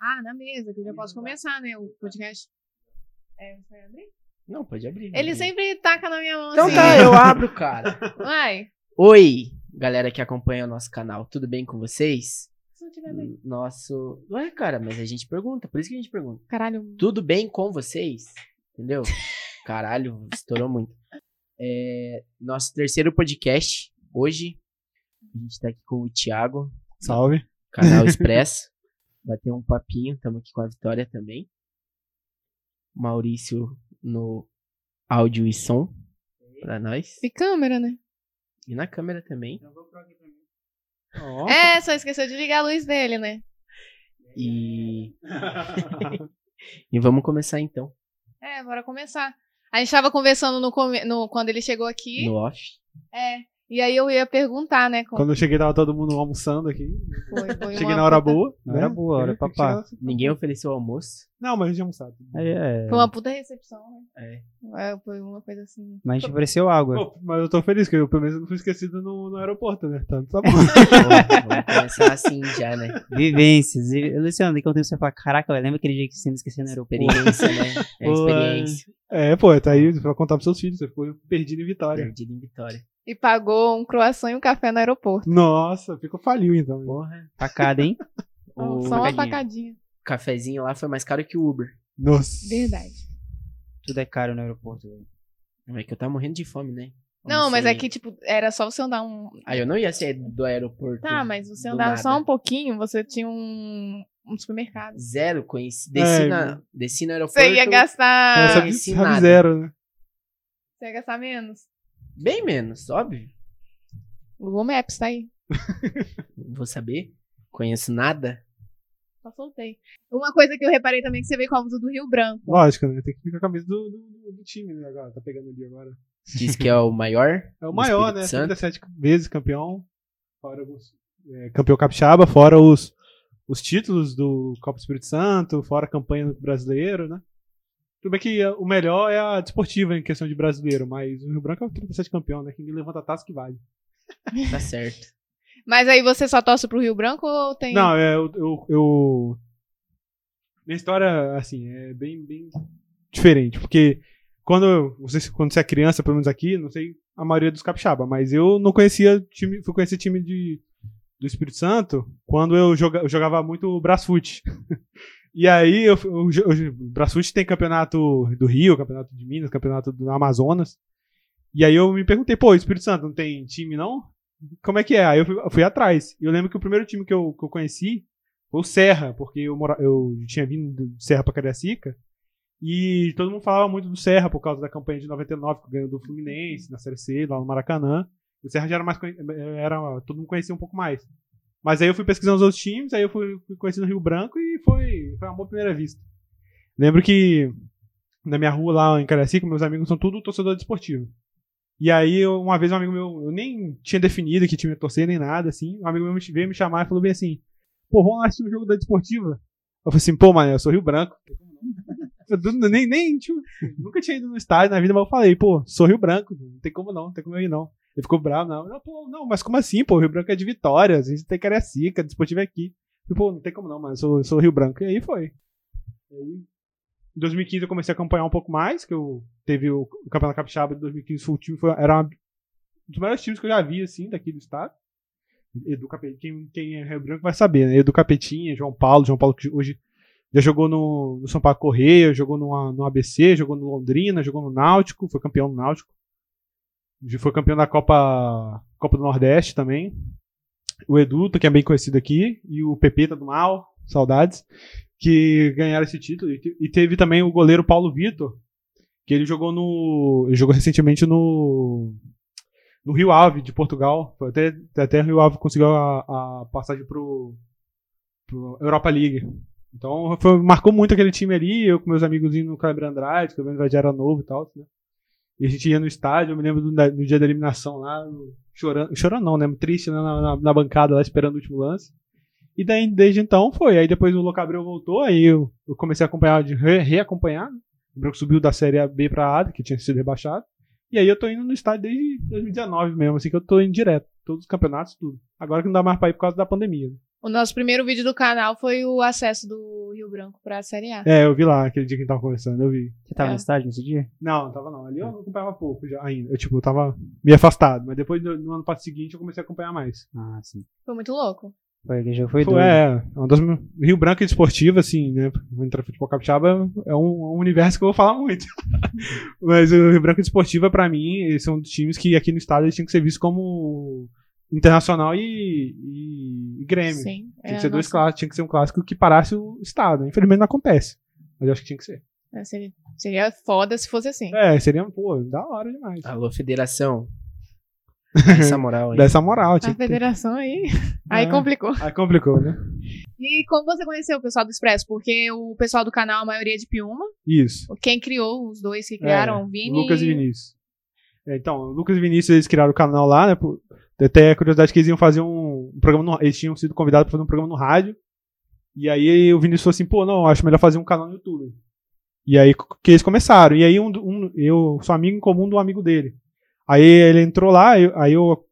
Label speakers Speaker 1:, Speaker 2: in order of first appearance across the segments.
Speaker 1: Ah, na mesa, que eu já posso começar, né? O podcast. É, você vai abrir?
Speaker 2: Não, pode abrir. né,
Speaker 1: Ele
Speaker 3: Uhum.
Speaker 2: abrir.
Speaker 1: sempre taca na minha mão
Speaker 2: Então
Speaker 1: assim.
Speaker 2: tá, eu abro, cara.
Speaker 3: tá.
Speaker 1: Vai.
Speaker 2: Oi, galera que acompanha o nosso canal, tudo bem com vocês?
Speaker 1: Se não tiver bem.
Speaker 2: Nosso. Ué, cara, mas a gente pergunta, por isso que a gente pergunta.
Speaker 1: Caralho.
Speaker 2: Tudo bem com vocês? Entendeu? Caralho, estourou muito. É, nosso terceiro podcast, hoje, a gente tá aqui com o Thiago.
Speaker 3: Salve.
Speaker 2: canal Expresso. Bater um papinho, estamos aqui com a Vitória também. Maurício no áudio e som pra nós.
Speaker 1: E câmera, né?
Speaker 2: E na câmera também. Ó,
Speaker 1: É, só esqueceu de ligar a luz dele, né?
Speaker 2: E... e vamos começar então,
Speaker 1: É, bora começar. A gente tava conversando no, come- no- quando ele chegou aqui.
Speaker 2: no off.
Speaker 1: É. E aí eu ia perguntar, né? Como
Speaker 3: Quando eu cheguei, tava todo mundo almoçando aqui.
Speaker 1: foi, foi
Speaker 3: cheguei
Speaker 1: uma
Speaker 3: na hora
Speaker 1: puta-
Speaker 3: boa.
Speaker 4: Na hora é boa, hora
Speaker 3: Tem que
Speaker 4: papá.
Speaker 3: chegar assim.
Speaker 2: Ninguém ofereceu almoço.
Speaker 3: Não, mas a gente almoçado.
Speaker 4: Aí é.
Speaker 1: Foi uma puta recepção,
Speaker 2: É.
Speaker 1: né? É, Foi uma coisa assim.
Speaker 4: Mas a gente ofereceu água.
Speaker 3: Pô, mas eu tô feliz que eu pelo menos não fui esquecido no, no aeroporto, né? Tanto tá bom.
Speaker 2: Pô, vamos começar assim já, né?
Speaker 4: Vivências. E, Luciano, daqui a um tempo você fala: Caraca, velho, lembra aquele dia que você me esqueceu no aeroporto?
Speaker 2: Experiência, né? É a
Speaker 4: Pô,
Speaker 2: experiência.
Speaker 3: é, pô, tá aí pra contar pros seus filhos. Você ficou perdido em
Speaker 4: É.
Speaker 3: vitória.
Speaker 2: Perdido em Vitória.
Speaker 1: E pagou um croissant e um café no aeroporto.
Speaker 3: Nossa, ficou faliu então.
Speaker 2: Porra.
Speaker 4: Facada, hein?
Speaker 3: Um
Speaker 2: O
Speaker 1: Só uma
Speaker 2: facadinho.
Speaker 1: facadinha.
Speaker 2: cafezinho lá foi mais caro que o Uber.
Speaker 3: Nossa.
Speaker 1: Verdade.
Speaker 4: Tudo é caro no aeroporto, velho.
Speaker 2: É que eu tava morrendo de fome, né?
Speaker 1: Não, mas
Speaker 2: Almocei-
Speaker 1: é que, tipo, era só você andar um.
Speaker 2: Ah, eu não ia ser do aeroporto.
Speaker 3: Uhum.
Speaker 1: Tá, mas você
Speaker 2: do
Speaker 1: andava
Speaker 2: nada.
Speaker 1: só um pouquinho, você tinha um, um supermercado.
Speaker 2: Zero, conheci. Desci,
Speaker 3: É,
Speaker 2: na, desci no aeroporto.
Speaker 1: Você ia gastar.
Speaker 3: Essa
Speaker 2: Ah, esse
Speaker 3: sabe
Speaker 2: nada.
Speaker 3: zero, né?
Speaker 1: Você ia gastar menos.
Speaker 2: Bem menos, óbvio.
Speaker 1: Google Maps tá aí.
Speaker 2: Não Vou saber. Conheço nada.
Speaker 1: Só soltei. Uma coisa que eu reparei também é que você veio com a blusa do Rio Branco.
Speaker 3: Lógico, né? Tem que ficar com a camisa do, do, do time, né? Agora, tá pegando ali agora.
Speaker 2: Diz que é o maior.
Speaker 3: É o
Speaker 2: do
Speaker 3: maior,
Speaker 2: Espírito
Speaker 3: né?
Speaker 2: Santo.
Speaker 3: 37 vezes campeão. Fora os, é, campeão capixaba, fora os, os títulos do Copa do Espírito Santo, fora a campanha do brasileiro, né? Tudo bem que é, o melhor é a desportiva em questão de brasileiro, mas o Rio Branco é o 37 campeão, né? Quem levanta a taça que vale.
Speaker 2: Tá certo.
Speaker 1: Mas aí você só torce pro Rio Branco ou tem.
Speaker 3: Não, é, eu, eu, eu- Minha história, assim, é bem, bem diferente. Porque quando, eu- não sei se quando você é criança, pelo menos aqui, não sei a maioria dos capixaba, mas eu não conhecia time. Fui conhecer time de, do Espírito Santo quando eu, joga, eu jogava muito Brasfoot. E aí, eu, eu, eu- Brasfoot tem campeonato do Rio, campeonato de Minas, campeonato do Amazonas. E aí eu me perguntei, pô, o Espírito Santo não tem time, não? como é que é? Aí eu fui, eu fui atrás. E eu lembro que o primeiro time que eu, que eu conheci foi o Serra, porque eu, mora, eu tinha vindo do Serra pra Cariacica. E todo mundo falava muito do Serra por causa da campanha de 99 que ganhou do Fluminense na Série C, lá no Maracanã. O Serra já era mais. conhe- Era, todo mundo conhecia um pouco mais. Mas aí eu fui pesquisando os outros times, aí eu fui, fui conhecendo o Rio Branco e foi, foi uma boa primeira vista. Lembro que na minha rua lá em Cariacica, meus amigos são tudo torcedor desportivo. E aí, eu- uma vez um amigo meu, eu nem tinha definido que time ia torcer nem nada, assim. Um amigo meu me- veio me chamar e falou bem assim: pô, vamos lá assistir um jogo da desportiva? Eu falei assim: pô, mano, eu sou Rio Branco. Eu não- nem, nem tinha- nunca tinha ido no estádio na vida, mas eu falei: pô, sou Rio Branco, não tem como não, não tem como eu ir não. Ele ficou bravo, não, não, pô, não, mas como assim, pô, Rio Branco é de vitória, a gente tem Cariacica, desportivo é aqui. Eu falei, pô, não tem como não, mano, eu sou, sou Rio Branco. E aí foi. E aí, em 2015 eu comecei a acompanhar um pouco mais, que eu teve o, o Campeonato Capixaba de 2015, foi um time, foi, era uma- um dos melhores times que eu já vi, assim, daqui do estado. Edu Capetinha, quem, quem é Rio Branco vai saber, né? Edu Capetinha, João Paulo, João Paulo que hoje já jogou no, no São Paulo Correia, jogou no, no ABC, jogou no Londrina, jogou no Náutico, foi campeão no Náutico. Já Foi campeão da Copa, Copa do Nordeste também. O Edu, que é bem conhecido aqui, e o Pepeta do Mal, saudades, que ganharam esse título. E, te- e teve também o goleiro Paulo Vitor, que ele jogou no. Ele jogou recentemente no. No Rio Ave de Portugal. Foi Até, até o Rio Ave conseguiu a, a passagem pro, pro Europa League. Então foi- marcou muito aquele time ali, eu com meus amigos indo no Kleber Andrade, que o Kleber Andrade era novo e tal. né? E a gente ia no estádio, eu me lembro do, da- no dia da eliminação lá, eu chorando. Chorando não, né? Triste né, na, na- na bancada lá esperando o último lance. E daí, desde então, foi. Aí depois o Locabreu voltou, aí eu, eu comecei a acompanhar, de re- reacompanhar. né? O Branco subiu da Série B pra A, que tinha sido rebaixado. E aí eu tô indo no estádio desde 2019 mesmo, assim que eu tô indo direto. Todos os campeonatos, tudo. Agora que não dá mais pra ir por causa da pandemia. né?
Speaker 1: O nosso primeiro vídeo do canal foi o acesso do Rio Branco pra Série A.
Speaker 3: É, eu vi lá aquele dia que a gente tava conversando, eu vi.
Speaker 4: Você tava
Speaker 1: É.
Speaker 4: no estádio nesse dia?
Speaker 3: Não, não tava não. Ali eu acompanhava pouco já ainda. Eu, tipo, eu tava meio afastado. Mas depois, no, no ano seguinte, eu comecei a acompanhar mais.
Speaker 4: Ah, sim.
Speaker 1: Foi muito louco.
Speaker 4: Foi, aquele jogo foi
Speaker 3: Pô,
Speaker 4: duro.
Speaker 3: é, é um dos meus- Rio Branco e Desportivo, assim, né? Entre futebol capixaba é um, um universo que eu vou falar muito. Mas o Rio Branco e Desportiva, pra mim, eles são dos times que aqui no estado eles tinham que ser vistos como internacional e, e- e Grêmio.
Speaker 1: Sim.
Speaker 3: Tinha
Speaker 1: é,
Speaker 3: que ser dois
Speaker 1: nossa,
Speaker 3: clássicos, tinha que ser um clássico que parasse o estado. Infelizmente não acontece. Mas eu acho que tinha que ser.
Speaker 1: é, seria, seria foda se fosse assim.
Speaker 3: É, seria, pô, da hora demais.
Speaker 2: Alô, federação. Dá Essa moral aí.
Speaker 3: Dá essa moral, tinha
Speaker 1: A
Speaker 3: que ter.
Speaker 1: federação aí. Aí
Speaker 3: Ah,
Speaker 1: complicou.
Speaker 3: Aí complicou, né?
Speaker 1: E como você conheceu o pessoal do Expresso? Porque o pessoal do canal, a maioria é de Piuma.
Speaker 3: Isso.
Speaker 1: Quem criou os dois que criaram, o Vini.
Speaker 3: É, Lucas e Vinícius. É, Então, o Lucas e Vinícius, eles criaram o canal lá, né? por- Até a curiosidade que eles iam fazer um, um programa no, Eles tinham sido convidados pra fazer um programa no rádio. E aí o Vinícius falou assim, pô, não, acho melhor fazer um canal no YouTube. E aí co- que eles começaram. E aí um, do- um- eu sou amigo em comum de um amigo dele. Aí ele entrou lá, eu- aí eu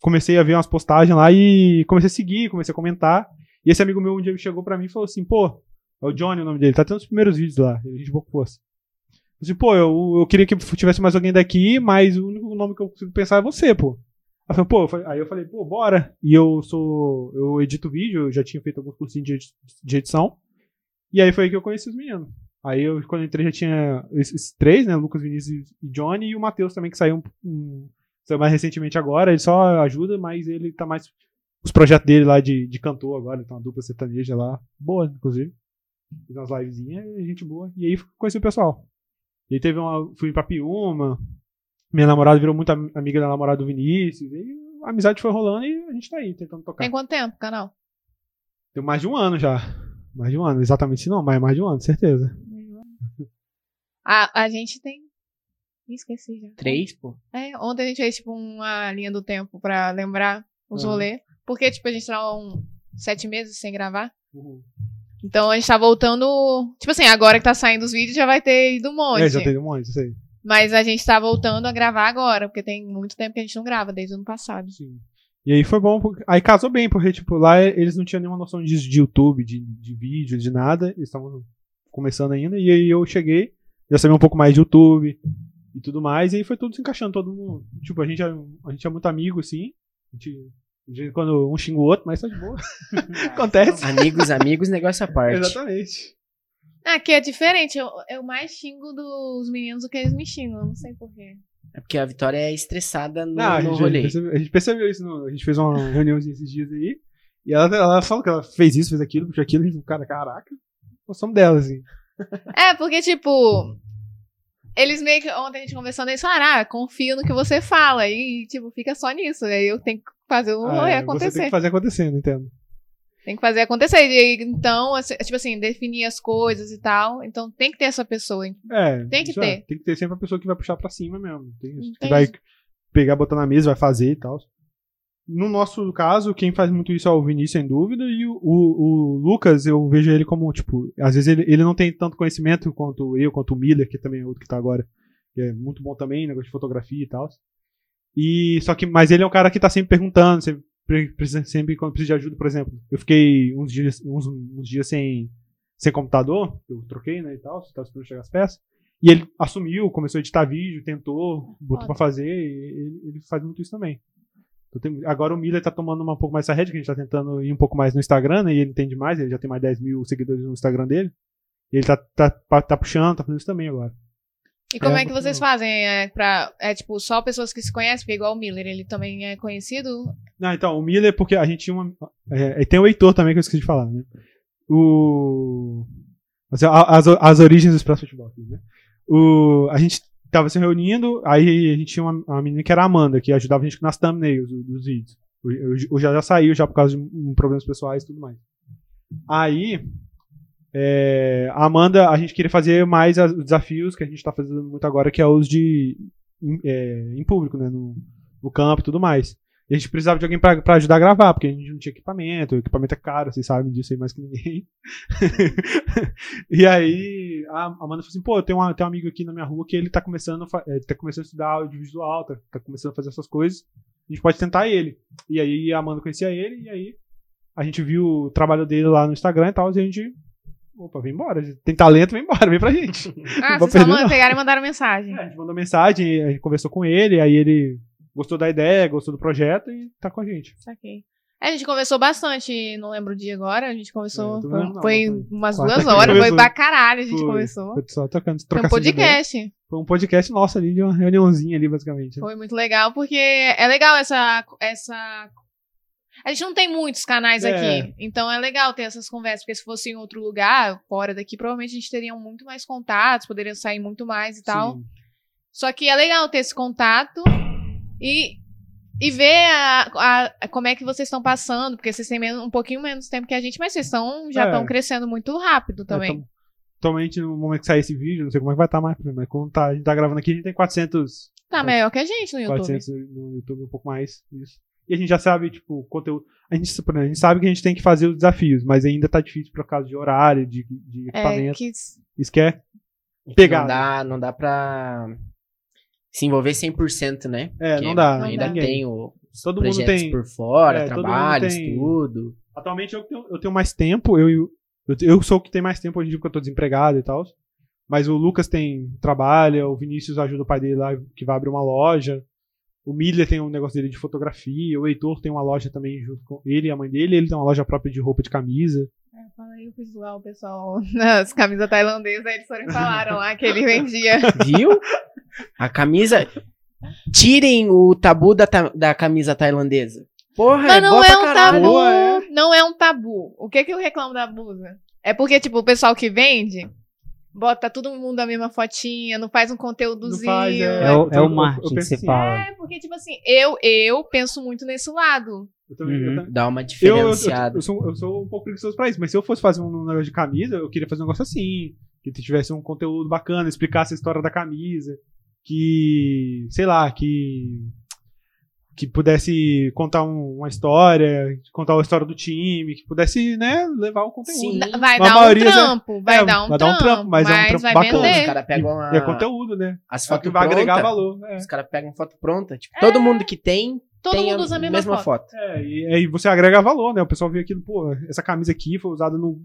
Speaker 3: comecei a ver umas postagens lá e comecei a seguir, comecei a comentar. E esse amigo meu um dia chegou pra mim e falou assim, pô, é o Johnny o nome dele, tá tendo os primeiros vídeos lá. A gente boa assim. Assim, pô, eu, eu queria que tivesse mais alguém daqui, mas o único nome que eu consigo pensar é você, pô. Aí eu falei, pô, eu falei- aí eu falei, pô, bora. E eu sou. Eu edito vídeo, eu já tinha feito alguns cursinhos de, edi- de edição. E aí foi aí que eu conheci os meninos. Aí eu, quando eu entrei, já tinha esses três, né? Lucas Vinícius e Johnny, e o Matheus também, que saiu, um- um- saiu mais recentemente agora. Ele só ajuda, mas ele tá mais. Os projetos dele lá de, de cantor agora, então uma dupla sertaneja lá. Boa, inclusive. Fiz umas livezinhas, gente boa. E aí conheci o pessoal. E aí teve uma. Fui pra Piúma. Minha namorada virou muito am- amiga da namorada do Vinícius. E a amizade foi rolando e a gente tá aí tentando tocar.
Speaker 1: Tem quanto tempo o canal?
Speaker 3: Deu mais de um ano já. Mais de um ano, exatamente se não, mas mais de um ano, certeza.
Speaker 1: A, a gente tem. Ih, Esqueci já.
Speaker 2: Três, pô.
Speaker 1: É, ontem a gente fez, tipo, uma linha do tempo pra lembrar os
Speaker 3: Aham.
Speaker 1: rolês. Porque, tipo, a gente tava um, sete meses sem gravar. Então a gente tá voltando. Tipo assim, agora que tá saindo os vídeos já vai ter ido um monte.
Speaker 3: É, já teve um monte, isso aí.
Speaker 1: Mas a gente tá voltando a gravar agora, porque tem muito tempo que a gente não grava, desde o ano passado.
Speaker 3: Sim. E aí foi bom, porque- aí casou bem, porque, tipo, lá eles não tinham nenhuma noção disso de YouTube, de, de vídeo, de nada. Eles estavam começando ainda. E aí eu cheguei, já sabia um pouco mais de YouTube e tudo mais. E aí foi tudo se encaixando, todo mundo. Tipo, a gente é, a gente é muito amigo, assim. A gente, de vez em quando um xinga o outro, mas tá de boa. Acontece.
Speaker 2: Amigos, amigos, negócio à parte.
Speaker 3: Exatamente.
Speaker 1: Ah, que é diferente. Eu, eu mais xingo dos meninos do que eles me xingam. Não sei porquê.
Speaker 2: É porque a Vitória é estressada no,
Speaker 3: Não,
Speaker 2: no
Speaker 3: a, gente, a gente
Speaker 2: rolê.
Speaker 3: percebeu, a gente percebeu isso. no- a gente fez uma reunião esses dias aí. E ela, ela falou que ela fez isso, fez aquilo, fez aquilo. E o cara, caraca, gostamos dela, assim.
Speaker 1: É, porque, tipo. Eles meio que. Ontem a gente conversando, eles falaram, ah, confio no que você fala. E, tipo, fica só nisso. Aí eu tenho que fazer o rolê
Speaker 3: Ah, Você
Speaker 1: acontecer.
Speaker 3: tem que fazer acontecer, não entendo.
Speaker 1: Tem que fazer acontecer. E, então, assim, tipo assim, definir as coisas e tal. Então tem que ter essa pessoa. hein?
Speaker 3: É,
Speaker 1: Tem que
Speaker 3: isso é.
Speaker 1: ter.
Speaker 3: Tem que ter sempre a pessoa que vai puxar pra cima mesmo. Tem isso. Que
Speaker 1: Entendi.
Speaker 3: vai pegar, botar na mesa, vai fazer e tal. No nosso caso, quem faz muito isso é o Vinícius, sem dúvida, e o, o- o Lucas, eu vejo ele como, tipo, às vezes ele, ele não tem tanto conhecimento quanto eu, quanto o Miller, que também é outro que tá agora, que é muito bom também, negócio de fotografia e tal. E, só que, mas ele é um cara que tá sempre perguntando, sempre, pre- precisa- sempre quando precisa de ajuda, por exemplo. Eu fiquei uns dias, uns, uns dias sem, sem computador, eu troquei, né, e tal, tava esperando chegar as peças. E ele assumiu, começou a editar vídeo, tentou,
Speaker 1: Foda.
Speaker 3: botou pra fazer, e ele, ele faz muito isso também. Então tem- agora o Miller tá tomando uma um pouco mais essa rede, que a gente tá tentando ir um pouco mais no Instagram, né, e ele entende mais, ele já tem mais 10 mil seguidores no Instagram dele. E ele tá, tá, tá, tá puxando, tá fazendo isso também agora.
Speaker 1: E como
Speaker 3: É,
Speaker 1: é que vocês fazem? É, pra, é tipo, só pessoas que se conhecem, porque igual o Miller, ele também é conhecido.
Speaker 3: Não, então, o Miller, porque a gente tinha uma. É, e tem o Heitor também que eu esqueci de falar, né? O. As, as, as origens do Expresso Futebol aqui, né? O, a gente tava se reunindo, aí a gente tinha uma, uma menina que era a Amanda, que ajudava a gente nas thumbnails do- dos vídeos. O, o, o já já saiu já por causa de um, problemas pessoais e tudo mais. Aí. é, a Amanda, a gente queria fazer mais as- os desafios que a gente tá fazendo muito agora, que é os de. Em, é, em público, né? No, no campo e tudo mais. E a gente precisava de alguém pra, pra ajudar a gravar, porque a gente não tinha equipamento, o equipamento é caro, vocês sabem disso aí mais que ninguém. e aí a Amanda falou assim, pô, tem um, tem um amigo aqui na minha rua que ele tá começando a, fa- eh, tá começando a estudar audiovisual, tá, tá começando a fazer essas coisas, a gente pode tentar ele. E aí a Amanda conhecia ele, e aí A gente viu o trabalho dele lá no Instagram e tal, e a gente. Opa, vem embora. Tem talento, vem embora, vem pra gente.
Speaker 1: Ah,
Speaker 3: vou
Speaker 1: vocês só
Speaker 3: perder,
Speaker 1: man-
Speaker 3: não.
Speaker 1: pegaram e mandaram mensagem.
Speaker 3: É, a gente mandou mensagem, a gente conversou com ele, aí ele gostou da ideia, gostou do projeto e tá com a gente.
Speaker 1: Saquei. É, A gente conversou bastante, não lembro o dia agora, a gente conversou,
Speaker 3: É, eu também
Speaker 1: foi,
Speaker 3: não, não,
Speaker 1: foi
Speaker 3: foi
Speaker 1: umas
Speaker 3: quarta
Speaker 1: duas
Speaker 3: que
Speaker 1: horas, foi
Speaker 3: conversou.
Speaker 1: pra caralho, a gente
Speaker 3: Foi.
Speaker 1: conversou.
Speaker 3: Foi só trocando,
Speaker 1: Foi um
Speaker 3: trocação de ideia.
Speaker 1: podcast,
Speaker 3: Foi um podcast nosso ali, de uma reuniãozinha ali, basicamente.
Speaker 1: foi muito legal, porque é legal essa, essa... A gente não tem muitos canais
Speaker 3: É.
Speaker 1: aqui, então é legal ter essas conversas, porque se fosse em outro lugar, fora daqui, provavelmente a gente teria muito mais contatos, poderiam sair muito mais e tal.
Speaker 3: Sim.
Speaker 1: Só que é legal ter esse contato e, e ver a, a- como é que vocês estão passando, porque vocês têm menos- um pouquinho menos tempo que a gente, mas vocês tão, já
Speaker 3: É.
Speaker 1: estão crescendo muito rápido também.
Speaker 3: Então, Atualmente, no momento que sair esse vídeo, não sei como é que vai estar mais, mas quando tá, a gente tá gravando aqui, a gente tem 400
Speaker 1: tá melhor que a gente no YouTube.
Speaker 3: 400 no YouTube, um pouco mais. Isso. E a gente já sabe, tipo, o conteúdo. A gente, por exemplo, a gente sabe que a gente tem que fazer os desafios, mas ainda tá difícil por causa de horário, de, de
Speaker 1: É,
Speaker 3: equipamento.
Speaker 1: que,
Speaker 3: Isso que é.
Speaker 2: Não
Speaker 3: Pegado.
Speaker 2: dá, não dá pra se envolver 100%, né?
Speaker 3: É,
Speaker 2: Porque
Speaker 3: não dá.
Speaker 2: Ainda
Speaker 1: Não dá.
Speaker 2: tem o
Speaker 3: Todo mundo
Speaker 2: projetos
Speaker 3: tem.
Speaker 2: por fora,
Speaker 3: é, todo mundo
Speaker 2: trabalho,
Speaker 3: tem-
Speaker 2: estudo.
Speaker 3: Atualmente eu tenho, eu tenho mais tempo, eu, eu, eu sou o que tem mais tempo hoje em dia porque eu tô desempregado e tal. Mas o Lucas tem trabalha, o Vinícius ajuda o pai dele lá que vai abrir uma loja. O Miller tem um negócio dele de fotografia, o Heitor tem uma loja também junto com ele e a mãe dele, ele tem uma loja própria de roupa de camisa.
Speaker 1: é, fala aí o visual, o pessoal, as camisas tailandesas, eles foram e falaram lá que ele vendia.
Speaker 2: Viu? A camisa. Tirem o tabu da, ta- da camisa tailandesa. Porra, é
Speaker 1: Mas não
Speaker 2: boa
Speaker 1: é
Speaker 2: pra
Speaker 1: um
Speaker 2: caralho.
Speaker 1: tabu.
Speaker 3: Boa, é.
Speaker 1: Não é um tabu. O que que eu reclamo da blusa? É porque, tipo, o pessoal que vende bota todo mundo a mesma fotinha, não faz um conteúdozinho.
Speaker 3: Não faz, é.
Speaker 4: É o, é
Speaker 3: Eu-
Speaker 4: o
Speaker 3: eu-
Speaker 4: marketing
Speaker 3: eu
Speaker 4: que
Speaker 3: penso
Speaker 4: você
Speaker 3: assim,
Speaker 4: fala.
Speaker 1: É, porque, tipo assim, eu, eu penso muito nesse lado.
Speaker 3: Eu também, eu
Speaker 4: Uhum.
Speaker 3: também-
Speaker 2: Dá uma
Speaker 3: Eu, eu, eu,
Speaker 2: diferenciada.
Speaker 3: eu sou, eu sou um pouco preguiçoso pra isso, mas se eu fosse fazer um negócio de camisa, eu queria fazer um negócio assim. Que tivesse um conteúdo bacana, explicasse a história da camisa. Que, sei lá, que. Que pudesse contar um- uma história, contar a história do time, que pudesse, né, levar o conteúdo.
Speaker 2: Sim.
Speaker 1: Da- Vai
Speaker 3: Mas a
Speaker 1: dar um
Speaker 3: maioria, né?
Speaker 1: trampo, vai
Speaker 3: É,
Speaker 1: dar um
Speaker 3: vai dar um
Speaker 1: trampo,
Speaker 3: trampo, mas é um trampo
Speaker 1: vai
Speaker 3: bacana,
Speaker 2: Os
Speaker 1: vender.
Speaker 2: caras pegam a-
Speaker 3: E é conteúdo, né?
Speaker 2: as
Speaker 3: É o que
Speaker 2: fotos
Speaker 3: vai agregar
Speaker 2: prontas.
Speaker 3: valor. É.
Speaker 2: Os caras pegam foto pronta. Tipo, todo mundo que tem,
Speaker 1: É. Todo
Speaker 2: tem
Speaker 1: mundo usa a mesma, foto.
Speaker 3: É, e aí você agrega valor, né? O pessoal vê aquilo, pô, essa camisa aqui foi usada no,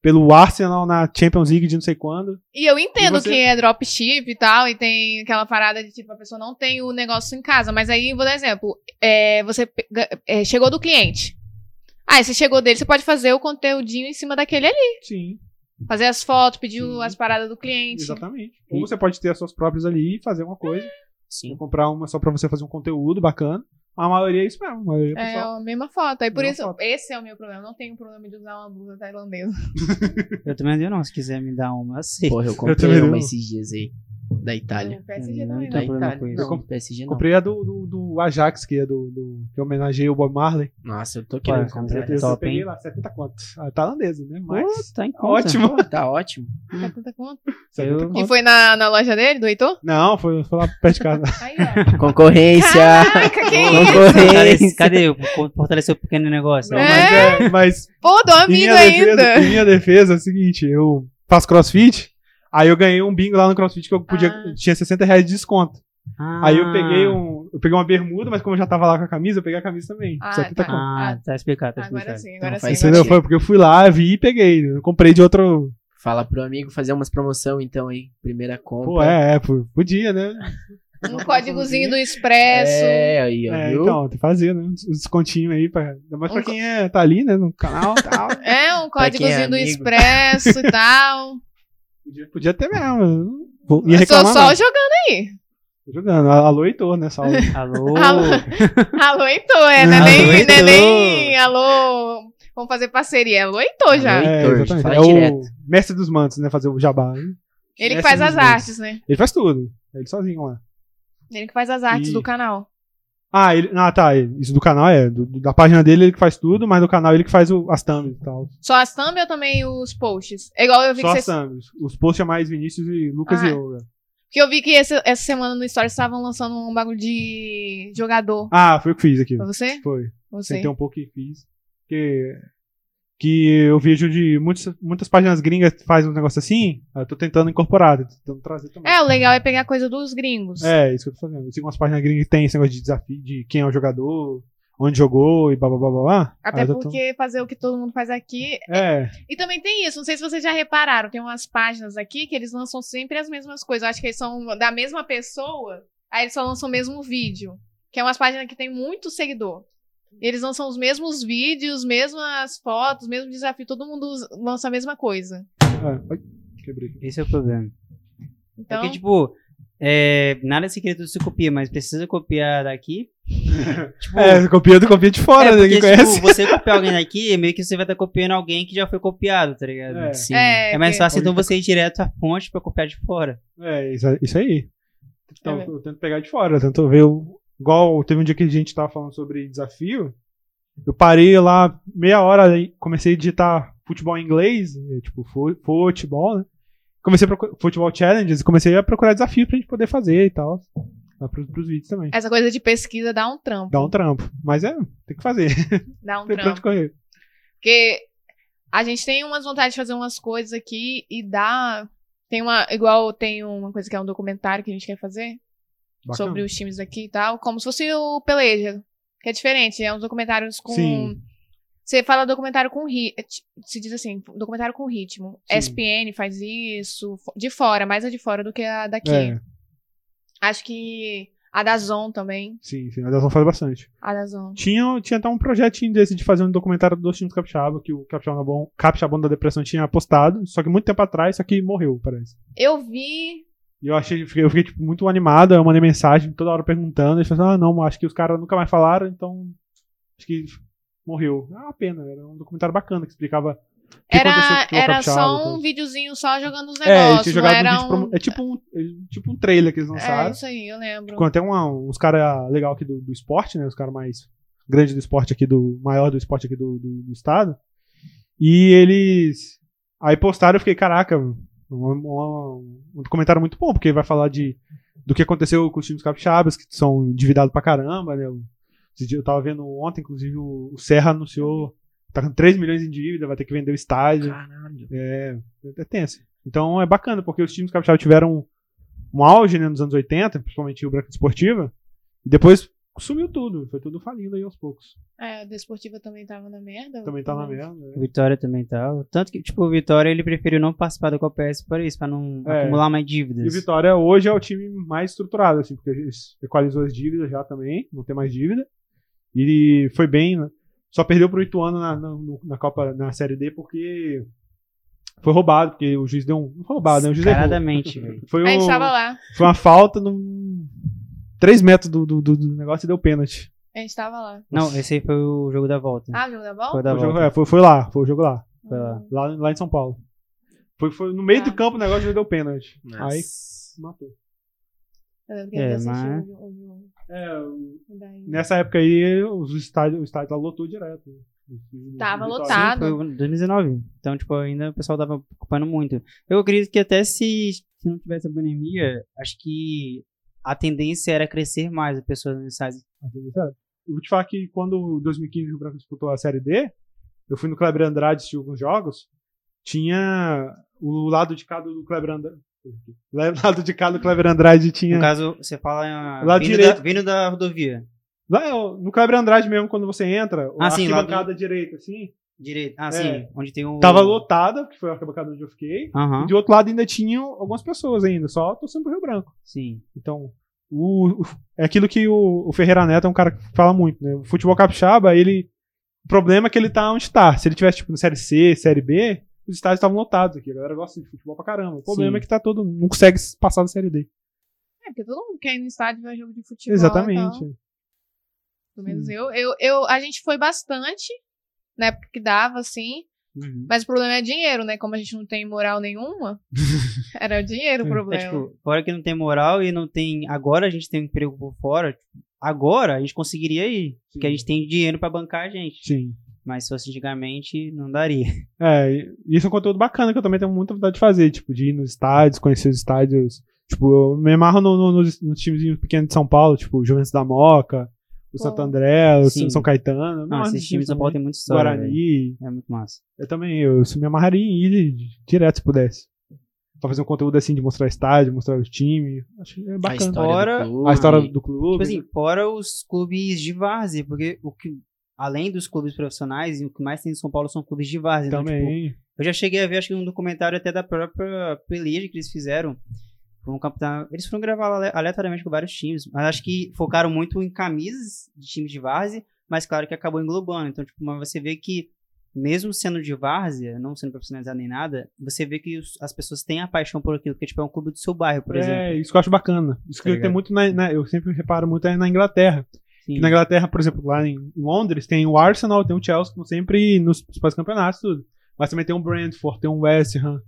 Speaker 3: pelo Arsenal na Champions League de não sei quando.
Speaker 1: E eu entendo
Speaker 3: E você-
Speaker 1: que é dropship e tal, e tem aquela parada de tipo, a pessoa não tem o negócio em casa. Mas aí, vou dar exemplo. É, você pega- é, chegou do cliente. Aí você chegou dele, você pode fazer o conteúdinho em cima daquele ali.
Speaker 3: Sim.
Speaker 1: Fazer as fotos, pedir o-
Speaker 3: Sim.
Speaker 1: as paradas do cliente.
Speaker 3: Exatamente.
Speaker 2: E-
Speaker 3: Ou você pode ter as suas próprias ali e fazer uma coisa,
Speaker 2: Sim.
Speaker 3: comprar uma só pra você fazer um conteúdo bacana. A maioria é isso mesmo. A maioria é
Speaker 1: É
Speaker 3: pessoal.
Speaker 1: a mesma foto. Aí por
Speaker 3: Mesma
Speaker 1: isso,
Speaker 3: foto.
Speaker 1: esse é o meu problema. Eu Não tenho problema de usar uma blusa tailandesa.
Speaker 4: Eu também não, digo não, se quiser me dar uma, eu aceito.
Speaker 2: Porra, eu
Speaker 3: também
Speaker 2: comprei
Speaker 3: não.
Speaker 2: uma esses dias aí. Da Itália.
Speaker 1: O PSG
Speaker 4: Tá, Não
Speaker 1: também,
Speaker 4: tem
Speaker 2: Da
Speaker 1: né?
Speaker 4: problema com
Speaker 2: Itália.
Speaker 4: isso.
Speaker 2: Não, PSG não.
Speaker 3: Comprei a do, do, do Ajax, que é do, do- que homenageia o Bob Marley.
Speaker 2: Nossa, eu tô
Speaker 3: Ué,
Speaker 2: querendo
Speaker 3: com
Speaker 2: comprar.
Speaker 3: certeza.
Speaker 2: essa.
Speaker 3: eu
Speaker 4: Top,
Speaker 3: peguei
Speaker 4: hein?
Speaker 3: lá 70 contos. Ah, tailandesa, né? Mas.
Speaker 4: Pô, tá em conta.
Speaker 3: Ótimo.
Speaker 2: Pô, Tá ótimo.
Speaker 1: Tá tanta conta.
Speaker 3: 70
Speaker 4: Eu-
Speaker 1: E
Speaker 3: conto.
Speaker 1: foi na, na loja dele, do Heitor?
Speaker 3: Não, foi, foi lá perto de casa.
Speaker 1: Aí, ó.
Speaker 2: Concorrência!
Speaker 1: Caraca, que é isso?
Speaker 4: Fortalece-
Speaker 2: Concorrência!
Speaker 4: Cadê? o- Fortaleceu o pequeno negócio.
Speaker 3: Não,
Speaker 1: É?
Speaker 3: mas, é, mas
Speaker 1: Pô, do
Speaker 3: em, minha
Speaker 1: amigo ainda.
Speaker 3: defesa, em minha defesa é o seguinte: eu faço crossfit. Aí eu ganhei um bingo lá no CrossFit que eu podia.
Speaker 1: Ah.
Speaker 3: Tinha 60 reais de desconto.
Speaker 4: Ah,
Speaker 3: Aí eu peguei um. Eu peguei uma bermuda, mas como eu já tava lá com a camisa, eu peguei a camisa também.
Speaker 1: Ah,
Speaker 3: 70
Speaker 1: tá.
Speaker 3: conto.
Speaker 4: Ah, tá explicado, tá explicado.
Speaker 1: Agora sim, agora
Speaker 2: Não,
Speaker 1: sim. agora
Speaker 2: faz
Speaker 3: Entendeu?
Speaker 1: sim.
Speaker 2: sentido.
Speaker 3: Foi porque eu fui lá, vi e peguei. né? Eu comprei de outro.
Speaker 2: Fala pro amigo fazer umas promoção então, hein? Primeira compra.
Speaker 3: Pô, é, é, pô, podia, né?
Speaker 1: Um códigozinho do Expresso.
Speaker 2: É, aí, ó,
Speaker 3: É,
Speaker 2: viu?
Speaker 3: então, tem que fazer, né? Uns descontinhos aí, pra, ainda mais pra quem é, tá ali, né? No canal e tal.
Speaker 1: É, um
Speaker 2: Pra quem é
Speaker 1: códigozinho do
Speaker 2: amigo.
Speaker 1: Expresso e tal.
Speaker 3: Podia, podia ter mesmo. eu não Vou, ia
Speaker 1: Eu sou
Speaker 3: reclamar.
Speaker 1: só
Speaker 3: não.
Speaker 1: jogando aí.
Speaker 3: Tô jogando. Alô, Heitor, né, nessa aula.
Speaker 4: Alô?
Speaker 1: Alô? Alô, Heitor, é, não é
Speaker 4: Alô,
Speaker 1: nem, não é
Speaker 4: Heitor.
Speaker 1: nem alô. Vamos fazer parceria. Alô, Heitor já.
Speaker 2: Alô, Heitor.
Speaker 3: é, exatamente.
Speaker 2: fala
Speaker 3: É o
Speaker 2: direto.
Speaker 3: mestre dos mantos, né? Fazer o jabá. né?
Speaker 1: Ele que
Speaker 3: Mestre
Speaker 1: faz
Speaker 3: dos
Speaker 1: as
Speaker 3: mantos.
Speaker 1: artes, né?
Speaker 3: Ele faz tudo. Ele sozinho lá.
Speaker 1: Ele que faz as artes
Speaker 3: Ih.
Speaker 1: do canal.
Speaker 3: Ah, ele, ah, tá. ele- Isso do canal é. do- do- da página dele ele que faz tudo, mas do canal ele que faz o, as thumbs e tal.
Speaker 1: Só as thumb ou também os posts? É igual eu vi
Speaker 3: Só
Speaker 1: que
Speaker 3: as
Speaker 1: vocês.
Speaker 3: thumbs. Os posts é mais Vinícius e Lucas
Speaker 1: Ah.
Speaker 3: e eu. né?
Speaker 1: Porque eu vi que esse- essa semana no Stories estavam lançando um bagulho de jogador.
Speaker 3: Ah, foi o que fiz aqui.
Speaker 1: Foi você?
Speaker 3: Foi.
Speaker 1: Você.
Speaker 3: Sentei um pouco e fiz. Que, que eu vejo de muitas, muitas páginas gringas que fazem um negócio assim. Eu tô tentando incorporar, tô tentando trazer também.
Speaker 1: É, o legal é pegar coisa dos gringos.
Speaker 3: É, isso que eu tô fazendo. Eu sigo umas páginas gringas que tem esse negócio de desafio de quem é o é jogador. onde jogou e blá blá blá blá, blá.
Speaker 1: Até
Speaker 3: Aí Ah, eu tô-
Speaker 1: porque fazer o que todo mundo faz aqui.
Speaker 3: É,
Speaker 1: E também tem isso, não sei se vocês já repararam, tem umas páginas aqui que eles lançam sempre as mesmas coisas. Eu acho que eles são da mesma pessoa, aí eles só lançam o mesmo vídeo. Que é umas páginas que tem muito seguidor. E eles lançam os mesmos vídeos, mesmas fotos, mesmo desafio, todo mundo usa- lança a mesma coisa.
Speaker 3: é. Ai, quebrei.
Speaker 4: Esse é o problema.
Speaker 1: Então,
Speaker 4: Porque, tipo, é, nada se cria, tudo se copia, mas precisa copiar daqui. tipo,
Speaker 3: É, copia do copia de fora,
Speaker 4: é,
Speaker 3: né? Quem
Speaker 4: porque,
Speaker 3: conhece?
Speaker 4: tipo, você copiar alguém daqui, meio que você vai estar copiando alguém que já foi copiado, tá ligado?
Speaker 3: É.
Speaker 4: Sim.
Speaker 1: É,
Speaker 4: É, mais
Speaker 1: que-
Speaker 4: fácil, então, você ir direto à fonte pra copiar de fora.
Speaker 3: É, isso, isso aí. Então,
Speaker 1: É.
Speaker 3: eu tento pegar de fora, eu tento ver. o- Igual teve um dia que a gente tava falando sobre desafio. Eu parei lá meia hora e comecei a digitar futebol em inglês, eh, tipo, fu- futebol, né? Comecei a procurar futebol challenges e comecei a procurar desafios pra gente poder fazer e tal. Lá pros, pros vídeos também.
Speaker 1: essa coisa de pesquisa dá um trampo.
Speaker 3: Dá um trampo. Mas é, tem que fazer.
Speaker 1: Dá um
Speaker 3: tem pra
Speaker 1: trampo.
Speaker 3: onde correr.
Speaker 1: Porque a gente tem umas vontades de fazer umas coisas aqui e dá. Tem uma. Igual tem uma coisa que é um documentário que a gente quer fazer
Speaker 3: Bacana.
Speaker 1: sobre os times aqui e tal. Como se fosse o Peleja. Que é diferente. É uns documentários com.
Speaker 3: Sim.
Speaker 1: Você fala documentário com ritmo. Se diz assim, documentário com ritmo.
Speaker 3: Sim.
Speaker 1: SPN faz isso. fo- De fora, mais a de fora do que a daqui.
Speaker 3: É,
Speaker 1: Acho que a da Zon também.
Speaker 3: sim, sim. A Dazon faz bastante.
Speaker 1: A da Zon.
Speaker 3: Tinha, tinha até um projetinho desse de fazer um documentário dos times capixaba, que o capixabão, capixabão da depressão tinha apostado, só que muito tempo atrás, só que morreu, parece.
Speaker 1: Eu vi.
Speaker 3: E eu achei, eu fiquei, eu fiquei, tipo, muito animado, eu mandei mensagem toda hora perguntando, eles falaram, ah, não, acho que os caras nunca mais falaram, então acho que morreu. Ah, uma pena, era um documentário bacana que explicava o que aconteceu com o
Speaker 1: Era,
Speaker 3: futebol
Speaker 1: era
Speaker 3: capixaba e
Speaker 1: só
Speaker 3: tal.
Speaker 1: um videozinho só jogando os
Speaker 3: É, eles
Speaker 1: negócios.
Speaker 3: tinham
Speaker 1: não
Speaker 3: jogado um
Speaker 1: era
Speaker 3: vídeo promo-
Speaker 1: um...
Speaker 3: É tipo um, é tipo um trailer que eles lançaram.
Speaker 1: É, isso aí, eu lembro.
Speaker 3: Com até uma- uns caras legal aqui do, do esporte, né? Os caras mais grandes do esporte aqui, do maior do esporte aqui do, do, do estado. E eles. Aí postaram, eu fiquei, caraca, um, um, um comentário muito bom, porque vai falar de do que aconteceu com os times capixabas, que são endividados pra caramba, né? Esse dia Eu tava vendo ontem, inclusive, o o Serra anunciou. Tá com 3 milhões em dívida, vai ter que vender o estádio.
Speaker 2: Caralho.
Speaker 3: É, é tenso. Então é bacana, porque os times capixaba tiveram um auge né, nos anos 80, principalmente o Branco Esportiva, e depois sumiu tudo, foi tudo falindo aí aos poucos.
Speaker 1: É, a Desportiva também tava na merda.
Speaker 3: Também tá na
Speaker 1: Mas-
Speaker 3: merda. né?
Speaker 4: O Vitória também tá. Tanto que, tipo, o Vitória, ele preferiu não participar da Copa S para isso, pra não
Speaker 3: É.
Speaker 4: acumular mais
Speaker 3: E o
Speaker 4: dívidas.
Speaker 3: Vitória hoje é o time mais estruturado, assim, porque eles equalizou as dívidas já também, não tem mais dívida. E foi bem, né? só perdeu pro Ituano na, na, no- na Copa, na Série D, porque foi roubado, porque o juiz deu um roubado, né? O juiz errou.
Speaker 4: Caradamente, velho.
Speaker 3: Foi,
Speaker 1: A gente
Speaker 3: um-
Speaker 1: tava lá.
Speaker 3: foi uma falta num 3 metros do, do, do- do negócio e deu pênalti.
Speaker 1: A gente tava lá.
Speaker 4: Não, esse aí foi o jogo da volta.
Speaker 1: Ah, o jogo da
Speaker 4: foi o
Speaker 1: bola? Hum.
Speaker 4: da
Speaker 3: Foi, o jogo-
Speaker 4: volta.
Speaker 3: é, foi- foi lá, foi o jogo lá.
Speaker 4: Foi lá.
Speaker 3: Lá, lá em São Paulo. Foi, foi no meio
Speaker 1: Ah.
Speaker 3: do campo o negócio já deu pênalti. Aí matou.
Speaker 1: Eu lembro que
Speaker 4: É,
Speaker 1: a um, gente assistiu
Speaker 3: né?
Speaker 4: mas-
Speaker 1: o jogo- o jogo
Speaker 3: É, o-
Speaker 1: um daí.
Speaker 3: nessa época aí, os estádio, o estádio lá lotou direto. né?
Speaker 1: Tava
Speaker 3: Vitória.
Speaker 1: lotado.
Speaker 4: Sim, foi em 2019. Então, tipo, ainda o pessoal tava ocupando muito. Eu acredito que até se, se não tivesse a pandemia, acho que a tendência era crescer mais as pessoas no estádio.
Speaker 3: é. Eu vou te falar que quando em 2015 o Branco disputou a Série D, eu fui no Kleber Andrade assistir alguns jogos. Tinha o lado de cá do Kleber Andrade. Lado de cá do Kleber Andrade
Speaker 4: No
Speaker 3: tinha.
Speaker 4: caso, você fala ah,
Speaker 3: Lado
Speaker 4: vindo
Speaker 3: direito.
Speaker 4: da, vindo da rodovia.
Speaker 3: Lá, é o- no Kleber Andrade mesmo, quando você entra, a
Speaker 4: Ah, sim, lá do-
Speaker 3: arquibancada direita, assim,
Speaker 4: Direito. Ah,
Speaker 3: É.
Speaker 4: sim. Onde tem o.
Speaker 3: tava lotada, que foi a arquibancada onde eu fiquei.
Speaker 4: Aham.
Speaker 3: E de outro lado ainda tinham algumas pessoas ainda, só torcendo pro Rio Branco.
Speaker 4: Sim.
Speaker 3: Então, o, o- é aquilo que o, o Ferreira Neto é um cara que fala muito, né? O futebol capixaba, ele. O problema é que ele tá onde tá. Se ele tivesse, tipo, na Série C, Série B, os estádios estavam lotados aqui. A galera gosta de futebol pra caramba. O problema
Speaker 4: Sim.
Speaker 3: é que tá todo. Não consegue passar da Série D.
Speaker 1: É, porque todo mundo quer ir no estádio ver jogo de
Speaker 4: então.
Speaker 1: futebol.
Speaker 3: Exatamente.
Speaker 1: e tal. Pelo menos eu, eu, eu. A gente foi bastante na época que dava, assim.
Speaker 4: Uhum.
Speaker 1: Mas o problema é dinheiro, né? Como a gente não tem moral nenhuma, era o dinheiro o
Speaker 4: É,
Speaker 1: problema.
Speaker 4: tipo, fora que não tem moral e não tem. Agora a gente tem um emprego por fora. tipo, Agora a gente conseguiria ir. Porque a gente tem dinheiro pra bancar a gente.
Speaker 3: Sim.
Speaker 4: Mas se fosse antigamente, não daria.
Speaker 3: É, e- e isso é um conteúdo bacana que eu também tenho muita vontade de fazer, tipo, de ir nos estádios, conhecer os estádios. Tipo, eu me amarro no- no- nos, nos times pequenos de São Paulo, tipo, o Juventus da Moca, o
Speaker 1: Pô.
Speaker 3: Santo André, o
Speaker 4: Sim.
Speaker 3: São Caetano. eu me
Speaker 4: Não,
Speaker 3: amarro
Speaker 4: esses
Speaker 3: nesses
Speaker 4: times do São
Speaker 3: também.
Speaker 4: Paulo tem muita história. velho.
Speaker 3: Guarani.
Speaker 4: É muito massa.
Speaker 3: Eu também, eu, eu me amarraria em ir direto se pudesse. pra fazer um conteúdo assim de mostrar estádio, mostrar o time. Acho que é bacana.
Speaker 2: A história
Speaker 4: Fora
Speaker 2: do
Speaker 3: A história
Speaker 2: clube.
Speaker 3: do clube.
Speaker 4: Tipo assim, fora os clubes de várzea, porque o que, além dos clubes profissionais, o que mais tem em São Paulo são clubes de várzea. Então, tipo,
Speaker 3: também.
Speaker 4: eu já cheguei a ver, acho que um documentário até da própria peleja que eles fizeram. Foi um campeonato- Eles foram gravar ale- aleatoriamente com vários times, mas acho que focaram muito em camisas de times de várzea, mas claro que acabou englobando. Então, tipo, mas você vê que, mesmo sendo de várzea, não sendo profissionalizado nem nada, você vê que os- as pessoas têm a paixão por aquilo, porque, tipo, é um clube do seu bairro, por exemplo.
Speaker 3: É, isso que eu acho bacana. Isso
Speaker 4: Tá
Speaker 3: que eu
Speaker 4: ligado?
Speaker 3: tenho muito na, na- Eu sempre reparo muito é na Inglaterra.
Speaker 4: Sim.
Speaker 3: E Na Inglaterra, por exemplo, lá em Londres, tem o Arsenal, tem o Chelsea, que estão sempre nos principais campeonatos, tudo. Mas também tem o Brentford, tem o West Ham,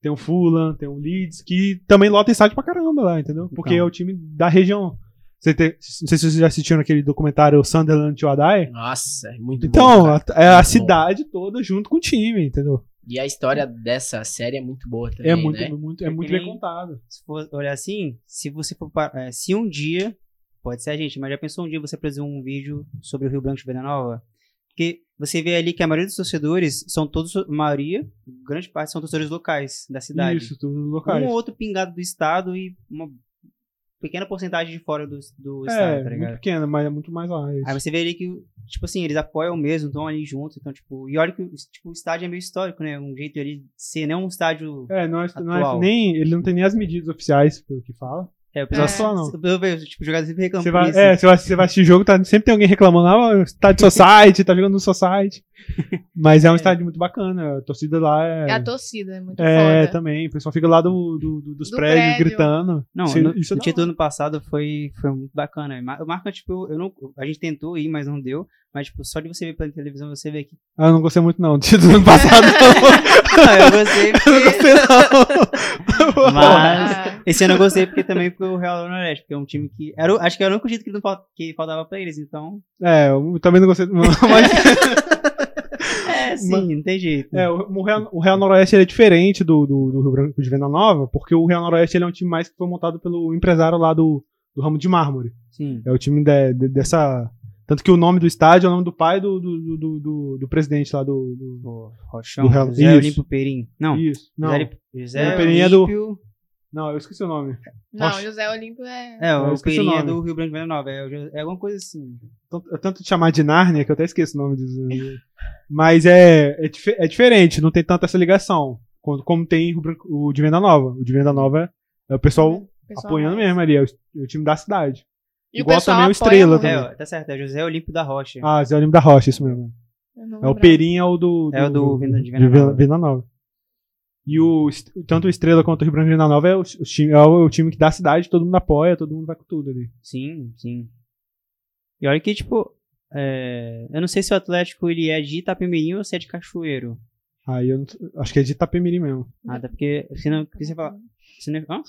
Speaker 3: tem o Fulham, tem o Leeds, que também lota estádio pra caramba lá, entendeu? Porque
Speaker 4: Então.
Speaker 3: é o time da região. Você tem- não sei se vocês já assistiram aquele documentário Sunderland to Adai.
Speaker 2: Nossa, é muito
Speaker 3: Então,
Speaker 2: bom. cara.
Speaker 3: a- é a
Speaker 2: Muito bom.
Speaker 3: cidade toda junto com o time, entendeu?
Speaker 2: E a história dessa série é muito boa também,
Speaker 3: é muito,
Speaker 2: né?
Speaker 3: muito,
Speaker 4: É
Speaker 3: é
Speaker 4: que
Speaker 3: muito bem
Speaker 4: nem-
Speaker 3: contado.
Speaker 4: se for olhar assim, se você for pa- eh, se um dia, pode ser a gente, mas já pensou um dia você produzir um vídeo sobre o Rio Branco de Venda Nova? Porque você vê ali que a maioria dos torcedores são todos, a maioria, grande parte são torcedores locais da cidade.
Speaker 3: Isso, tudo nos
Speaker 4: Um
Speaker 3: locais.
Speaker 4: ou outro pingado do estado e uma pequena porcentagem de fora do, do
Speaker 3: é,
Speaker 4: estado, tá
Speaker 3: muito
Speaker 4: ligado? Ah,
Speaker 3: pequena, mas é muito mais lá. é isso.
Speaker 4: Aí você vê ali que, tipo assim, eles apoiam mesmo, estão ali juntos, então, tipo, e olha que tipo, o estádio é meio histórico, né? Um jeito ali de ser, não um estádio.
Speaker 3: É, não é, não é-
Speaker 4: Atual.
Speaker 3: nem, ele não tem nem as medidas oficiais pelo que fala.
Speaker 4: É, o
Speaker 1: É.
Speaker 4: pessoal
Speaker 3: Só não.
Speaker 4: Eu vejo, tipo, jogador sempre reclama
Speaker 3: Você
Speaker 4: por
Speaker 3: vai,
Speaker 4: isso.
Speaker 3: é, você vai, você vai assistir jogo, tá, sempre tem alguém reclamando, ah, o estádio Society, tá jogando no Society. Mas é um
Speaker 4: É.
Speaker 3: estádio muito bacana, a torcida lá é.
Speaker 1: É a torcida, é muito
Speaker 3: É,
Speaker 1: foda.
Speaker 3: também, o pessoal fica lá do, do- do- dos
Speaker 1: Do
Speaker 3: prédios
Speaker 1: prédio.
Speaker 3: gritando.
Speaker 4: Não,
Speaker 3: Isso-
Speaker 4: no,
Speaker 3: isso é
Speaker 4: no
Speaker 3: da
Speaker 4: título do ano passado foi, foi muito bacana. Ma- O Marca, tipo, eu não, a gente tentou ir, mas não deu. Mas, tipo, só de você ver pela televisão, você vê que.
Speaker 3: Ah, eu não gostei muito, não. Do ano passado, não.
Speaker 4: Ah, eu gostei.
Speaker 3: eu não gostei, não.
Speaker 4: Mas.
Speaker 1: Ah,
Speaker 4: Esse ano eu gostei porque também foi o Real Noroeste, porque é um time que. Era, o- acho que era o único jeito que, não, fal- que faltava pra eles, então.
Speaker 3: É, eu também não gostei. Mas
Speaker 4: É, sim,
Speaker 3: Mas-
Speaker 4: não tem jeito.
Speaker 3: É, o, o Real, o Real Noroeste ele é diferente do, do, do Rio Branco de Venda Nova, porque o Real Noroeste ele é um time mais que foi montado pelo empresário lá do, do ramo de mármore.
Speaker 4: Sim.
Speaker 3: É o time de- de- dessa. Tanto que o nome do estádio é o nome do pai do, do, do- do, do- do presidente lá do. do-
Speaker 4: O Rochão.
Speaker 3: Do Real-
Speaker 4: José
Speaker 3: Isso.
Speaker 4: Olímpio Perim. Não.
Speaker 3: Isso. Não,
Speaker 4: José, Olímpio- José
Speaker 3: O Perim é do-
Speaker 4: Olímpio.
Speaker 3: não, eu esqueci o nome.
Speaker 1: não,
Speaker 3: Nossa.
Speaker 1: José Olímpio é.
Speaker 4: É,
Speaker 3: Eu
Speaker 4: o
Speaker 3: esqueci o
Speaker 4: Perim é
Speaker 3: nome.
Speaker 4: do Rio Grande do Vila Nova. É, o Jo- é alguma coisa assim.
Speaker 3: Tanto- Eu tanto te chamar de Nárnia que eu até esqueço o nome dos. Mas é, é, dife- é diferente, não tem tanta essa ligação. Quando- Como tem o, Branco- o de Venda Nova. O de Venda Nova é o pessoal,
Speaker 1: pessoal
Speaker 3: apoiando
Speaker 1: mais.
Speaker 3: mesmo ali, é o, é o time da cidade.
Speaker 1: E
Speaker 3: Igual
Speaker 1: pessoal
Speaker 3: também o
Speaker 1: apoia
Speaker 3: Estrela né?
Speaker 1: muito. né?
Speaker 3: também.
Speaker 4: É, ó, tá certo. É José Olímpio da Rocha.
Speaker 3: Ah, Zé Olímpio da Rocha, isso mesmo.
Speaker 1: Eu não
Speaker 3: É o
Speaker 1: lembrava.
Speaker 3: Perim, é o do.
Speaker 4: É o do Venda- de
Speaker 3: de
Speaker 4: Venda
Speaker 3: Venda-
Speaker 4: Nova.
Speaker 3: Venda Nova. E o, est- tanto o Estrela quanto o Rio Branco de Venda Nova é o, os time, é o time que dá a cidade, todo mundo apoia, todo mundo vai com tudo ali.
Speaker 4: Sim, sim. E olha que, tipo, é, eu não sei se o Atlético ele é de Itapemirim ou se é de Cachoeiro.
Speaker 3: Aí eu não t- acho que é de Itapemirim mesmo.
Speaker 4: Ah, tá, porque se não, porque você fala, você não, é, hã?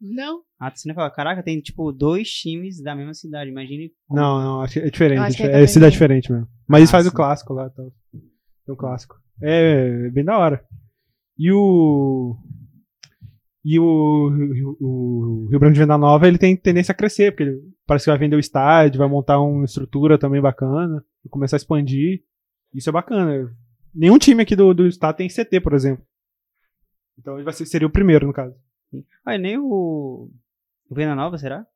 Speaker 1: Não,
Speaker 4: Ah, você não fala, caraca, tem, tipo, dois times da mesma cidade, imagine.
Speaker 3: Não, não, acho que é diferente.
Speaker 1: Eu
Speaker 3: É,
Speaker 1: acho que é
Speaker 3: difer- é cidade
Speaker 1: Itapemirim.
Speaker 3: diferente mesmo. Mas eles
Speaker 4: Ah,
Speaker 3: fazem o
Speaker 4: sim.
Speaker 3: clássico lá. Então. Tem um clássico. É, é bem da hora. E o. E o, o- o Rio Branco de Venda Nova, ele tem tendência a crescer, porque ele parece que vai vender o estádio, vai montar uma estrutura também bacana, vai começar a expandir. Isso é bacana. Nenhum time aqui do, do estado tem CT, por exemplo. Então ele vai ser, seria o primeiro, no caso.
Speaker 4: Olha, nem o. O Venda Nova, será?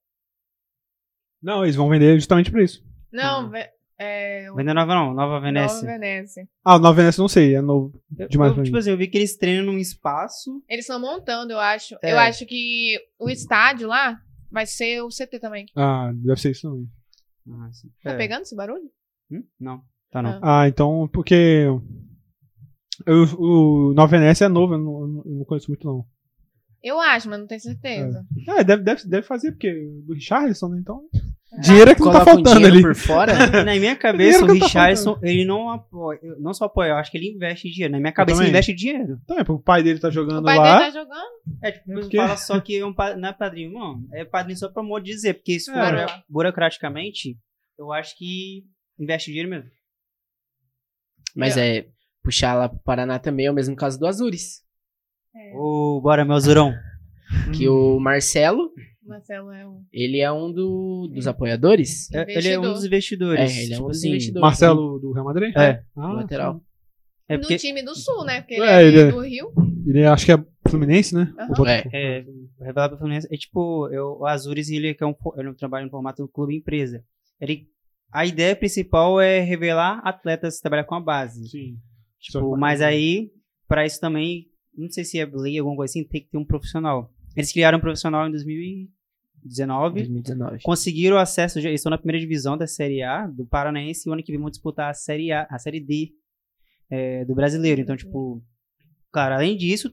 Speaker 3: Não, eles vão vender justamente por isso.
Speaker 1: não,
Speaker 4: Ah.
Speaker 1: ve- é. o
Speaker 4: Venda Nova não, Nova
Speaker 1: Nova
Speaker 4: Venécia.
Speaker 1: Venécia.
Speaker 3: Ah, o Nova Venécia, não sei, é novo.
Speaker 4: Eu-
Speaker 3: Demais
Speaker 4: eu,
Speaker 3: pra
Speaker 4: tipo
Speaker 3: mim.
Speaker 4: assim, eu vi que eles treinam num espaço.
Speaker 1: Eles estão montando, eu acho.
Speaker 4: É.
Speaker 1: Eu acho que o estádio lá vai ser o CT também.
Speaker 3: Ah, deve ser isso também.
Speaker 4: Ah, sim.
Speaker 1: Tá
Speaker 4: É.
Speaker 1: pegando esse barulho?
Speaker 4: Hum? Não, tá não.
Speaker 1: Ah.
Speaker 3: Ah, então, porque. eu- o Nova Venécia é novo, eu não, eu não- eu não conheço muito, não.
Speaker 1: Eu acho, mas não tenho certeza.
Speaker 3: Ah, deve, deve, deve fazer, porque do Richarlison, né? Então. Dinheiro é que não tá
Speaker 2: Coloca um
Speaker 3: faltando
Speaker 2: dinheiro
Speaker 3: ali.
Speaker 2: por fora.
Speaker 4: Na minha cabeça,
Speaker 3: Dinheiro
Speaker 4: o
Speaker 3: que eu tô
Speaker 4: Richardson, ele não apoia. Não só apoia, eu acho que ele investe dinheiro. Na minha cabeça, ele
Speaker 3: também.
Speaker 4: investe dinheiro.
Speaker 3: Então, é, porque o pai dele tá
Speaker 1: O
Speaker 3: jogando
Speaker 1: pai dele
Speaker 3: lá.
Speaker 1: tá jogando?
Speaker 4: É, tipo,
Speaker 3: Porque-
Speaker 4: fala só que é um pa- não é padrinho, não. É padrinho só pra modo de dizer, porque se for
Speaker 3: É.
Speaker 4: olhar burocraticamente, eu acho que investe dinheiro mesmo.
Speaker 2: Mas é, puxar lá pro Paraná também é o mesmo caso do Azures.
Speaker 1: É.
Speaker 4: Ô, bora, meu Zurão.
Speaker 2: Que
Speaker 3: Uhum.
Speaker 2: o Marcelo,
Speaker 1: O Marcelo é um.
Speaker 2: ele é um do-
Speaker 3: Uhum.
Speaker 2: dos apoiadores.
Speaker 4: É, Ele é um dos investidores.
Speaker 2: É, ele é um
Speaker 4: tipo
Speaker 2: dos
Speaker 4: assim,
Speaker 2: investidores.
Speaker 3: Marcelo do Real Madrid?
Speaker 4: É.
Speaker 3: Ah,
Speaker 2: Lateral.
Speaker 4: É
Speaker 1: No
Speaker 4: porque
Speaker 1: time do Sul, né? Porque
Speaker 3: É,
Speaker 1: ele é,
Speaker 3: ele é-
Speaker 1: do Rio.
Speaker 3: sim. Ele acho que é Fluminense, né?
Speaker 1: Aham.
Speaker 3: O Botafogo.
Speaker 4: É, revelar pro Fluminense. É tipo, eu, o Azures, ele, que é um, fo- ele trabalha no formato clube-empresa. Ele, a ideia principal é revelar atletas que trabalham com a base.
Speaker 3: Sim.
Speaker 4: Tipo,
Speaker 3: Só que-
Speaker 4: mas aí, pra isso também, não sei se é lei, alguma coisa assim, tem que ter um profissional. Eles criaram um profissional em 2019,
Speaker 2: 2019.
Speaker 4: conseguiram acesso, já estão na primeira divisão da Série A do Paranaense, e o ano que vem vão disputar a Série A, a Série D é, do brasileiro. Então, tipo, claro, além disso,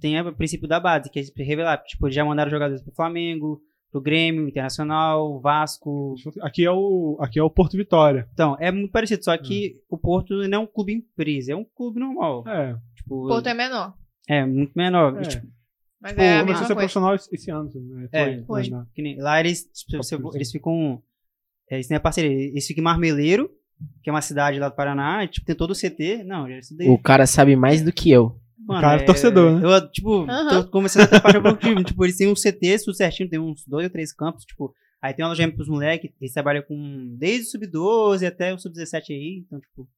Speaker 4: tem o princípio da base, que é se revelar. Tipo, já mandaram jogadores pro Flamengo, pro Grêmio, Internacional, Vasco,
Speaker 3: Aqui é o, aqui é o Porto Vitória.
Speaker 4: então, é muito parecido, só que o Porto não é um clube empresa, é um clube normal.
Speaker 3: É.
Speaker 4: Tipo,
Speaker 1: O Porto é menor.
Speaker 4: é muito menor.
Speaker 3: é.
Speaker 4: E, tipo,
Speaker 1: Mas
Speaker 4: Tipo,
Speaker 1: é a
Speaker 3: Começou a
Speaker 1: mesma
Speaker 3: ser
Speaker 1: coisa.
Speaker 3: profissional esse esse ano. Né?
Speaker 4: É,
Speaker 1: foi.
Speaker 3: né?
Speaker 4: que nem- lá eles, tipo, você-
Speaker 3: Papo,
Speaker 4: eles ficam. É, isso não é parceria. Eles ficam em Marmeleiro, que é uma cidade lá do Paraná, e, tipo, tem todo o CT. Não, já estudei.
Speaker 2: O cara sabe mais do que eu.
Speaker 4: Mano,
Speaker 3: cara é torcedor, né?
Speaker 4: Eu, tipo,
Speaker 1: Aham.
Speaker 4: tô começando a ter paixão pelo time. tipo, eles têm um CT, tudo certinho, tem uns dois ou três campos, tipo. Aí tem um alojamento pros moleques, eles trabalham com desde o sub-12 até o sub-17 aí, então, tipo,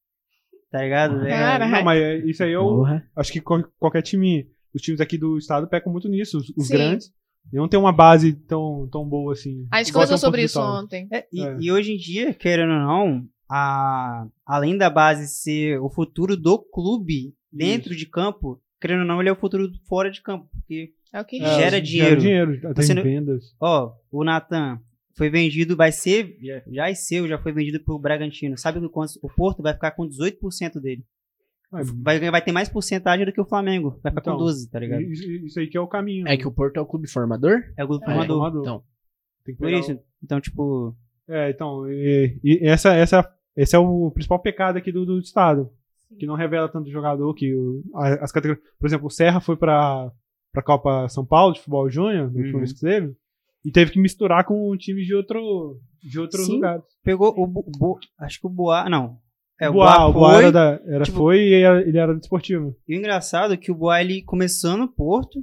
Speaker 4: tá ligado? É,
Speaker 1: Cara,
Speaker 3: Não, mas é- isso aí eu
Speaker 2: Porra.
Speaker 3: acho que qual- qualquer time, os times aqui do estado pecam muito nisso, os, os
Speaker 1: Sim.
Speaker 3: grandes. Não tem uma base tão, tão boa assim.
Speaker 1: A gente
Speaker 3: Igual
Speaker 1: conversou
Speaker 3: tem o Porto
Speaker 1: sobre isso
Speaker 3: Vitória.
Speaker 1: ontem.
Speaker 4: É, e,
Speaker 3: É.
Speaker 4: e hoje em dia, querendo ou não, a, além da base ser o futuro do clube dentro de campo, querendo ou não, ele é o futuro do- fora de campo. Porque,
Speaker 1: É o que
Speaker 4: E
Speaker 1: diz.
Speaker 4: gera
Speaker 3: gera
Speaker 4: dinheiro. Tá
Speaker 3: dinheiro,
Speaker 4: Você
Speaker 3: tem
Speaker 4: não-
Speaker 3: vendas.
Speaker 4: ó, o Natan foi vendido, vai ser, já, já é seu, já foi vendido pro Bragantino. Sabe o quanto? O Porto vai ficar com 18% dele.
Speaker 3: Ah,
Speaker 4: Vai, vai ter mais porcentagem do que o Flamengo. Vai ficar
Speaker 3: Então,
Speaker 4: com 12, tá ligado?
Speaker 3: Isso, isso aí que é o caminho. né?
Speaker 2: É que o Porto é o clube formador?
Speaker 4: É o grupo
Speaker 2: É.
Speaker 4: formador.
Speaker 2: Então,
Speaker 3: Tem que
Speaker 4: Por
Speaker 3: pegar o-
Speaker 4: isso, então, tipo,
Speaker 3: É, então, e, e essa, essa, esse é o principal pecado aqui do, do estado, que não revela tanto jogador que o- a- as categorias, por exemplo, o Serra foi pra para Copa São Paulo de futebol júnior, no último
Speaker 4: Uhum.
Speaker 3: vez que teve, e teve que misturar com times de outro de outros
Speaker 4: Sim.
Speaker 3: lugares.
Speaker 4: pegou o. Bo, Bo- acho que o Boa. Não. É, o
Speaker 3: Boa,
Speaker 4: Boa,
Speaker 3: o Boa
Speaker 4: foi,
Speaker 3: era, da, era
Speaker 4: tipo-
Speaker 3: foi e era- ele era do esportivo.
Speaker 4: E o engraçado é que o Boa, ele começou no Porto,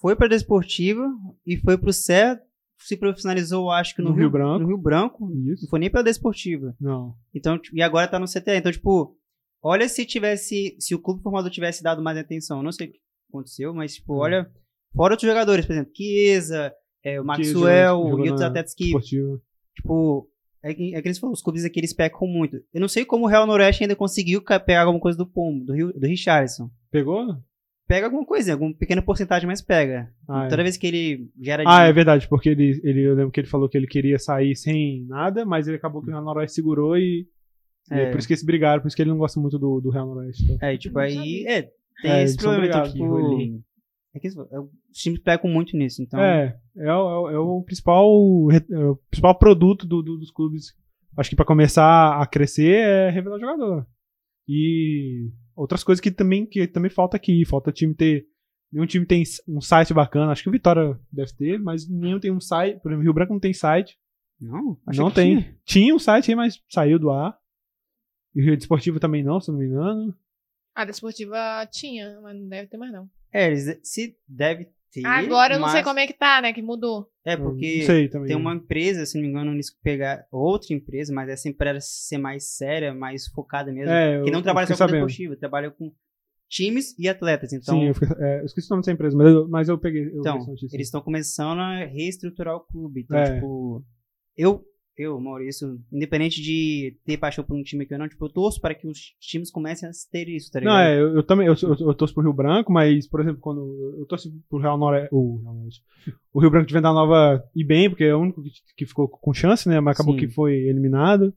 Speaker 4: foi pra Desportiva e foi pro Sé, se profissionalizou, acho que no,
Speaker 3: No Rio Branco.
Speaker 4: No Rio Branco. Não
Speaker 3: Isso?
Speaker 4: foi nem pra Desportiva.
Speaker 3: Não.
Speaker 4: Então, tipo, e agora tá no CTA. Então, tipo, olha se tivesse. Se o clube formador tivesse dado mais atenção. eu Não sei o que aconteceu, mas, tipo,
Speaker 3: Hum.
Speaker 4: olha. Fora outros jogadores, por exemplo, Chiesa, é, o
Speaker 3: jogou-
Speaker 4: Maxwell
Speaker 3: jogou
Speaker 4: e outros
Speaker 3: na-
Speaker 4: atletas que,
Speaker 3: Esportivo.
Speaker 4: tipo. É que, é que eles falam, os clubes aqui eles pecam muito. Eu não sei como o Real Noroeste ainda conseguiu ca- pegar alguma coisa do Pombo, do, Rio, do Richarlison
Speaker 3: Pegou?
Speaker 4: pega alguma coisa, alguma pequena porcentagem, mas pega.
Speaker 3: Ah, é.
Speaker 4: Toda vez que ele gera
Speaker 3: Ah, é
Speaker 4: dinheiro,
Speaker 3: verdade, porque ele, ele, eu lembro que ele falou que ele queria sair sem nada, mas ele acabou que o Real Noroeste segurou e, e é
Speaker 4: É.
Speaker 3: por isso que eles brigaram, por isso que ele não gosta muito do, do Real Noroeste. tá?
Speaker 4: é, tipo,
Speaker 1: Não
Speaker 4: aí é, tem
Speaker 3: É, eles
Speaker 4: esse
Speaker 3: são
Speaker 4: problema, então,
Speaker 3: brigados,
Speaker 4: tipo, é que eles falam, é, os times pecam muito nisso, então,
Speaker 3: É, é o, é o- é o principal, re- é o principal produto do- do- dos clubes. Acho que pra começar a crescer é revelar jogador. E outras coisas que também, que também falta aqui. Falta time ter. Nenhum time tem s- um site bacana. Acho que o Vitória deve ter, mas nenhum tem um site. Por exemplo, Rio Branco não tem site.
Speaker 4: não, achei
Speaker 3: não
Speaker 4: que
Speaker 3: tem.
Speaker 4: tinha.
Speaker 3: Tinha. um site aí, mas saiu do ar. E o Rio Desportivo também não, se eu não me engano.
Speaker 1: A desportiva tinha, mas não deve ter mais, não.
Speaker 4: É, eles se deve ter,
Speaker 1: Agora eu não sei
Speaker 4: mas-
Speaker 1: como é que tá, né? Que mudou.
Speaker 4: é,
Speaker 3: não
Speaker 4: porque
Speaker 3: sei é. também.
Speaker 4: tem uma empresa, se não me engano, nisso que pegar outra empresa, mas essa empresa ser mais séria, mais focada mesmo,
Speaker 3: é,
Speaker 4: que não
Speaker 3: eu-
Speaker 4: trabalha
Speaker 3: eu fiquei
Speaker 4: só com
Speaker 3: sabendo.
Speaker 4: deportivo, trabalha com times e atletas, então...
Speaker 3: Sim, eu, fiquei- é, eu esqueci o nome dessa empresa, mas eu, mas eu peguei. Eu
Speaker 4: Então,
Speaker 3: vi essa notícia.
Speaker 4: Eles estão começando a reestruturar o clube. Então,
Speaker 3: É.
Speaker 4: tipo, eu, eu, Maurício, independente de ter paixão por um time aqui ou não, tipo, eu torço para que os times comecem a ter isso, tá ligado?
Speaker 3: Não, é, eu, eu também, eu, eu, eu torço pro Rio Branco, mas, por exemplo, quando eu, eu torço pro Real Noroeste, o, Real Noroeste. o Rio Branco de Venda Nova e bem, porque é o único que, que ficou com chance, né, mas acabou
Speaker 4: Sim.
Speaker 3: que foi eliminado.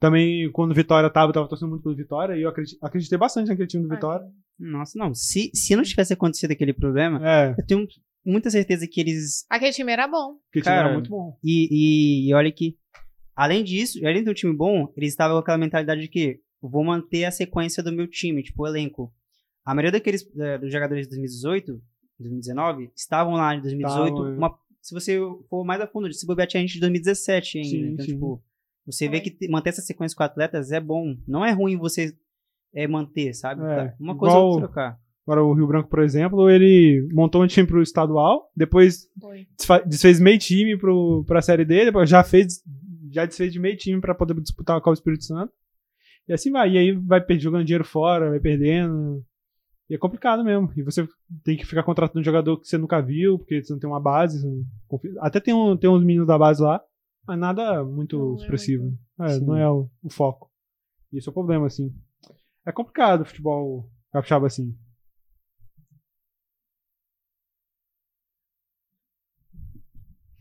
Speaker 3: Também, quando o Vitória tava, eu tava torcendo muito pelo Vitória, e eu acreditei, acreditei bastante naquele
Speaker 4: Ah,
Speaker 3: time do Vitória.
Speaker 4: Nossa, não. Se, se não tivesse acontecido aquele problema,
Speaker 3: É,
Speaker 4: eu tenho muita certeza que eles.
Speaker 1: Aquele time era bom.
Speaker 3: porque o time era
Speaker 4: Cara,
Speaker 3: muito bom.
Speaker 4: E, e, e olha que. Além disso, além de um time bom, eles estavam com aquela mentalidade de que eu vou manter a sequência do meu time, tipo, o elenco. A maioria daqueles eh, dos jogadores de 2018, 2019, estavam lá em 2018.
Speaker 3: Estavam, é.
Speaker 4: uma se você for mais a fundo, se bobear tinha gente de 2017 ainda.
Speaker 3: Sim,
Speaker 4: então,
Speaker 3: sim.
Speaker 4: tipo, você vê
Speaker 1: Foi.
Speaker 4: que te- manter essa sequência com atletas é bom. Não é ruim você é, manter, sabe?
Speaker 3: É,
Speaker 4: Tá? Uma coisa ou
Speaker 3: igual-
Speaker 4: outra trocar.
Speaker 3: Agora, o Rio Branco, por exemplo, ele montou um time pro estadual, depois
Speaker 1: Foi.
Speaker 3: desfa- desfez meio time pro, pra Série D, depois já fez, já desfez de meio time pra poder disputar a Copa do Espírito Santo. E assim vai, e aí vai per- jogando dinheiro fora, vai perdendo. E é complicado mesmo. E você tem que ficar contratando um jogador que você nunca viu, porque você não tem uma base. você não confia- Até tem, um, tem uns meninos da base lá, mas nada muito
Speaker 1: Não é
Speaker 3: expressivo. É,
Speaker 2: Sim.
Speaker 3: não é o, o foco. E esse é o problema, assim. É complicado o futebol capixaba assim.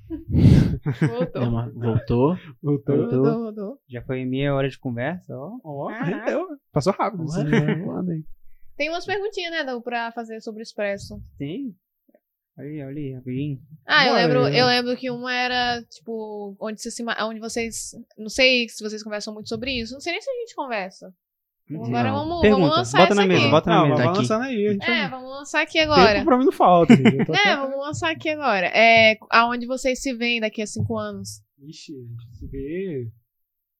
Speaker 3: Então.
Speaker 1: Voltou.
Speaker 2: É uma- voltou.
Speaker 3: Voltando.
Speaker 1: Voltou, voltou.
Speaker 4: Já foi meia hora de conversa, ó.
Speaker 3: Ó,
Speaker 1: Caraca.
Speaker 3: rendeu. Passou rápido.
Speaker 2: Ué,
Speaker 3: assim.
Speaker 2: mano, aí.
Speaker 1: Tem umas perguntinhas, né, Dal, pra fazer sobre o Expresso.
Speaker 4: Tem? Olha aí, olha aí, rapidinho.
Speaker 1: Ah, eu
Speaker 3: Bora,
Speaker 1: lembro,
Speaker 3: né?
Speaker 1: eu lembro que uma era, tipo, onde, você se, ma- onde vocês. Não sei se vocês conversam muito sobre isso. Não sei nem se a gente conversa. Agora é
Speaker 2: Não.
Speaker 1: vamos,
Speaker 4: Uhum. Pergunta,
Speaker 1: vamos lançar
Speaker 4: bota
Speaker 1: essa
Speaker 4: na mesa,
Speaker 1: aqui.
Speaker 4: bota na
Speaker 3: Não,
Speaker 4: mesa.
Speaker 3: vai
Speaker 2: Tá aqui.
Speaker 3: lançando aí. A gente
Speaker 1: É, vamos lançar aqui
Speaker 3: vai...
Speaker 1: agora.
Speaker 3: Tempo pra mim não falta. gente. Eu tô
Speaker 1: É,
Speaker 3: até-
Speaker 1: vamos lançar aqui agora. É, aonde vocês se veem daqui a cinco anos?
Speaker 3: Então, Ixi, a gente se vê.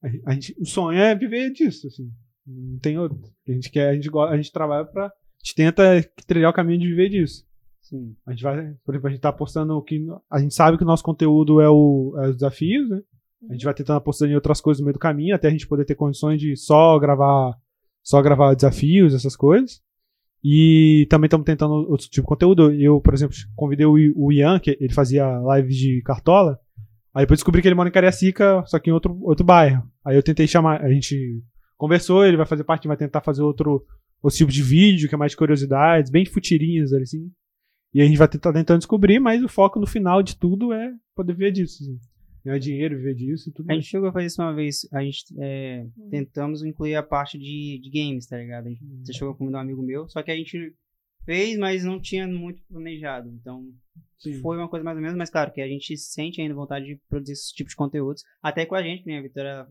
Speaker 3: a gen- a gente- o sonho é viver disso, assim. Não tem outro. A gente quer, a gente, go- a gente trabalha pra. A gente tenta trilhar o caminho de viver disso.
Speaker 4: Sim.
Speaker 3: A gente vai, por exemplo, a gente tá postando que. no- A gente sabe que o nosso conteúdo é, o, é os desafios, né? A gente vai tentando apostando em outras coisas no meio do caminho, até a gente poder ter condições de só gravar, só gravar desafios, essas coisas. E também estamos tentando outro tipo de conteúdo. Eu, por exemplo, convidei o I- o Ian, que ele fazia lives de cartola. Aí depois descobri que ele mora em Cariacica, só que em outro, outro bairro. Aí eu tentei chamar, a gente conversou, ele vai fazer parte, vai tentar fazer outro, outro tipo de vídeo, que é mais de curiosidades, bem futirinhas, assim. E a gente vai tentar tentando descobrir, mas o foco no final de tudo é poder viver disso. Assim. Ganhar dinheiro, viver disso e tudo
Speaker 4: A
Speaker 3: mais.
Speaker 4: gente chegou a fazer isso uma vez. A gente é, tentamos incluir a parte de, de games, tá ligado? A gente- Você chegou a convidar um amigo meu, só que a gente fez, mas não tinha muito planejado. Então,
Speaker 3: Sim.
Speaker 4: foi uma coisa mais ou menos, mas claro, que a gente sente ainda vontade de produzir esse tipo de conteúdos. Até com a gente, né? A Vitória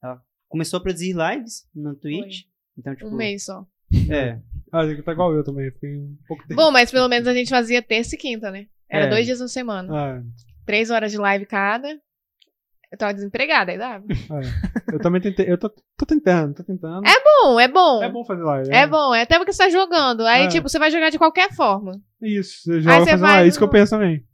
Speaker 4: ela começou a produzir lives no Twitch. Então, tipo,
Speaker 1: Um mês só.
Speaker 4: é.
Speaker 3: Ah, ele tá igual eu também, fiquei um pouco tempo.
Speaker 1: Bom, mas pelo menos a gente fazia terça e quinta, né? Era
Speaker 4: É.
Speaker 1: dois dias na semana.
Speaker 3: Ah,
Speaker 1: Três horas de live cada. Eu tava desempregada, aí dava.
Speaker 3: eu também tentei, eu tô, tô tentando, tô tentando.
Speaker 1: Bom, é bom.
Speaker 3: É bom fazer live.
Speaker 1: É bom, é até porque você tá jogando. Aí,
Speaker 3: É.
Speaker 1: tipo, você vai jogar de qualquer forma.
Speaker 3: Isso, você joga
Speaker 1: você
Speaker 3: fazendo
Speaker 1: vai
Speaker 3: live, isso que eu
Speaker 1: no-
Speaker 3: penso também.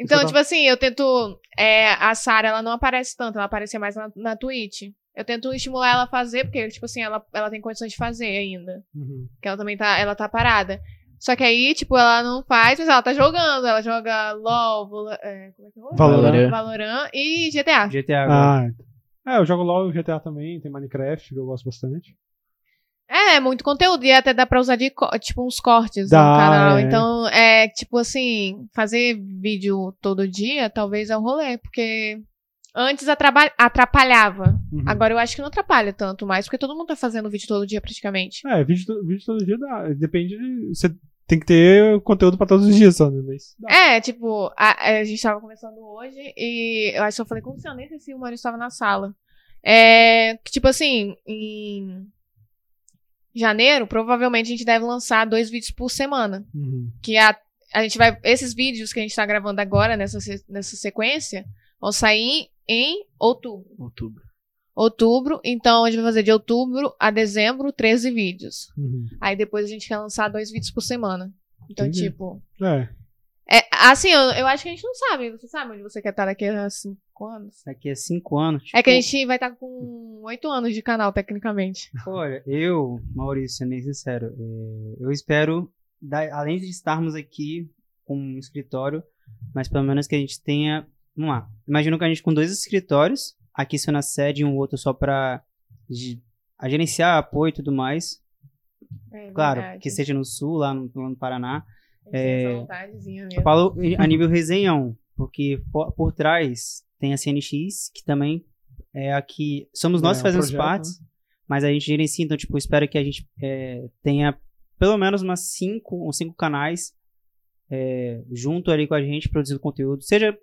Speaker 1: Então,
Speaker 3: Isso é
Speaker 1: tipo assim, eu tento. é, a Sarah, ela não aparece tanto, ela aparecia mais na, na Twitch. Eu tento estimular ela a fazer, porque, tipo assim, ela, ela tem condições de fazer ainda.
Speaker 3: Uhum.
Speaker 1: Que ela também tá, ela tá parada. Só que aí, tipo, ela não faz, mas ela tá jogando. Ela joga LOL, Vola- é, como é que é? o nome?
Speaker 3: Valorant.
Speaker 1: Valorant e GTA.
Speaker 4: GTA agora.
Speaker 3: Ah, é, eu jogo LOL e GTA também, tem Minecraft, que eu gosto bastante.
Speaker 1: É, é muito conteúdo. E até dá pra usar de, co- tipo, uns cortes
Speaker 3: Dá,
Speaker 1: no canal.
Speaker 3: é.
Speaker 1: Então, é, tipo assim, fazer vídeo todo dia talvez é um rolê, porque antes atraba- atrapalhava.
Speaker 3: Uhum.
Speaker 1: Agora eu acho que não atrapalha tanto mais, porque todo mundo tá fazendo vídeo todo dia praticamente.
Speaker 3: É, vídeo, to- vídeo todo dia dá. Depende de. Você tem que ter conteúdo pra todos os dias, só, né? Mas dá.
Speaker 1: É, tipo, a, a gente tava conversando hoje e eu acho que eu falei com o senhor, nem sei se o Mário estava na sala. É, que, tipo assim, em janeiro, provavelmente a gente deve lançar dois vídeos por semana.
Speaker 3: Uhum.
Speaker 1: que a, a gente vai. Esses vídeos que a gente tá gravando agora nessa, se- nessa sequência vão sair em outubro.
Speaker 2: Outubro.
Speaker 1: Outubro, então a gente vai fazer de outubro a dezembro 13 vídeos.
Speaker 3: Uhum.
Speaker 1: Aí depois a gente quer lançar dois vídeos por semana. Então,
Speaker 3: Entendi.
Speaker 1: tipo.
Speaker 3: É.
Speaker 1: É, assim, eu, eu acho que a gente não sabe. Você sabe onde você quer estar daqui a cinco anos?
Speaker 4: Daqui a cinco anos.
Speaker 1: É que a
Speaker 4: tipo,
Speaker 1: gente vai estar com oito anos de canal, tecnicamente.
Speaker 4: Olha, eu, Maurício, sendo bem sincero, eh, eu espero, da- além de estarmos aqui com um escritório, mas pelo menos que a gente tenha. Vamos lá. Imagino que a gente com dois escritórios, aqui sendo a sede e um outro só para gerenciar apoio e tudo mais.
Speaker 1: É,
Speaker 4: Claro,
Speaker 1: verdade.
Speaker 4: que seja no sul, lá no, lá no Paraná.
Speaker 1: A gente tem essa
Speaker 4: é-
Speaker 1: vontadezinha
Speaker 4: Eu
Speaker 1: mesmo.
Speaker 4: falo em- a nível resenhão, porque por, por trás tem a CNX, que também é a que. Somos nós
Speaker 3: É, um
Speaker 4: que fazemos
Speaker 3: projeto,
Speaker 4: parte, mas a gente gerencia, então, tipo, espero que a gente é, tenha pelo menos umas cinco, uns cinco canais é, junto ali com a gente, produzindo conteúdo. Seja.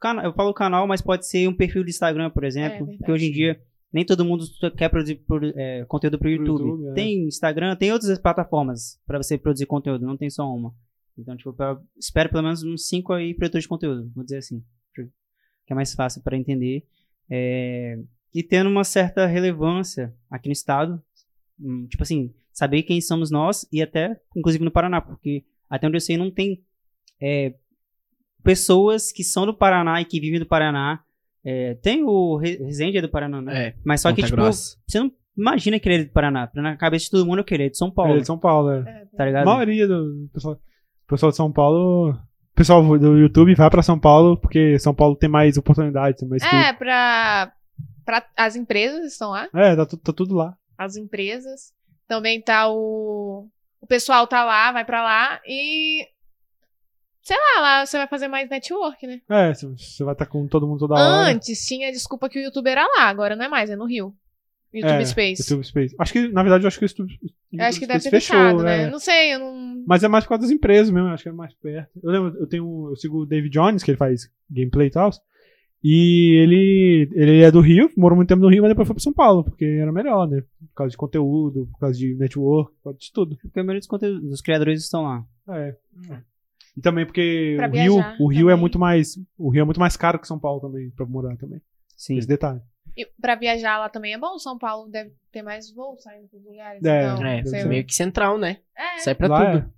Speaker 4: cana- Eu falo canal, mas pode ser um perfil do Instagram, por exemplo,
Speaker 1: verdade.
Speaker 4: que hoje em dia. Nem todo mundo quer produzir pro- é, conteúdo para o
Speaker 3: Pro
Speaker 4: YouTube.
Speaker 3: YouTube, é.
Speaker 4: Tem Instagram, tem outras plataformas para você produzir conteúdo, não tem só uma. Então, tipo, pra- espero pelo menos uns 5 aí produtores de conteúdo, vou dizer assim. pro- Que é mais fácil para entender. É, e tendo uma certa relevância aqui no estado. hum, Tipo assim, saber quem somos nós e até, inclusive, no Paraná, porque até onde eu sei não tem é, pessoas que são do Paraná e que vivem do Paraná. É, tem o Re- Resende é do Paraná, né?
Speaker 2: É.
Speaker 4: Mas só que,
Speaker 2: Ponta
Speaker 3: tá
Speaker 4: tipo,
Speaker 2: Grossa.
Speaker 4: você não Imagina querer do Paraná. Na cabeça de todo mundo, eu querer de São
Speaker 3: É
Speaker 4: Paulo.
Speaker 3: de São Paulo, é.
Speaker 4: Tá
Speaker 3: A
Speaker 4: ligado?
Speaker 3: maioria do pessoal, pessoal de São Paulo. O pessoal do YouTube vai pra São Paulo porque São Paulo tem mais oportunidades, tem mais tudo.
Speaker 1: É, pra, pra. As empresas estão lá.
Speaker 3: É, tá, tu- tá tudo lá.
Speaker 1: As empresas. Também tá o. O pessoal tá lá, vai pra lá e. Sei lá, lá você vai fazer mais network, né?
Speaker 3: É, você- você vai estar com todo mundo toda hora.
Speaker 1: Antes tinha a desculpa que o YouTube era lá, agora não é mais, é no Rio. YouTube
Speaker 3: É,
Speaker 1: Space.
Speaker 3: YouTube Space. Acho que, na verdade, eu acho que o YouTube,
Speaker 1: Eu acho que
Speaker 3: YouTube
Speaker 1: deve ter
Speaker 3: Space
Speaker 1: fechado, né?
Speaker 3: é.
Speaker 1: Não sei, eu não.
Speaker 3: Mas é mais por causa das empresas mesmo, acho que é mais perto. Eu lembro, eu tenho. um- Eu sigo o David Jones, que ele faz gameplay e tal. E ele, ele é do Rio, morou muito tempo no Rio, mas depois foi pra São Paulo, porque era melhor, né? Por causa de conteúdo, por causa de network, por causa de tudo.
Speaker 4: Porque a maioria dos, conteúdos, dos criadores estão lá.
Speaker 3: É. E também porque
Speaker 1: Pra
Speaker 3: o Rio,
Speaker 1: viajar
Speaker 3: o Rio é
Speaker 1: também.
Speaker 3: muito mais. O Rio é muito mais caro que São Paulo também, pra morar também.
Speaker 4: Sim.
Speaker 3: Esse detalhe.
Speaker 1: E pra viajar lá também é bom, São Paulo deve ter mais voos saindo dos lugares.
Speaker 3: É,
Speaker 1: então,
Speaker 2: É,
Speaker 1: sei
Speaker 3: deve
Speaker 1: lá.
Speaker 2: meio que central, né?
Speaker 1: É.
Speaker 2: Sai pra
Speaker 3: Lá
Speaker 2: tudo.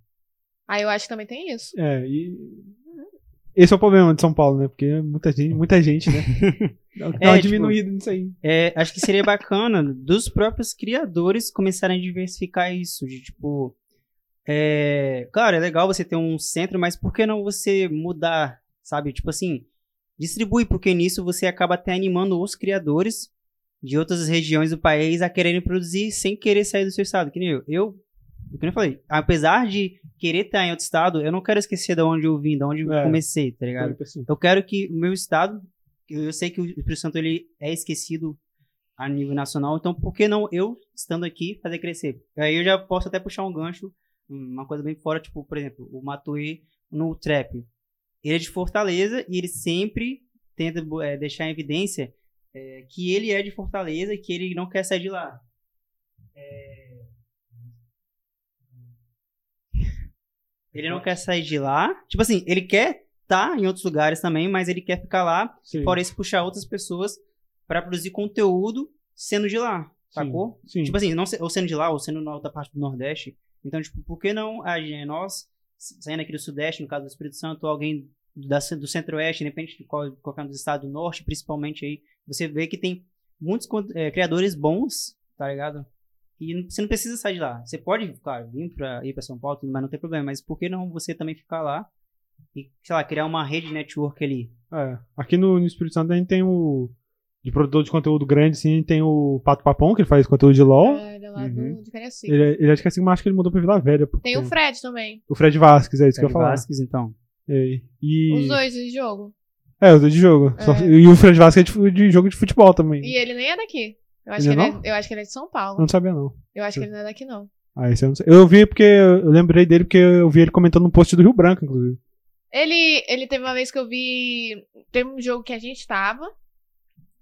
Speaker 1: Aí eu acho que também tem isso.
Speaker 3: É, é, e. Esse é o problema de São Paulo, né? Porque muita gente, muita gente, né? Dá dá
Speaker 4: É,
Speaker 3: uma
Speaker 4: tipo,
Speaker 3: diminuída nisso aí.
Speaker 4: É, acho que seria bacana dos próprios criadores começarem a diversificar isso, de tipo. É, claro, é legal você ter um centro, mas por que não você mudar, sabe? Tipo assim, distribui, porque nisso você acaba até animando os criadores de outras regiões do país a quererem produzir sem querer sair do seu estado. Que nem eu. Eu, que nem eu falei, apesar de querer estar em outro estado, eu não quero esquecer de onde eu vim, de onde
Speaker 3: É.
Speaker 4: eu comecei, tá ligado?
Speaker 3: Tipo assim.
Speaker 4: Eu quero que o meu estado, eu eu sei que o Espírito Santo ele é esquecido a nível nacional, então por que não eu estando aqui fazer crescer? Aí eu já posso até puxar um gancho, uma coisa bem fora, tipo, por exemplo, o Matuê no trap. Ele é de Fortaleza e ele sempre tenta bo- eh, deixar em evidência eh, que ele é de Fortaleza e que ele não quer sair de lá. Eh, Ele não quer sair de lá. Tipo assim, ele quer estar tá em outros lugares também, mas ele quer ficar lá
Speaker 3: Sim,
Speaker 4: fora isso puxar outras pessoas pra produzir conteúdo sendo de lá, sacou?
Speaker 3: Sim.
Speaker 4: Tipo assim, não se- ou sendo de lá, ou sendo na outra parte do Nordeste. Então, tipo, por que não a gente, nós, saindo aqui do Sudeste, no caso do Espírito Santo, ou alguém da, ce- do Centro-Oeste, independente de qual, qualquer um dos estados do Norte, principalmente aí, você vê que tem muitos con- eh, criadores bons, tá ligado? E não- você não precisa sair de lá. Você pode, claro, vir pra, ir pra São Paulo, tudo, mas não tem problema. Mas por que não você também ficar lá e, sei lá, criar uma rede de network ali?
Speaker 1: assim-
Speaker 3: É. Aqui no, no Espírito Santo a gente tem o. De produtor de conteúdo grande, sim, tem o Pato Papão, que ele faz conteúdo de LOL.
Speaker 1: É, ele é lá
Speaker 4: Uhum.
Speaker 1: do de Cariacica.
Speaker 3: Ele, é- ele acho que é assim, mas acho que ele mudou pra Vila Velha. porque-
Speaker 1: Tem o Fred também.
Speaker 3: o Fred Vasquez, é isso que eu ia
Speaker 4: Fred
Speaker 3: falar.
Speaker 4: Vasquez, então.
Speaker 3: É, e...
Speaker 1: Os dois de jogo.
Speaker 3: É, os dois de jogo.
Speaker 1: É.
Speaker 3: Só- e o Fred Vasquez é de, fu- de jogo de futebol também.
Speaker 1: E ele nem é daqui. Eu acho, que,
Speaker 3: Ele não? Hum.
Speaker 1: ele é, eu acho que ele é de São
Speaker 3: Eu
Speaker 1: Paulo.
Speaker 3: Não sabia, não.
Speaker 1: Eu acho que ele não é daqui, não.
Speaker 3: Ah, esse eu não sei. Eu vi porque. Eu lembrei dele porque eu vi ele comentando um post do Rio Branco, inclusive.
Speaker 1: Ele, ele teve uma vez que eu vi. Teve um jogo que a gente tava,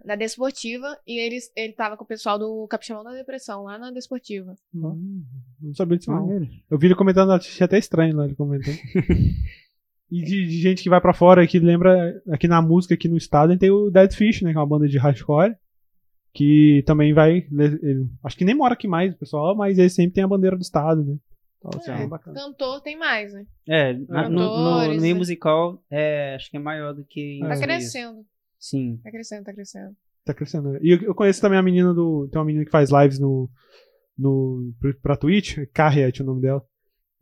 Speaker 1: na Desportiva, e ele, ele tava com o pessoal do Capixabão da Depressão, lá na Desportiva.
Speaker 3: Hum, Não sabia disso, não. Eu vi ele comentando, achei até estranho lá ele comentando. e de, de gente que vai pra fora, que lembra, aqui na música, aqui no estado, a gente tem o Dead Fish, né? Que é uma banda de hardcore. Que também vai. ele- acho que nem mora aqui mais, o pessoal, mas ele sempre tem a bandeira do estado, né? Então, assim,
Speaker 4: É.
Speaker 3: é bacana.
Speaker 1: Cantor tem mais, né?
Speaker 4: É, na- no, no, no
Speaker 1: Cantores,
Speaker 4: meio
Speaker 1: né?
Speaker 4: musical, é, acho que é maior do que. em
Speaker 3: Tá
Speaker 1: Tá
Speaker 4: outros meios.
Speaker 1: crescendo.
Speaker 4: Sim.
Speaker 1: Tá crescendo, tá crescendo.
Speaker 3: Tá crescendo. né? E eu, eu conheço também a menina do. Tem uma menina que faz lives no. no pra- pra Twitch, Carriette é o nome dela.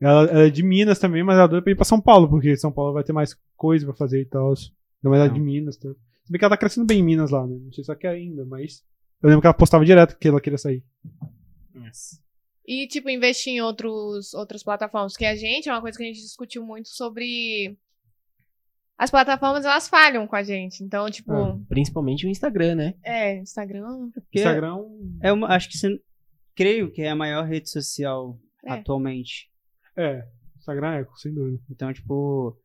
Speaker 3: Ela, ela é de Minas também, mas ela doida pra ir pra São Paulo, porque São Paulo vai ter mais coisa pra fazer e tal. Não, mas ela é de
Speaker 4: Não.
Speaker 3: Minas. Tá? Se bem que ela tá crescendo bem em Minas lá, né? Não sei se ela quer ainda, mas. Eu lembro que ela postava direto que ela queria sair. é.
Speaker 1: E, tipo, investir em outros, outras plataformas. Porque a gente, é uma coisa que a gente discutiu muito sobre. As plataformas, elas falham com a gente. Então, tipo,
Speaker 2: Hum. Principalmente o Instagram, né?
Speaker 1: é, Instagram.
Speaker 4: Porque
Speaker 3: Instagram. um-
Speaker 4: é uma, acho que se- creio que é a maior rede social
Speaker 1: É.
Speaker 4: atualmente.
Speaker 3: É, Instagram é, sem dúvida.
Speaker 4: Então, tipo,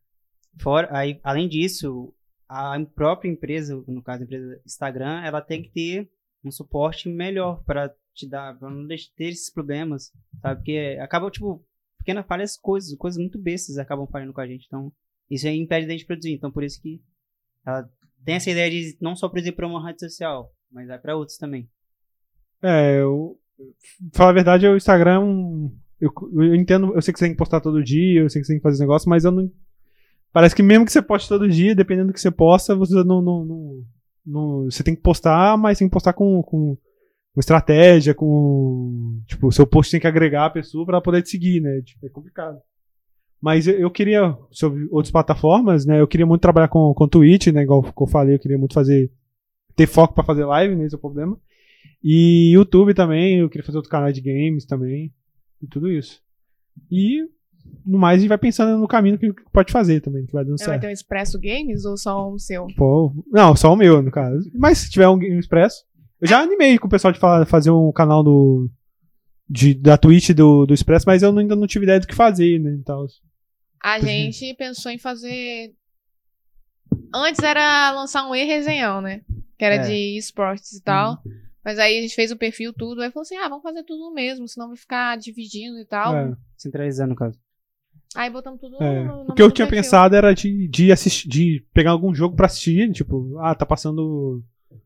Speaker 4: fora, aí, além disso, a própria empresa, no caso a empresa Instagram, ela tem que ter um suporte melhor para te dar, para não deix- ter esses problemas, sabe? Porque acaba, tipo, pequenas falhas, coisas, coisas muito bestas acabam falhando com a gente. Então, isso aí impede da gente produzir. Então, por isso que ela tem essa ideia de não só produzir para uma rede social, mas vai para outros também.
Speaker 3: É, eu. Falar a verdade, o Instagram. é um- Eu, eu entendo, eu sei que você tem que postar todo dia, eu sei que você tem que fazer esse negócio, mas eu não. Parece que mesmo que você poste todo dia, dependendo do que você posta, você não. não, não- não- você tem que postar, mas tem que postar com, com com estratégia, com. Tipo, o seu post tem que agregar a pessoa pra ela poder te seguir, né? Tipo, é complicado. Mas eu, eu queria, sobre outras plataformas, né? Eu queria muito trabalhar com, com Twitch, né? Igual eu falei, eu queria muito fazer. ter foco pra fazer live, né? Esse é o problema. E YouTube também, eu queria fazer outro canal de games também. E tudo isso. E no mais a gente vai pensando no caminho que pode fazer também, que vai dando
Speaker 1: Vai
Speaker 3: certo.
Speaker 1: ter um Expresso Games ou só um seu?
Speaker 3: Pô, não, só o meu, no caso. Mas se tiver um Game Expresso. Eu já animei com o pessoal de falar- fazer um canal do. De, da Twitch do, do Expresso, mas eu não- ainda não tive ideia do que fazer, né? e tal.
Speaker 1: A
Speaker 3: Uhum.
Speaker 1: gente pensou em fazer. Antes era lançar um e-resenhão, né? Que era
Speaker 4: É.
Speaker 1: de esportes e tal.
Speaker 3: Uhum.
Speaker 1: Mas aí a gente fez o perfil tudo. Aí falou assim: ah, vamos fazer tudo no mesmo, senão vai ficar dividindo e tal.
Speaker 3: É.
Speaker 4: Centralizando, no caso.
Speaker 1: Aí botamos tudo
Speaker 3: É,
Speaker 1: no, no
Speaker 3: O que eu
Speaker 1: mesmo
Speaker 3: tinha
Speaker 1: perfil.
Speaker 3: pensado era de, de assistir, de pegar algum jogo pra assistir, tipo, ah, tá passando,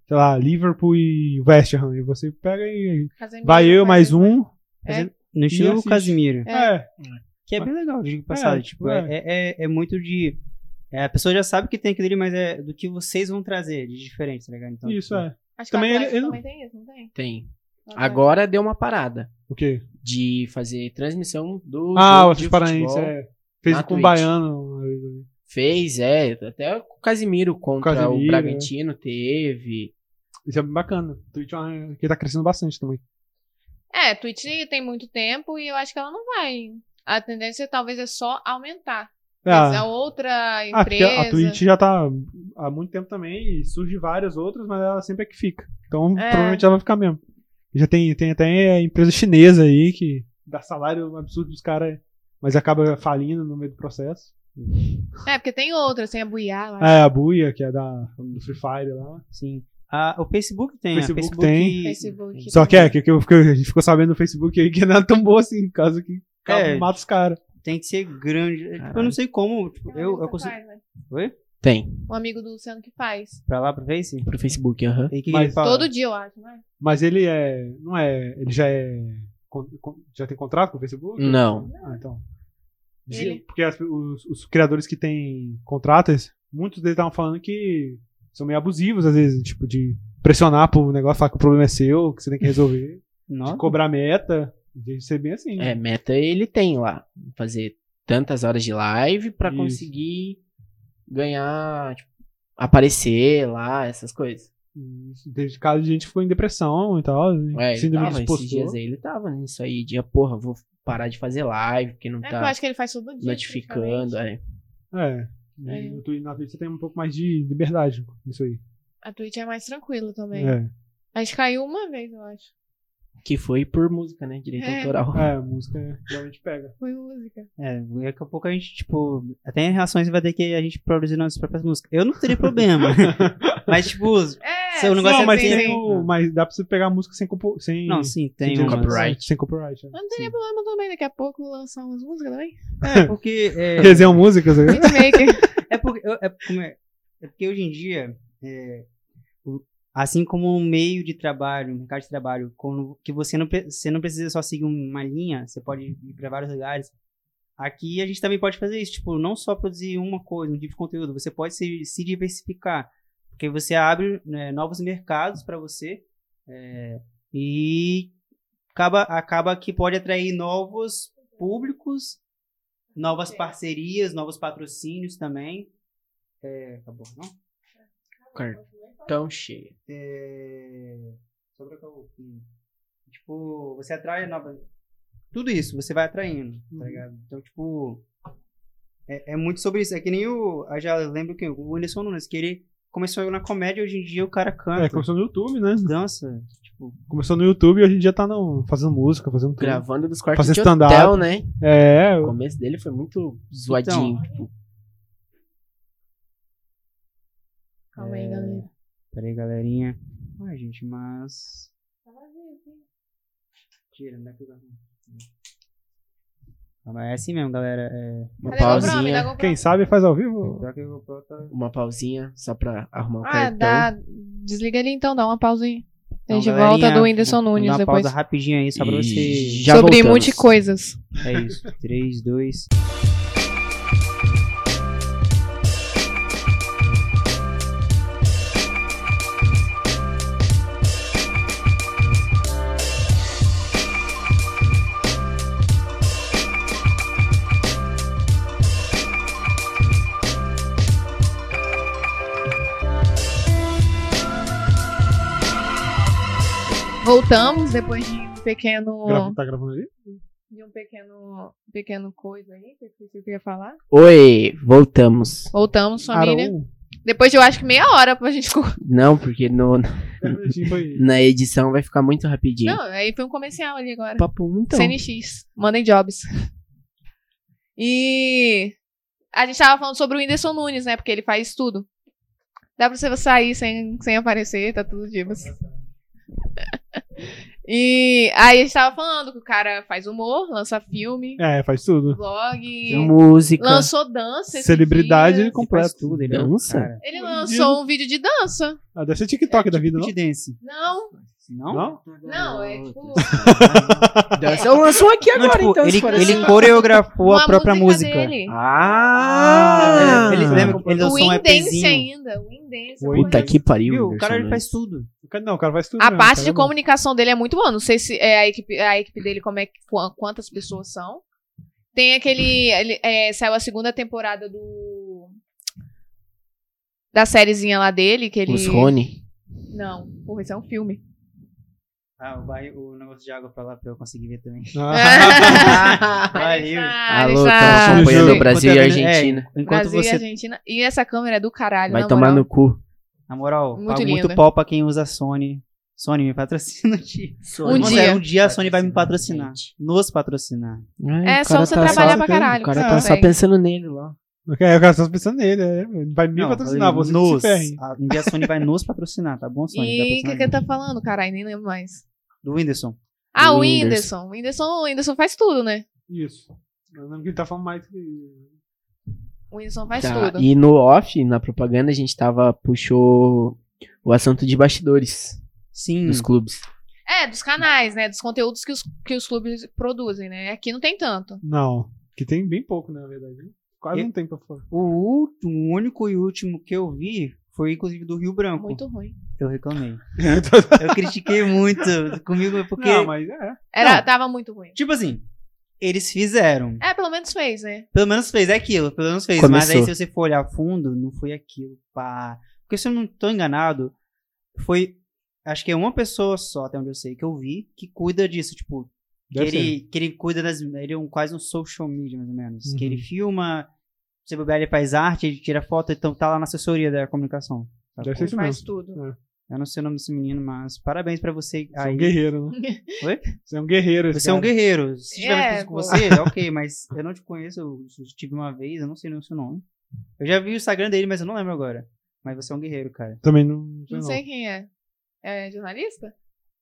Speaker 3: sei lá, Liverpool e West Ham, e você pega e
Speaker 1: Casemiro,
Speaker 3: vai eu mais
Speaker 1: Casemiro.
Speaker 3: um.
Speaker 4: No estilo
Speaker 3: assiste.
Speaker 4: Casimiro.
Speaker 1: É.
Speaker 3: É,
Speaker 4: Que é bem legal, digo passado.
Speaker 3: É,
Speaker 4: tipo, é, é, é muito de. é, a pessoa já sabe o que tem aquilo ali, mas é do que vocês vão trazer de diferente, tá ligado? Então,
Speaker 3: isso
Speaker 4: tipo,
Speaker 3: é.
Speaker 1: Acho que
Speaker 3: Também
Speaker 1: também,
Speaker 3: ele-
Speaker 1: ele,
Speaker 3: ele-
Speaker 1: também tem isso, não tem?
Speaker 2: Tem.
Speaker 1: O Atlético.
Speaker 2: Agora deu uma parada
Speaker 3: O quê?
Speaker 2: de fazer transmissão do.
Speaker 3: Ah,
Speaker 2: jogo
Speaker 3: o
Speaker 2: de
Speaker 3: Atlético Paranaense,
Speaker 2: futebol.
Speaker 3: é. Fez
Speaker 2: na
Speaker 3: com o
Speaker 2: Twitch.
Speaker 3: Baiano. uma vez.
Speaker 2: Fez, é. Até o Casimiro contra
Speaker 3: Casimiro, é.
Speaker 2: o Bragantino teve.
Speaker 3: Isso é bem bacana. O Twitch é uma- que tá crescendo bastante também.
Speaker 1: É, Twitch tem muito tempo e eu acho que ela não vai. A tendência talvez é só aumentar. Mas a
Speaker 3: Ah,
Speaker 1: outra
Speaker 3: ah, porque
Speaker 1: empresa.
Speaker 3: a Twitch já tá há muito tempo também e surge várias outras, mas ela sempre é que fica. Então,
Speaker 1: É.
Speaker 3: provavelmente ela vai ficar mesmo. Já tem, tem até eh, empresa chinesa aí que dá salário absurdo dos caras, mas acaba falindo no meio do processo.
Speaker 1: É, porque tem outras, tem a Buiá lá.
Speaker 3: É, a Buia, que é da, do Free Fire lá.
Speaker 4: Sim. Ah, o Facebook tem.
Speaker 3: é. Facebook
Speaker 4: a Facebook
Speaker 3: tem.
Speaker 1: Facebook.
Speaker 3: Só que é, que, que, eu- que a gente ficou sabendo no Facebook aí que não é tão boa assim, por causa que acaba-
Speaker 4: É.
Speaker 3: mata os caras.
Speaker 4: Tem que ser grande. Tipo, eu não
Speaker 2: Caralho.
Speaker 4: sei como. tipo,
Speaker 1: Tem um amigo
Speaker 4: eu, eu
Speaker 1: que
Speaker 4: consigo.
Speaker 1: faz, né?
Speaker 4: Oi?
Speaker 2: Tem.
Speaker 1: Um amigo do Luciano que faz.
Speaker 4: Pra lá, pro Face?
Speaker 2: Pro Facebook, aham.
Speaker 4: E que
Speaker 3: Mas-
Speaker 4: ele fala?
Speaker 1: Todo dia, eu acho, né?
Speaker 3: Mas ele é. Não é. Ele já é. con- con- Já tem contrato com o Facebook?
Speaker 2: Não.
Speaker 3: Ah, então.
Speaker 1: Ele-
Speaker 3: Porque as- os, os criadores que têm contratos, muitos deles estavam falando que são meio abusivos, às vezes, tipo, de pressionar pro negócio, falar que o problema é seu, que você tem que resolver,
Speaker 4: Nossa.
Speaker 3: de cobrar meta, de ser bem assim.
Speaker 2: É, meta ele tem lá. Fazer tantas horas de live pra
Speaker 3: Isso.
Speaker 2: conseguir ganhar, tipo, aparecer lá, essas coisas.
Speaker 3: Isso, Teve caso de gente que ficou em depressão e tal,
Speaker 2: É, ele
Speaker 3: síndrome
Speaker 2: tava,
Speaker 3: de
Speaker 2: esses dias
Speaker 3: impostor.
Speaker 2: aí ele tava nisso aí, dia, porra, vou parar de fazer live, porque não
Speaker 1: É que eu
Speaker 2: tá
Speaker 1: acho que ele faz todo dia.
Speaker 2: notificando.
Speaker 1: praticamente.
Speaker 2: É.
Speaker 3: É.
Speaker 1: É.
Speaker 3: No Twi- Na Twitch você tem um pouco mais de liberdade nisso aí.
Speaker 1: A Twitch é mais tranquila também.
Speaker 3: É.
Speaker 1: A gente caiu uma vez, eu acho.
Speaker 2: é. Que foi por música, né? Direito
Speaker 1: É.
Speaker 2: autoral.
Speaker 3: é, a música realmente pega.
Speaker 1: Foi música.
Speaker 4: É, daqui a pouco a gente, tipo, até em relações vai ter que a gente produzir nossas próprias músicas. Eu não teria problema. mas, tipo,
Speaker 1: É,
Speaker 4: Seu negócio
Speaker 3: Não,
Speaker 4: é
Speaker 3: mas,
Speaker 4: sim,
Speaker 3: tem
Speaker 4: sim.
Speaker 3: o- mas dá pra você pegar a música sem. compo- sem
Speaker 4: não, sim, tem
Speaker 3: sem
Speaker 4: umas-
Speaker 2: copyright.
Speaker 3: Sem copyright. é.
Speaker 1: Mas Não teria problema também, daqui a pouco lançar umas músicas também.
Speaker 4: É porque. É,
Speaker 3: Desenham músicas aí.
Speaker 1: Hitmaker.
Speaker 4: é porque. eu- É, como é, é porque hoje em dia, é, o- assim como um meio de trabalho, um mercado de trabalho, quando, que você não, pre- você não precisa só seguir uma linha, você pode ir para vários lugares. Aqui a gente também pode fazer isso, tipo, não só produzir uma coisa, um tipo de conteúdo, você pode se, se diversificar. Porque você abre né, novos mercados para você é, e acaba, acaba que pode atrair novos públicos, novas parcerias, novos patrocínios também. É, acabou, não?
Speaker 2: Cartão cheio.
Speaker 4: É, só trocar o fim. Tipo, você atrai novas. Tudo isso, você vai atraindo, tá ligado? Então, tipo. É, é muito sobre isso. É que nem o. Eu já lembro que o Anderson Nunes, que ele começou na comédia, hoje em dia o cara canta,
Speaker 3: É, começou no YouTube, né?
Speaker 4: dança. Tipo,
Speaker 3: Começou no YouTube e hoje em dia tá no, fazendo música, fazendo tudo.
Speaker 2: Gravando dos quartos
Speaker 3: Fazer
Speaker 2: de
Speaker 3: stand-up.
Speaker 2: hotel, né?
Speaker 3: É,
Speaker 2: O começo dele foi muito
Speaker 1: Então.
Speaker 2: zoadinho. tipo,
Speaker 1: Calma aí,
Speaker 4: É.
Speaker 1: galera.
Speaker 4: peraí, galerinha. Ai, gente, mas. Tira, não é que eu- Ah, mas é assim mesmo, galera. É,
Speaker 2: uma
Speaker 1: Cadê a GoPro? Me dá a
Speaker 2: pausinha.
Speaker 1: GoPro.
Speaker 3: quem sabe faz ao vivo.
Speaker 4: pior que o GoPro tá-
Speaker 2: Uma pausinha só pra arrumar o
Speaker 1: Ah,
Speaker 2: cartão.
Speaker 1: dá. Desliga ele então, dá uma pausinha. A
Speaker 4: Então,
Speaker 1: gente
Speaker 4: galerinha,
Speaker 1: volta do Whindersson
Speaker 4: vamos
Speaker 1: Nunes
Speaker 4: dar uma
Speaker 1: depois.
Speaker 4: pausa rapidinho aí, só pra
Speaker 2: E
Speaker 4: você.
Speaker 2: já
Speaker 1: Sobre
Speaker 2: voltamos.
Speaker 1: multi coisas.
Speaker 4: É isso. 3, 2.
Speaker 1: Voltamos depois de um pequeno.
Speaker 3: Grava- tá gravando ali?
Speaker 1: De um pequeno. Pequeno coisa aí, que eu esqueci o que eu ia falar.
Speaker 2: Oi, voltamos.
Speaker 1: Voltamos, família.
Speaker 3: Arou.
Speaker 1: Depois de eu acho que meia hora pra gente. co-
Speaker 2: Não, porque no,
Speaker 3: Dez minutinhos um. foi-
Speaker 2: na edição vai ficar muito rapidinho.
Speaker 1: Não, aí foi um comercial ali agora.
Speaker 2: Papo um, então.
Speaker 1: CNX. Mandem jobs. E a gente tava falando sobre o Whindersson Nunes, né? Porque ele faz tudo. Dá pra você sair sem, sem aparecer, tá tudo divas. E aí a gente tava falando que o cara faz humor, lança filme,
Speaker 3: É, faz tudo.
Speaker 1: vlog,
Speaker 2: É Música.
Speaker 1: lançou dança. esses
Speaker 3: Celebridade,
Speaker 1: dias.
Speaker 3: ele completo.
Speaker 4: Faz tudo, ele
Speaker 2: Dança?
Speaker 4: é um cara.
Speaker 1: Ele lançou um vídeo de dança.
Speaker 3: Ah, deve ser TikTok da vida, não?
Speaker 4: Fit dance.
Speaker 1: Não,
Speaker 4: Não?
Speaker 3: Não?
Speaker 1: não, é tipo
Speaker 2: Dança. Eu lanço um aqui
Speaker 4: Não,
Speaker 2: agora,
Speaker 4: tipo,
Speaker 2: então. se
Speaker 4: ele,
Speaker 2: for
Speaker 4: ele
Speaker 2: assim.
Speaker 4: coreografou
Speaker 1: uma
Speaker 4: a própria música.
Speaker 1: dele.
Speaker 2: Ah!
Speaker 4: É, ele lembra que ele
Speaker 1: O
Speaker 4: lançou um
Speaker 1: Indance
Speaker 4: EPzinho.
Speaker 1: ainda, o Indance.
Speaker 3: Puta
Speaker 2: Puta que pariu. né?
Speaker 4: Viu? O
Speaker 2: Whindersson
Speaker 4: cara ele
Speaker 2: Nunes.
Speaker 4: faz tudo.
Speaker 3: O cara- Não, o cara faz tudo.
Speaker 1: A
Speaker 3: mesmo,
Speaker 4: tá
Speaker 1: parte
Speaker 3: o
Speaker 1: de
Speaker 3: cara é bom.
Speaker 1: comunicação dele é muito boa. Não sei se é a equipe, a equipe dele, como é que- qu- quantas pessoas são. Tem aquele. ele- é, saiu a segunda temporada do. Da sériezinha lá dele, que ele.
Speaker 2: Os Rony.
Speaker 1: Não, porra, isso é um filme.
Speaker 4: Ah, o, barri- o negócio de água pra lá pra eu conseguir ver também.
Speaker 3: Ah.
Speaker 1: Aí
Speaker 4: Barril.
Speaker 1: está-
Speaker 2: Alô,
Speaker 1: está-
Speaker 2: estamos acompanhando o
Speaker 3: Brasil.
Speaker 2: Brasil e a Argentina.
Speaker 4: É, Enquanto
Speaker 1: Brasil e
Speaker 4: você.
Speaker 1: Argentina. E essa câmera é do caralho,
Speaker 2: Vai
Speaker 1: na
Speaker 2: tomar
Speaker 1: moral.
Speaker 2: no cu.
Speaker 4: Na moral,
Speaker 1: Muito
Speaker 4: muito, pago
Speaker 1: linda.
Speaker 4: muito pau pra quem usa Sony. Sony me patrocina. tio.
Speaker 1: Um
Speaker 4: Nossa,
Speaker 1: dia.
Speaker 4: Um dia a Sony vai me patrocinar. Nos patrocinar.
Speaker 1: É,
Speaker 2: o
Speaker 1: só
Speaker 2: cara
Speaker 1: você
Speaker 2: tá
Speaker 1: trabalhar
Speaker 2: só-
Speaker 1: pra caralho.
Speaker 2: O cara
Speaker 1: que
Speaker 2: tá
Speaker 1: você
Speaker 2: só
Speaker 1: consegue.
Speaker 2: pensando nele lá.
Speaker 3: É, o cara tá pensando nele, é. Vai me
Speaker 4: Não,
Speaker 3: patrocinar,
Speaker 4: falei
Speaker 3: você que se
Speaker 4: nos.
Speaker 3: ferre.
Speaker 4: A- Um dia a Sony vai nos patrocinar, tá bom, Sony? Vai
Speaker 1: E o que,
Speaker 4: patrocinar
Speaker 1: que
Speaker 4: a
Speaker 1: tá
Speaker 4: gente.
Speaker 1: falando, caralho? Nem lembro mais.
Speaker 4: Do Whindersson.
Speaker 1: Ah, o
Speaker 2: Whindersson.
Speaker 1: Whindersson. O Whindersson, o Whindersson faz tudo, né?
Speaker 3: Isso. Eu lembro que ele tá falando mais que.
Speaker 1: O Whindersson faz
Speaker 2: Tá,
Speaker 1: tudo.
Speaker 2: E no off, na propaganda, a gente tava, puxou o assunto de bastidores
Speaker 4: Sim.
Speaker 2: dos clubes.
Speaker 1: É, dos canais, né? Dos conteúdos que os, que os clubes produzem, né? Aqui não tem tanto.
Speaker 3: Não. Que tem bem pouco, né, na verdade. Quase
Speaker 4: Eu-
Speaker 3: não tem pra fora.
Speaker 4: O último, o único e último que eu vi foi inclusive do Rio Branco.
Speaker 1: Muito ruim.
Speaker 4: Eu reclamei. eu critiquei muito comigo porque
Speaker 3: Não, mas é.
Speaker 1: Era,
Speaker 4: Não.
Speaker 1: Tava muito ruim.
Speaker 4: tipo assim, eles fizeram.
Speaker 1: É, pelo menos fez, né?
Speaker 4: Pelo menos fez aquilo, pelo menos fez, mas aí
Speaker 2: Começou.
Speaker 4: se você for olhar a fundo, não foi aquilo, pá. Porque se eu não tô enganado, foi acho que é uma pessoa só, até onde eu sei que eu vi, que cuida disso, tipo, que
Speaker 3: Deve ser.
Speaker 4: ele, que ele cuida das. Ele é um, quase um social media, mais ou menos. Que
Speaker 3: Uhum.
Speaker 4: ele filma, se bobear, ele faz arte, ele tira foto, então tá lá na assessoria da comunicação. Tá
Speaker 3: Deve
Speaker 4: bom?
Speaker 3: ser isso
Speaker 1: faz
Speaker 3: mesmo.
Speaker 1: tudo.
Speaker 4: Eu não sei o nome desse menino, mas parabéns pra você.
Speaker 3: Você é um
Speaker 4: Aí.
Speaker 3: guerreiro, né?
Speaker 4: Oi?
Speaker 3: Você é um guerreiro. esse
Speaker 4: Você é um
Speaker 3: cara.
Speaker 4: guerreiro. Se tiver mais
Speaker 1: É,
Speaker 4: coisa com você, ok, mas eu não te conheço, eu tive uma vez, eu não sei nem o seu nome. Eu já vi o Instagram dele, mas eu não lembro agora. Mas você é um guerreiro, cara.
Speaker 3: Também não sei.
Speaker 1: Não
Speaker 3: Não
Speaker 1: sei quem é. É jornalista?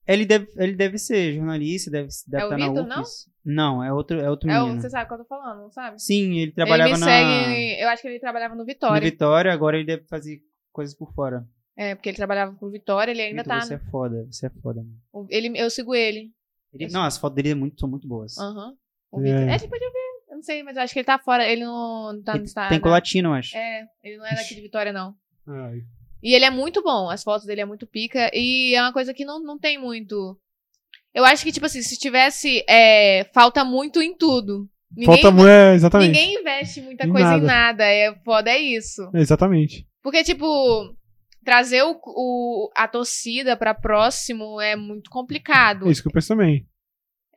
Speaker 4: Ele deve, ele deve ser jornalista, deve, deve
Speaker 1: É o
Speaker 4: estar na
Speaker 1: Vitor,
Speaker 4: UFES. Não? é outro, é outro
Speaker 1: É o,
Speaker 4: menino.
Speaker 1: você sabe o que eu tô falando, não sabe?
Speaker 4: Sim, ele trabalhava
Speaker 1: ele me
Speaker 4: na...
Speaker 1: segue. Eu acho que ele trabalhava no
Speaker 4: No
Speaker 1: Vitória.
Speaker 4: Vitória, agora ele deve fazer coisas por fora.
Speaker 1: É, porque ele trabalhava pro Vitória, ele ainda
Speaker 4: Vitor,
Speaker 1: tá.
Speaker 4: Você é foda, você é foda. mano.
Speaker 1: o- Ele, eu sigo ele.
Speaker 4: Ele- não, as fotos dele é muito- são muito boas.
Speaker 1: Aham. O Vitor.
Speaker 3: É.
Speaker 1: É, tipo, eu ver. Eu não sei, mas eu acho que ele tá fora. Ele não, não tá no
Speaker 4: Ele
Speaker 1: estado.
Speaker 4: tem colatina, eu acho.
Speaker 1: É, ele não é daqui de Vitória, não.
Speaker 3: Ai,
Speaker 1: E ele é muito bom, as fotos dele é muito pica. E é uma coisa que não, não tem muito. Eu acho que, tipo assim, se tivesse. é, falta muito em tudo. Ninguém,
Speaker 3: Falta mulher, exatamente.
Speaker 1: ninguém investe muita
Speaker 3: Em
Speaker 1: coisa em
Speaker 3: nada.
Speaker 1: nada. É foda, é isso.
Speaker 3: É, Exatamente.
Speaker 1: Porque, tipo, trazer o, o- a torcida pra próximo é muito complicado.
Speaker 3: É isso que eu penso também.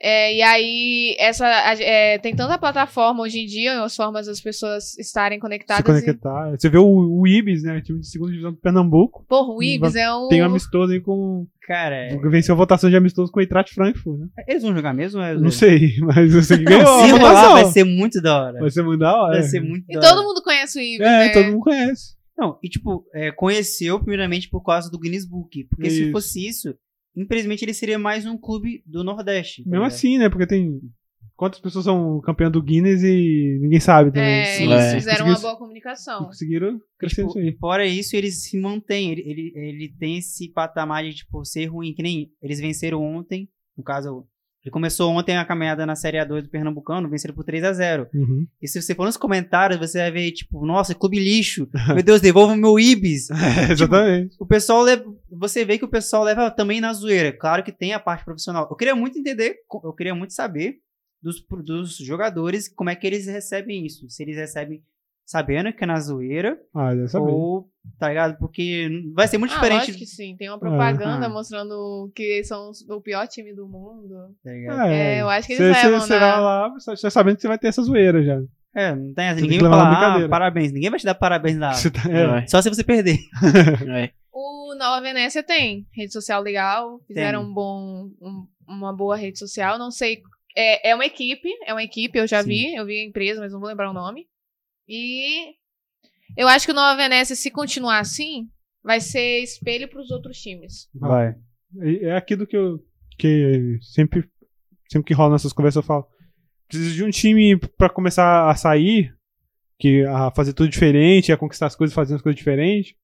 Speaker 1: É, e aí, essa. a- é, tem tanta plataforma hoje em dia, as formas das pessoas estarem conectadas.
Speaker 3: Se
Speaker 1: e,
Speaker 3: conectar. Você vê o, o Ibis, né? Time de segunda divisão do Pernambuco.
Speaker 1: porra, o Ibis é um.
Speaker 3: Tem um amistoso aí com.
Speaker 4: Cara, é-
Speaker 3: Venceu a votação de amistoso com o Eintracht Frankfurt, né?
Speaker 4: eles vão jogar mesmo? ou é
Speaker 3: Não
Speaker 4: zoeira?
Speaker 3: sei, mas eu sei que
Speaker 4: Não,
Speaker 3: ganhou a
Speaker 4: se rolar,
Speaker 3: votação.
Speaker 4: vai ser muito da hora.
Speaker 3: Vai ser muito da hora.
Speaker 4: Vai ser muito
Speaker 1: E
Speaker 4: da hora.
Speaker 1: todo mundo conhece o Ibis.
Speaker 3: É,
Speaker 1: né?
Speaker 3: todo mundo conhece.
Speaker 4: Não, e tipo, é, conheceu primeiramente por causa do Guinness Book. Porque
Speaker 3: Isso.
Speaker 4: se fosse isso, infelizmente ele seria mais um clube do Nordeste. tá
Speaker 3: Mesmo
Speaker 4: ligado?
Speaker 3: assim, né? Porque tem. Quantas pessoas são campeã do Guinness e ninguém sabe também.
Speaker 1: É,
Speaker 4: Sim,
Speaker 1: eles
Speaker 2: sim.
Speaker 1: fizeram uma
Speaker 3: Conseguiu-
Speaker 1: boa comunicação.
Speaker 3: Conseguiram crescer isso
Speaker 4: Tipo,
Speaker 3: aí.
Speaker 4: fora isso, ele se mantém. Ele, ele, ele tem esse patamar de tipo, ser ruim, que nem eles venceram ontem. No caso, ele começou ontem a caminhada na Série A2 do Pernambucano, venceram por 3 a 0
Speaker 3: Uhum.
Speaker 4: E se você for nos comentários, você vai ver, tipo, nossa, clube lixo. Meu Deus, devolva o meu Ibis.
Speaker 3: Exatamente.
Speaker 4: O pessoal leva. Você vê que o pessoal leva também na zoeira. Claro que tem a parte profissional. Eu queria muito entender, co- eu queria muito saber dos, pro- dos jogadores como é que eles recebem isso. Se eles recebem sabendo que é na zoeira.
Speaker 3: Ah, dessa vez.
Speaker 4: Ou, tá ligado? Porque vai ser muito
Speaker 1: Ah, lógico que
Speaker 4: diferente.
Speaker 1: sim. Tem uma propaganda
Speaker 4: Ah.
Speaker 1: mostrando que são os- o pior time do mundo.
Speaker 4: Tá ligado?
Speaker 3: Ah,
Speaker 1: É, eu acho que eles
Speaker 3: Você-
Speaker 1: levam,
Speaker 3: você- você
Speaker 1: né?
Speaker 3: vai lá, só- já sabendo que você vai ter essa zoeira já.
Speaker 4: É, não tem essa.
Speaker 3: Tem
Speaker 4: Ninguém
Speaker 3: que
Speaker 4: vai
Speaker 3: levar na
Speaker 4: falar, ah,
Speaker 3: brincadeira.
Speaker 4: parabéns. Ninguém vai te dar parabéns lá.
Speaker 3: Você tá- é.
Speaker 2: É.
Speaker 4: Só se você perder.
Speaker 2: É.
Speaker 1: O Nova Venécia tem rede social legal, fizeram um bom, um- uma boa rede social. Não sei, é, é uma equipe, é uma equipe, eu já
Speaker 2: Sim.
Speaker 1: vi, eu vi a empresa, mas não vou lembrar o nome. E eu acho que o Nova Venécia, se continuar assim, vai ser espelho para os outros times.
Speaker 4: Vai.
Speaker 3: É é aquilo que eu que sempre, sempre que rola nessas conversas eu falo. Preciso de um time pra começar a sair, que a fazer tudo diferente, a conquistar as coisas fazendo as coisas diferentes.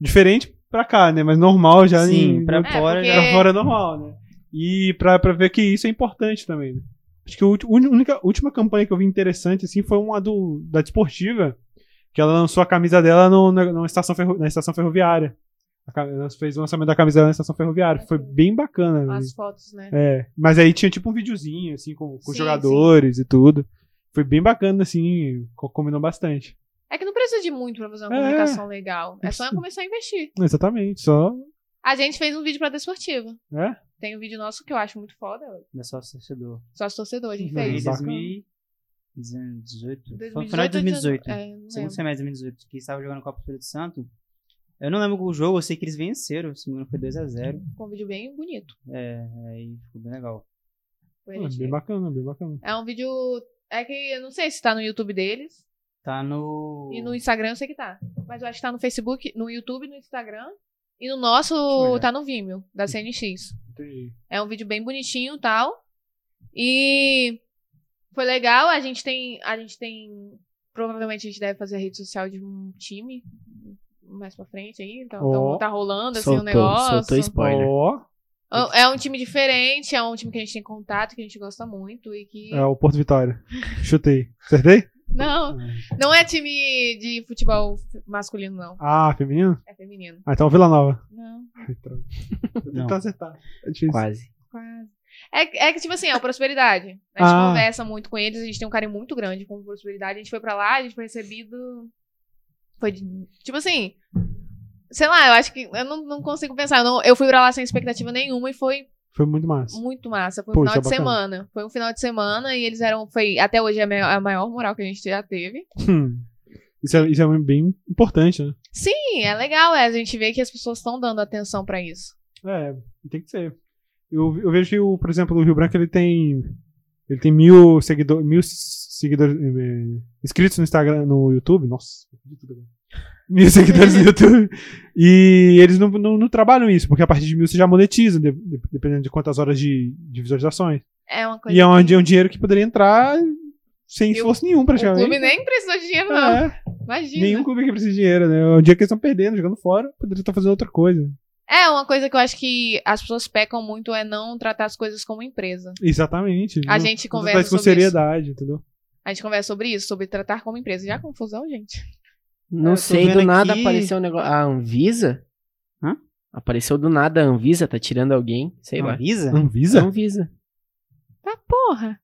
Speaker 3: Diferente pra cá, né? Mas normal já
Speaker 4: Sim,
Speaker 3: em,
Speaker 4: pra
Speaker 1: É,
Speaker 4: fora.
Speaker 1: porque-
Speaker 4: já-
Speaker 3: pra fora é normal, né? E pra, pra ver que isso é importante também. né? Acho que a ulti- uni- única, última campanha que eu vi interessante assim foi uma do, da Desportiva, que ela lançou a camisa dela no, na, na estação ferro- na estação ferroviária. A ca- Ela fez o lançamento da camisa dela na estação ferroviária. Foi
Speaker 1: Uhum.
Speaker 3: bem bacana. né?
Speaker 1: As fotos, né?
Speaker 3: É, mas aí tinha tipo um videozinho, assim, com, com
Speaker 1: Sim,
Speaker 3: jogadores e tudo. Foi bem bacana, assim, co- combinou bastante.
Speaker 1: É que não precisa de muito para fazer uma
Speaker 3: É.
Speaker 1: comunicação legal. É só
Speaker 3: Isso.
Speaker 1: começar a investir.
Speaker 3: Exatamente, só.
Speaker 1: A gente fez um vídeo para Desportiva.
Speaker 3: É?
Speaker 1: Tem um vídeo nosso que eu acho muito foda.
Speaker 4: Não é só assustador.
Speaker 1: Só os torcedores, a gente
Speaker 3: Não,
Speaker 1: fez.
Speaker 4: Em
Speaker 3: bacana.
Speaker 4: 2018. Foi no final de 2018.
Speaker 1: É, não
Speaker 4: Segundo
Speaker 1: lembro.
Speaker 4: semestre de 2018, que estava jogando Copa do Espírito Santo. Eu não lembro o jogo, eu sei que eles venceram. Se não me engano, foi 2x0.
Speaker 1: Ficou um vídeo bem bonito.
Speaker 4: É, aí ficou bem legal.
Speaker 1: Foi
Speaker 3: Ah,
Speaker 1: recheio.
Speaker 3: bem bacana, bem bacana.
Speaker 1: É um vídeo. É que eu não sei se tá no YouTube deles.
Speaker 4: Tá no.
Speaker 1: E no Instagram eu sei que tá. Mas eu acho que tá no Facebook, no YouTube, no Instagram. E no nosso
Speaker 4: eu olhar.
Speaker 1: tá no Vimeo, da CNX.
Speaker 3: Entendi.
Speaker 1: É um vídeo bem bonitinho e tal. E foi legal. A gente tem. A gente tem. Provavelmente a gente deve fazer a rede social de um time mais pra frente aí. Então,
Speaker 3: Ó.
Speaker 1: então tá rolando assim o
Speaker 2: Soltou,
Speaker 1: negócio.
Speaker 2: soltou spoiler.
Speaker 3: Ó,
Speaker 1: Ó, É um time diferente, é um time que a gente tem contato, que a gente gosta muito e que.
Speaker 3: é o Porto Vitória. Chutei. Acertei?
Speaker 1: Não, não é time de futebol masculino, não.
Speaker 3: Ah, feminino?
Speaker 1: É feminino.
Speaker 3: Ah, então Vila Nova. Então,
Speaker 1: Não,
Speaker 3: Ai, droga. Vou
Speaker 4: Não.
Speaker 3: Tentar acertar. É difícil.
Speaker 2: Quase.
Speaker 1: quase. É, é que, tipo assim, é o Prosperidade. A gente
Speaker 3: Ah.
Speaker 1: conversa muito com eles, a gente tem um carinho muito grande com o Prosperidade. A gente foi pra lá, a gente foi recebido. Foi de- Tipo assim. Sei lá, eu acho que. Eu não, não consigo pensar. Eu, não- eu fui pra lá sem expectativa nenhuma e foi
Speaker 3: Foi muito massa.
Speaker 1: Muito massa. Foi um
Speaker 3: Pô,
Speaker 1: final
Speaker 3: isso é
Speaker 1: de
Speaker 3: bacana.
Speaker 1: semana. Foi um final de semana e eles eram. Foi até hoje a, me- a maior moral que a gente já teve.
Speaker 3: Hum. Isso é, isso é bem importante, né?
Speaker 1: Sim, é legal. É, a gente vê que as pessoas estão dando atenção pra isso.
Speaker 3: É, tem que ser. Eu, eu vejo que, o, por exemplo, o Rio Branco ele tem. Ele tem mil seguidores. Mil seguidores. eh, inscritos no Instagram, no YouTube. Nossa, eu perdi tudo agora. Mil seguidores no YouTube. E eles não, não, não trabalham isso, porque a partir de mil você já monetiza, de- de- dependendo de quantas horas de, de visualizações.
Speaker 1: É uma coisa.
Speaker 3: E é um,
Speaker 1: que-
Speaker 3: é um dinheiro que poderia entrar sem
Speaker 1: E o-
Speaker 3: esforço nenhum,
Speaker 1: O
Speaker 3: praticamente.
Speaker 1: clube nem precisou de dinheiro, não.
Speaker 3: É,
Speaker 1: Imagina.
Speaker 3: nenhum clube que precisa de dinheiro, né? O dia que eles estão perdendo, jogando fora, poderia estar fazendo outra coisa.
Speaker 1: É uma coisa que eu acho que as pessoas pecam muito é não tratar as coisas como empresa.
Speaker 3: Exatamente.
Speaker 1: A
Speaker 3: Não-
Speaker 1: gente
Speaker 3: não
Speaker 1: conversa
Speaker 3: faz com
Speaker 1: sobre
Speaker 3: seriedade, entendeu?
Speaker 1: isso. A gente conversa sobre isso, sobre tratar como empresa. Já confusão, gente.
Speaker 2: Não
Speaker 4: Eu tô
Speaker 2: sei, do
Speaker 4: vendo
Speaker 2: nada
Speaker 4: aqui-
Speaker 2: apareceu um negócio. A Anvisa?
Speaker 4: Hã?
Speaker 2: Apareceu do nada a Anvisa, tá tirando alguém, sei lá.
Speaker 4: Avisa?
Speaker 3: Anvisa?
Speaker 2: Anvisa.
Speaker 1: Tá porra.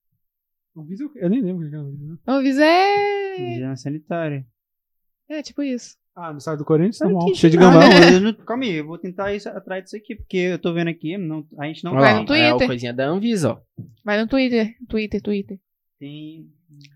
Speaker 3: Anvisa é o quê? eu nem lembro o que é Anvisa. né?
Speaker 1: Anvisa é.
Speaker 4: Vigilância sanitária.
Speaker 1: É tipo isso.
Speaker 3: Ah, no site do Corinthians, tá
Speaker 4: Sabe
Speaker 3: bom.
Speaker 4: que-
Speaker 3: Cheio de
Speaker 4: Ah,
Speaker 3: gambão.
Speaker 4: não,
Speaker 3: né?
Speaker 4: eu não- Calma aí, eu vou tentar isso, atrás disso aqui, porque eu tô vendo aqui, não- a gente não
Speaker 2: Olha
Speaker 1: vai
Speaker 2: lá,
Speaker 1: no
Speaker 2: É a
Speaker 1: Twitter.
Speaker 2: coisinha da Anvisa, ó.
Speaker 1: Vai no Twitter. Twitter, Twitter.
Speaker 4: tem.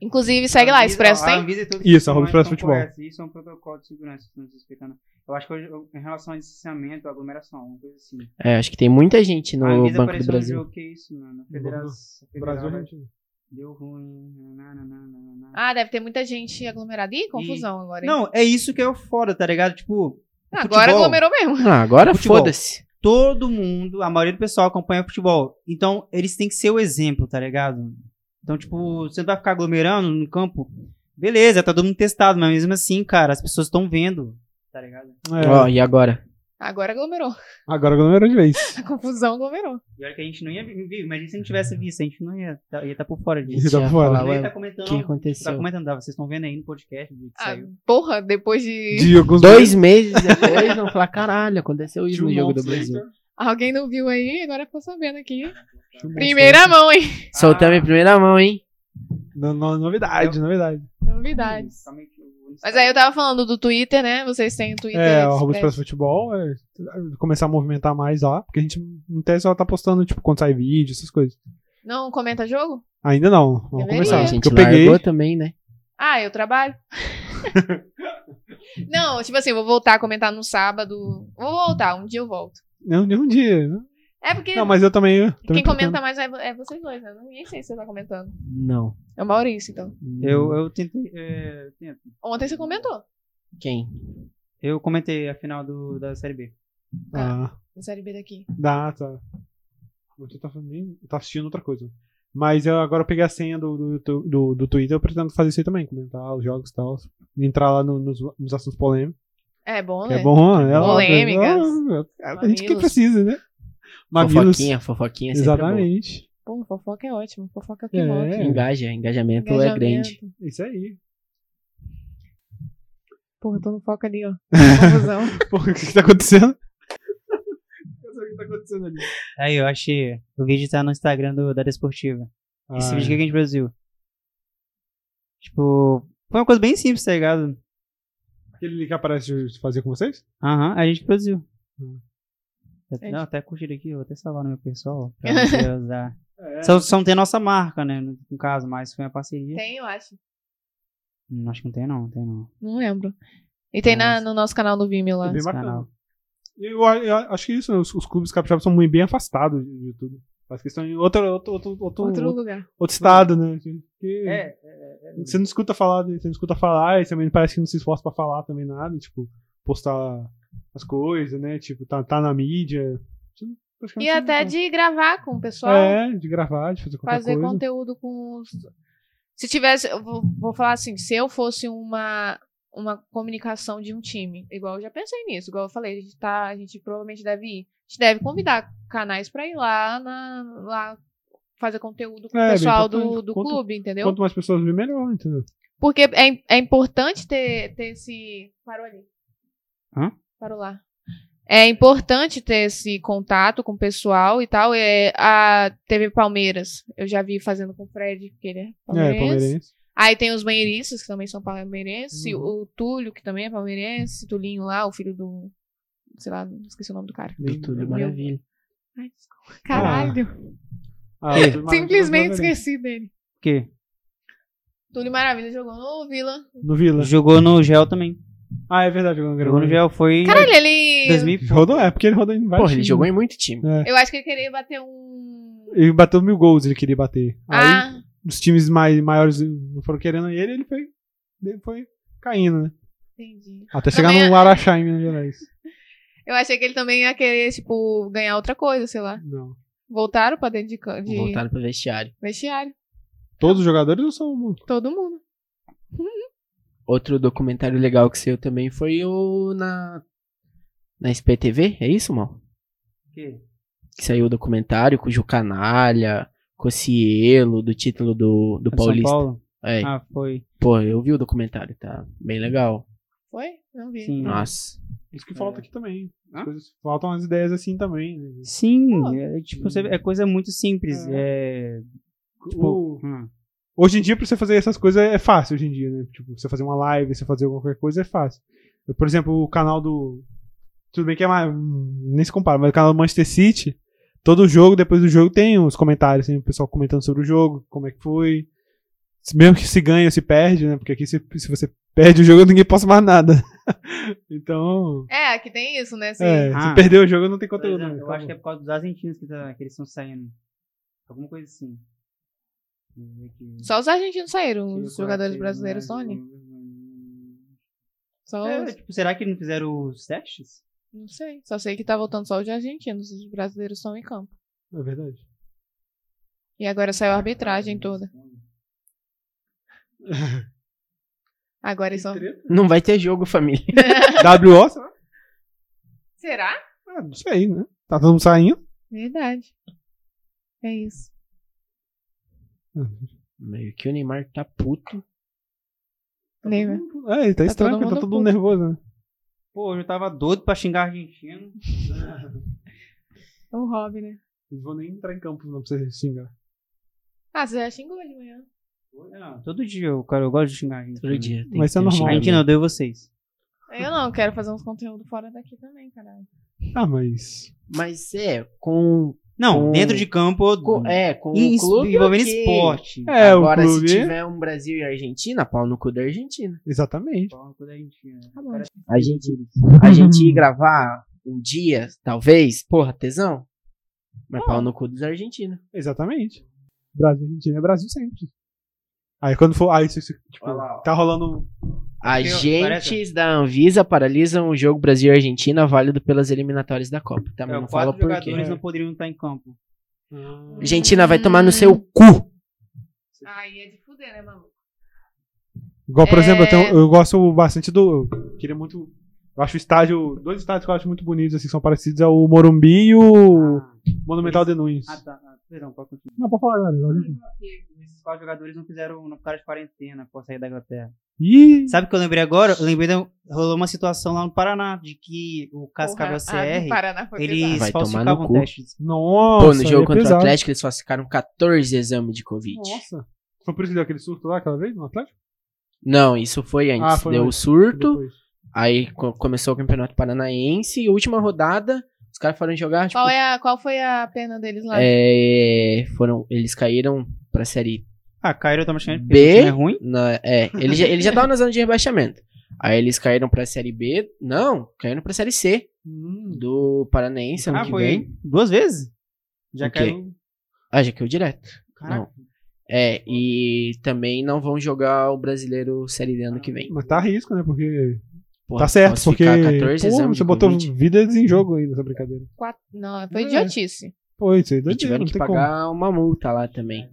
Speaker 1: Inclusive, segue lá,
Speaker 4: Avisa-
Speaker 1: Expresso
Speaker 4: a
Speaker 1: tem.
Speaker 4: Avisa e todos os
Speaker 3: Isso, arroba
Speaker 4: funcionários
Speaker 3: Expresso
Speaker 4: são
Speaker 3: Futebol.
Speaker 4: corretos, Isso é um protocolo de segurança, se não estou explicando. Eu acho que eu- eu- em relação a distanciamento, aglomeração, uma coisa assim.
Speaker 2: É, acho que tem muita gente no
Speaker 4: a
Speaker 2: Banco
Speaker 4: Anvisa
Speaker 2: do
Speaker 4: apareceu no
Speaker 2: Brasil.
Speaker 4: jogo, que isso, mano?
Speaker 3: No Banco
Speaker 4: Federação.
Speaker 3: Brasil, né?
Speaker 4: Federal,
Speaker 3: Argentina.
Speaker 4: Deu ruim. né? nananana.
Speaker 1: Ah, deve ter muita gente aglomerada. Ih, confusão agora. hein?
Speaker 4: Não, é isso que é o foda, tá ligado? Tipo,
Speaker 1: Ah, agora
Speaker 4: futebol.
Speaker 1: aglomerou mesmo.
Speaker 2: Ah, agora
Speaker 4: Futebol.
Speaker 2: foda-se.
Speaker 4: todo mundo, a maioria do pessoal acompanha futebol. Então, eles têm que ser o exemplo, tá ligado? Então, tipo, você não vai ficar aglomerando no campo. Beleza, tá todo mundo testado, mas mesmo assim, cara, as pessoas estão vendo, tá ligado?
Speaker 3: É,
Speaker 2: né? Ó, e agora?
Speaker 1: Agora aglomerou.
Speaker 3: Agora aglomerou de vez.
Speaker 1: A confusão aglomerou.
Speaker 4: E olha que a gente não ia vir, imagina se não tivesse visto, a gente não ia estar ia tá por fora
Speaker 2: A gente
Speaker 4: disso.
Speaker 3: tá
Speaker 2: ia
Speaker 3: fora.
Speaker 2: falar,
Speaker 4: Eu ia tá
Speaker 2: ué,
Speaker 4: comentando,
Speaker 2: o que
Speaker 4: tá
Speaker 2: aconteceu?
Speaker 4: comentando, tá, vocês estão vendo aí no podcast do dia que
Speaker 1: Ah,
Speaker 4: saiu.
Speaker 1: porra, depois de.
Speaker 3: De alguns
Speaker 2: Dois meses depois, vão falar, caralho, aconteceu isso
Speaker 3: Tinha um
Speaker 2: no jogo do
Speaker 3: monstro,
Speaker 2: Brasil.
Speaker 1: Alguém não viu aí, agora ficou sabendo aqui.
Speaker 3: meses.
Speaker 1: Primeira
Speaker 3: assim.
Speaker 1: mão, hein?
Speaker 2: Soltamos em primeira mão, hein?
Speaker 3: No- no- novidade, novidade.
Speaker 1: Novidades.
Speaker 4: Calma aí que eu vou
Speaker 1: Mas aí eu tava falando do Twitter, né? Vocês têm o Twitter.
Speaker 3: É,
Speaker 1: né?
Speaker 3: o Arroba Expresso Futebol, é, começar a movimentar mais lá, porque a gente não tem só tá postando, tipo, quando sai vídeo, essas coisas.
Speaker 1: Não comenta jogo?
Speaker 3: Ainda não, vamos
Speaker 1: Deveria.
Speaker 3: começar.
Speaker 2: a
Speaker 1: Sim,
Speaker 2: gente
Speaker 3: Porque eu peguei,
Speaker 2: largou também, né?
Speaker 1: Ah, eu trabalho. não, tipo assim, eu vou voltar a comentar no sábado. Vou voltar, um dia eu volto.
Speaker 3: não, de um dia. né?
Speaker 1: É porque
Speaker 3: Não, mas eu também... eu também
Speaker 1: quem
Speaker 3: pretendo-
Speaker 1: comenta mais é, vo- é vocês dois, né? Ninguém sei se você tá comentando.
Speaker 2: Não.
Speaker 1: É o Maurício, então.
Speaker 4: Eu, eu tentei. é, tento.
Speaker 1: Ontem você comentou
Speaker 2: Quem?
Speaker 4: Eu comentei a final do, da Série B.
Speaker 3: Ah,
Speaker 1: na Série B daqui.
Speaker 3: dá, tá. Você tá, falando nem- tá assistindo outra coisa. Mas eu agora eu peguei a senha do, do, do, do Twitter, eu pretendo fazer isso aí também, comentar os jogos e tal, entrar lá no- nos, nos assuntos polêmicos.
Speaker 1: É bom,
Speaker 3: Que
Speaker 1: né?
Speaker 3: É bom, é óbvio.
Speaker 1: Polêmicas.
Speaker 3: Ah, A gente que
Speaker 1: Mamilos.
Speaker 3: precisa, né? Mamilos.
Speaker 2: Fofoquinha, fofoquinha sempre é boa.
Speaker 3: Exatamente.
Speaker 1: Pô, fofoca é ótimo. Fofoca é o que
Speaker 3: É.
Speaker 1: move.
Speaker 2: Engaja, engajamento, é
Speaker 1: Engajamento.
Speaker 2: grande.
Speaker 3: Isso aí.
Speaker 1: Porra, eu tô no foco ali, ó. Confusão.
Speaker 3: Pô, o que que tá acontecendo? Eu sei o que tá acontecendo ali.
Speaker 4: Aí, eu achei. O vídeo tá no Instagram do, da Desportiva. Esse
Speaker 3: Ah,
Speaker 4: vídeo aqui que a gente produziu. Tipo, foi uma coisa bem simples, tá ligado?
Speaker 3: Aquele link que aparece fazer com vocês?
Speaker 4: Aham, a gente produziu.
Speaker 3: Hum.
Speaker 1: É,
Speaker 4: Não,
Speaker 1: tipo-
Speaker 4: até curtir aqui, eu vou até salvar no meu pessoal. Pra você usar.
Speaker 3: É.
Speaker 4: Só, só não tem nossa marca, né? No no caso, mas foi uma parceria.
Speaker 1: Tem, eu acho.
Speaker 4: Hum, acho que não tem, não. Tem, não.
Speaker 1: Não lembro. E tem na,
Speaker 4: Mas-
Speaker 1: no nosso canal do Vimeo lá.
Speaker 3: É bem
Speaker 4: Esse
Speaker 3: bacana.
Speaker 4: canal.
Speaker 3: Eu, a- eu acho que isso, né? os, os clubes capixabas são muito bem afastados de de tudo. Acho que estão em outro, outro, outro, outro,
Speaker 1: Outro
Speaker 3: outro,
Speaker 1: lugar.
Speaker 3: estado, né? Que-
Speaker 4: É,
Speaker 3: Você não escuta falar, você não escuta falar, e também parece que não se esforça pra falar também nada, tipo, postar as coisas, né? Tipo, tá, tá na mídia. Você não-
Speaker 1: E
Speaker 3: praticamente você não-
Speaker 1: até de gravar com o pessoal.
Speaker 3: É, de gravar, de fazer qualquer
Speaker 1: fazer
Speaker 3: coisa.
Speaker 1: conteúdo com os. Se tivesse. Eu vou, vou falar assim, se eu fosse uma, uma comunicação de um time, igual eu já pensei nisso, igual eu falei, a gente, tá, a gente provavelmente deve ir. A gente deve convidar canais pra ir lá, na, lá fazer conteúdo com o
Speaker 3: É, bem
Speaker 1: pessoal do,
Speaker 3: importante.
Speaker 1: do
Speaker 3: Quanto-
Speaker 1: clube, entendeu?
Speaker 3: Quanto mais pessoas vê, melhor, entendeu?
Speaker 1: Porque é, im- é importante ter, ter esse. Parou ali.
Speaker 4: Hã?
Speaker 1: Parou lá. É importante ter esse contato com o pessoal e tal. É, a TV Palmeiras, eu já vi fazendo com o Fred, que ele é palmeirense.
Speaker 3: É, palmeirense.
Speaker 1: Aí tem os banheiristas, que também são palmeirenses.
Speaker 3: Uhum.
Speaker 1: O Túlio, que também é palmeirense. Tulinho lá, o filho do. Sei lá, esqueci o nome do cara.
Speaker 2: Do Túlio
Speaker 1: Meu-
Speaker 2: Maravilha.
Speaker 1: Ai, desculpa. Caralho.
Speaker 3: Ah, o Túlio
Speaker 1: Simplesmente
Speaker 3: Maravilha.
Speaker 1: esqueci dele.
Speaker 4: O quê?
Speaker 1: Túlio Maravilha jogou no Vila.
Speaker 3: No Vila.
Speaker 4: Jogou no gel também.
Speaker 3: Ah, é verdade, jogou no
Speaker 4: Jogou no
Speaker 3: Grêmio.
Speaker 4: gel, foi.
Speaker 1: Caralho, ele.
Speaker 4: 2000...
Speaker 3: Rodou, é porque ele rodou em vários
Speaker 2: Porra, ele
Speaker 3: times.
Speaker 2: jogou em muito time.
Speaker 1: Eu acho que ele queria bater um.
Speaker 3: Ele bateu mil gols, ele queria bater. Aí,
Speaker 1: Ah,
Speaker 3: os times mais, maiores não foram querendo ele, ele foi, ele foi caindo, né?
Speaker 1: entendi.
Speaker 3: Até chegar
Speaker 1: Também
Speaker 3: no
Speaker 1: é-
Speaker 3: Araxá em Minas Gerais.
Speaker 1: Eu achei que ele também ia querer, tipo, ganhar outra coisa, sei lá.
Speaker 3: Não.
Speaker 1: Voltaram pra dentro de, can- de
Speaker 2: Voltaram pro vestiário.
Speaker 1: vestiário.
Speaker 3: Todos os jogadores não são.
Speaker 1: Todo mundo.
Speaker 2: Outro documentário legal que saiu também foi o na. Na SPTV? É isso, mal? Que saiu o documentário com o Ju Canalha, com o Cielo, do título do, do
Speaker 4: São
Speaker 2: Paulista.
Speaker 4: Paulo?
Speaker 2: É,
Speaker 4: Ah, foi.
Speaker 2: pô, eu vi o documentário, tá bem legal.
Speaker 1: Foi? Não vi.
Speaker 4: Sim.
Speaker 2: Nossa.
Speaker 3: Isso que
Speaker 4: É.
Speaker 3: falta aqui também. As
Speaker 4: Hã?
Speaker 3: coisas- faltam as ideias assim também. né?
Speaker 4: Sim,
Speaker 1: Pô.
Speaker 4: é, tipo, você- é coisa muito simples. É.
Speaker 3: O-
Speaker 4: Tipo, hum,
Speaker 3: Hoje em dia, pra você fazer essas coisas é fácil hoje em dia, né? Tipo, você fazer uma live, você fazer qualquer coisa é fácil. Eu, por exemplo, o canal do. Tudo bem que é mais. Nem se compara, mas o canal do Manchester City, todo jogo, depois do jogo, tem os comentários, tem o pessoal comentando sobre o jogo, como é que foi. Se- Mesmo que se ganha ou se perde, né? Porque aqui se, se você perde o jogo, ninguém posta mais nada. então.
Speaker 1: É, aqui tem isso, né? Sim.
Speaker 3: É,
Speaker 4: Ah.
Speaker 3: se perder o jogo, não tem
Speaker 4: por
Speaker 3: conteúdo.
Speaker 4: exemplo,
Speaker 3: né?
Speaker 4: eu acho que é por causa dos argentinos que, tá- que eles estão saindo. Alguma coisa assim. Deixa eu ver aqui.
Speaker 1: Só os argentinos saíram, os
Speaker 4: Eu
Speaker 1: jogadores
Speaker 4: coloquei,
Speaker 1: brasileiros
Speaker 4: mas-
Speaker 1: só ali. Só
Speaker 4: né? um- É,
Speaker 1: os-
Speaker 4: tipo, será que eles não fizeram os testes?
Speaker 1: Não sei. Só sei que tá voltando só os argentinos. Os brasileiros estão em campo.
Speaker 3: É verdade.
Speaker 1: E agora saiu a arbitragem toda. Agora eles são.
Speaker 2: Não vai ter jogo, família.
Speaker 3: WO, será?
Speaker 1: Será?
Speaker 3: Ah, não sei, né? Tá todo mundo saindo.
Speaker 1: Verdade. É isso.
Speaker 2: Meio que o Neymar tá puto. né?
Speaker 1: Neymar.
Speaker 3: É, ele tá, estranho,
Speaker 1: todo
Speaker 3: porque tá
Speaker 1: mundo
Speaker 3: todo mundo nervoso, né?
Speaker 4: Pô, eu tava doido pra xingar argentino.
Speaker 1: É o Rob, né?
Speaker 3: Eles vão nem entrar em campo não pra você xingar.
Speaker 1: Ah, você já xingou de manhã.
Speaker 4: Não, todo dia, eu, cara, eu gosto de xingar a gente.
Speaker 2: Todo dia.
Speaker 3: Mas isso é
Speaker 2: ter um
Speaker 3: normal.
Speaker 4: A gente não,
Speaker 2: xingamento.
Speaker 4: eu odeio vocês.
Speaker 1: Eu não, eu quero fazer uns conteúdos fora daqui também, caralho.
Speaker 3: Ah, mas.
Speaker 2: Mas é, com.
Speaker 4: Não,
Speaker 2: Com-
Speaker 4: dentro de campo, eu-
Speaker 2: com é, com
Speaker 4: em-
Speaker 2: o clube.
Speaker 4: Hum. envolvendo
Speaker 2: ok.
Speaker 4: esporte.
Speaker 3: É, o
Speaker 2: Agora,
Speaker 3: clube.
Speaker 2: se tiver um Brasil e Argentina, pau no cu da Argentina.
Speaker 3: Exatamente.
Speaker 4: Pau no cu da Argentina.
Speaker 1: Tá bom.
Speaker 2: A gente, a gente ir gravar um dia, talvez, porra, tesão. Mas pau no cu dos argentinos.
Speaker 3: Exatamente. Brasil e Argentina é Brasil sempre. Aí quando for. Aí isso, isso, tipo,
Speaker 2: Olha lá, ó.
Speaker 3: tá rolando. um-
Speaker 2: Agentes da Anvisa paralisam o jogo Brasil e Argentina, válido pelas eliminatórias da Copa. Tá, mas
Speaker 4: É,
Speaker 2: não fala
Speaker 4: quatro
Speaker 2: por quê.
Speaker 4: jogadores não poderiam estar em campo.
Speaker 2: Argentina vai tomar no seu cu.
Speaker 1: Aí é de fuder, né, maluco?
Speaker 3: Igual, por
Speaker 1: É.
Speaker 3: exemplo, eu, tenho- eu gosto bastante do. Eu queria muito. Eu acho o estádio. Dois estádios que eu acho muito bonitos, assim, que são parecidos: é o Morumbi e o Monumental de Nunes.
Speaker 4: Ah, tá. Ah, perdão, pode continuar.
Speaker 3: Não, pode falar agora. agora.
Speaker 4: Esses quatro jogadores não fizeram, não ficaram de quarentena após sair da Inglaterra.
Speaker 3: Ih!
Speaker 4: Sabe o que eu lembrei agora? Eu lembrei, da, rolou uma situação lá no Paraná, de que o
Speaker 1: Porra,
Speaker 4: Cascavel
Speaker 1: a ah, do
Speaker 4: CR,
Speaker 1: Paraná foi
Speaker 4: eles
Speaker 1: pesado.
Speaker 2: Vai tomar no
Speaker 4: falsificavam
Speaker 2: cu.
Speaker 4: testes.
Speaker 3: Nossa!
Speaker 2: Pô, no jogo
Speaker 3: é
Speaker 2: contra o
Speaker 3: pesado.
Speaker 2: Atlético, eles falsificaram 14 exames de Covid.
Speaker 3: Nossa! Foi por isso que deu aquele surto lá aquela vez no Atlético?
Speaker 2: Não, isso foi antes.
Speaker 3: Ah, foi
Speaker 2: Deu o
Speaker 3: antes.
Speaker 2: surto.
Speaker 3: Depois.
Speaker 2: Aí co- começou o Campeonato Paranaense e última rodada, os caras foram jogar, tipo,
Speaker 1: Qual, é a, qual foi a pena deles lá?
Speaker 2: é, foram, eles caíram pra série
Speaker 4: Ah, Cairo tá mexendo porque
Speaker 2: B?
Speaker 4: o time é ruim.
Speaker 2: na, é, ele já, ele já tava na zona de rebaixamento. Aí eles caíram pra série B, não, caíram pra série C
Speaker 3: Hum.
Speaker 2: do Paranaense ano
Speaker 4: Ah,
Speaker 2: que
Speaker 4: foi
Speaker 2: vem.
Speaker 4: duas vezes? Já
Speaker 2: O quê?
Speaker 4: caiu.
Speaker 2: Ah, já caiu direto.
Speaker 4: Caraca.
Speaker 2: É, e também não vão jogar o Brasileiro Série D ano que vem.
Speaker 3: Mas tá a risco, né? Porque.
Speaker 2: Porra,
Speaker 3: Tá certo, porque.
Speaker 2: falsificar 14
Speaker 3: pô,
Speaker 2: exames
Speaker 3: você
Speaker 2: de
Speaker 3: botou um
Speaker 2: Covid.
Speaker 3: vidas em jogo aí nessa brincadeira.
Speaker 1: Quatro- Não, foi
Speaker 3: É.
Speaker 1: idiotice.
Speaker 3: Pô, isso aí dá
Speaker 2: E
Speaker 3: dinheiro,
Speaker 2: tiveram
Speaker 3: não
Speaker 2: que
Speaker 3: tem como.
Speaker 2: pagar uma multa lá também.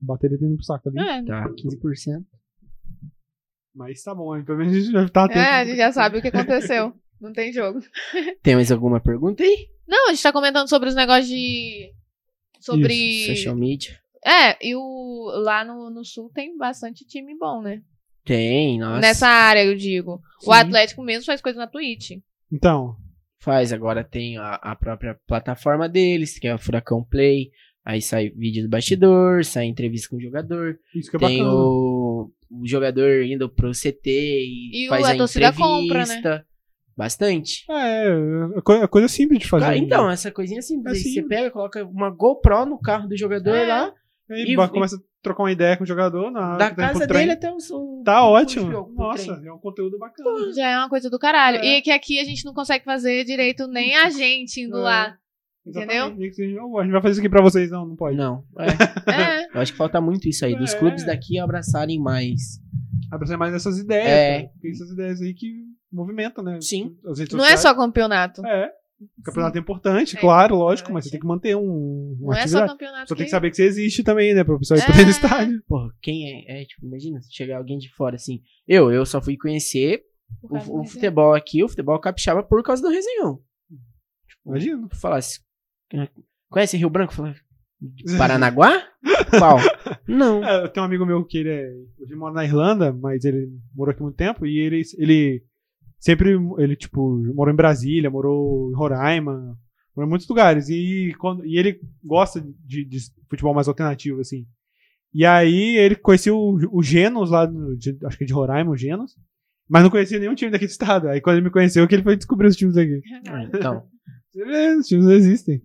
Speaker 3: Bateria tem indo pro saco ali.
Speaker 1: É.
Speaker 2: Tá, 15%.
Speaker 3: Mas tá bom, hein? pelo menos a gente já tá atento.
Speaker 1: É, a gente já sabe o que aconteceu. Não tem jogo.
Speaker 2: Tem mais alguma pergunta aí?
Speaker 1: Não, a gente tá comentando sobre os negócios de. Sobre.
Speaker 2: Isso, social media.
Speaker 1: É, e o. Lá no, no sul tem bastante time bom, né?
Speaker 2: Tem, nossa.
Speaker 1: Nessa área, eu digo. O
Speaker 2: Sim.
Speaker 1: Atlético mesmo faz coisa na Twitch.
Speaker 3: Então,
Speaker 2: Faz, agora tem a, a própria plataforma deles, que é o Furacão Play. Aí sai vídeo do bastidor, sai entrevista com o jogador.
Speaker 3: isso que é
Speaker 2: tem
Speaker 3: bacana.
Speaker 2: o, o jogador indo pro CT e,
Speaker 1: E o-
Speaker 2: faz
Speaker 1: a
Speaker 2: a,
Speaker 1: torcida
Speaker 2: entrevista.
Speaker 1: compra, né?
Speaker 2: Bastante.
Speaker 3: É, é co- é coisa simples de fazer.
Speaker 2: Cara, então,
Speaker 3: né?
Speaker 2: essa coisinha simples.
Speaker 3: É
Speaker 2: aí Você
Speaker 3: simples.
Speaker 2: pega, coloca uma GoPro no carro do jogador
Speaker 1: É.
Speaker 2: lá,
Speaker 3: Aí
Speaker 2: e-
Speaker 3: ba- começa a trocar uma ideia com o jogador na
Speaker 2: da
Speaker 3: que tá indo pro
Speaker 2: casa
Speaker 3: trem.
Speaker 2: dele até o. o
Speaker 3: Tá
Speaker 2: o
Speaker 3: ótimo.
Speaker 2: jogo, pro
Speaker 3: Nossa,
Speaker 2: trem.
Speaker 3: é um conteúdo bacana.
Speaker 1: Já é uma coisa do caralho.
Speaker 3: É.
Speaker 1: E que aqui a gente não consegue fazer direito nem a gente indo
Speaker 3: É.
Speaker 1: lá.
Speaker 3: Exatamente.
Speaker 1: Entendeu?
Speaker 3: Nem que seja, "Oh, A gente vai fazer isso aqui pra vocês, não, não pode.
Speaker 2: Não, é,
Speaker 1: É.
Speaker 2: eu acho que falta muito isso aí, dos
Speaker 3: É.
Speaker 2: clubes daqui abraçarem mais.
Speaker 3: Vai precisar mais dessas ideias.
Speaker 2: É.
Speaker 3: cara. Tem essas ideias aí que movimentam, né?
Speaker 2: Sim.
Speaker 3: As redes
Speaker 1: Não é
Speaker 3: sociais.
Speaker 1: só campeonato.
Speaker 3: É. O campeonato é importante,
Speaker 1: É
Speaker 3: claro, lógico,
Speaker 1: importante.
Speaker 3: mas você tem que manter um,
Speaker 1: Não
Speaker 3: uma
Speaker 1: é só
Speaker 3: atividade.
Speaker 1: campeonato.
Speaker 3: Só tem que
Speaker 1: que-
Speaker 3: saber que você existe também, né? Pra o pessoal ir
Speaker 1: É.
Speaker 3: pra dentro do estádio.
Speaker 2: Porra, quem é, é, tipo, imagina, se chegar alguém de fora assim. Eu, eu só fui conhecer
Speaker 1: por
Speaker 2: o,
Speaker 1: causa
Speaker 2: o
Speaker 1: do
Speaker 2: futebol aqui, o futebol capixaba, por causa do Resenhão.
Speaker 3: Imagina.
Speaker 2: Eu falasse, "Ah, conhece Rio Branco? Eu falava, Paranaguá? Qual? Não.
Speaker 3: É, eu tenho um amigo meu que ele é. Hoje ele mora na Irlanda, mas ele morou aqui muito tempo e ele, ele sempre. Ele, tipo, morou em Brasília, morou em Roraima, morou em muitos lugares. E, quando, e ele gosta de, de futebol mais alternativo, assim. E aí ele conhecia o, o Genos lá, no- de- acho que é de Roraima, o Genos. Mas não conhecia nenhum time daquele estado. Aí quando ele me conheceu, que ele foi descobrir os times aqui.
Speaker 2: Ah,
Speaker 1: Resenha.
Speaker 2: Então,
Speaker 3: Você vê, os times não existem.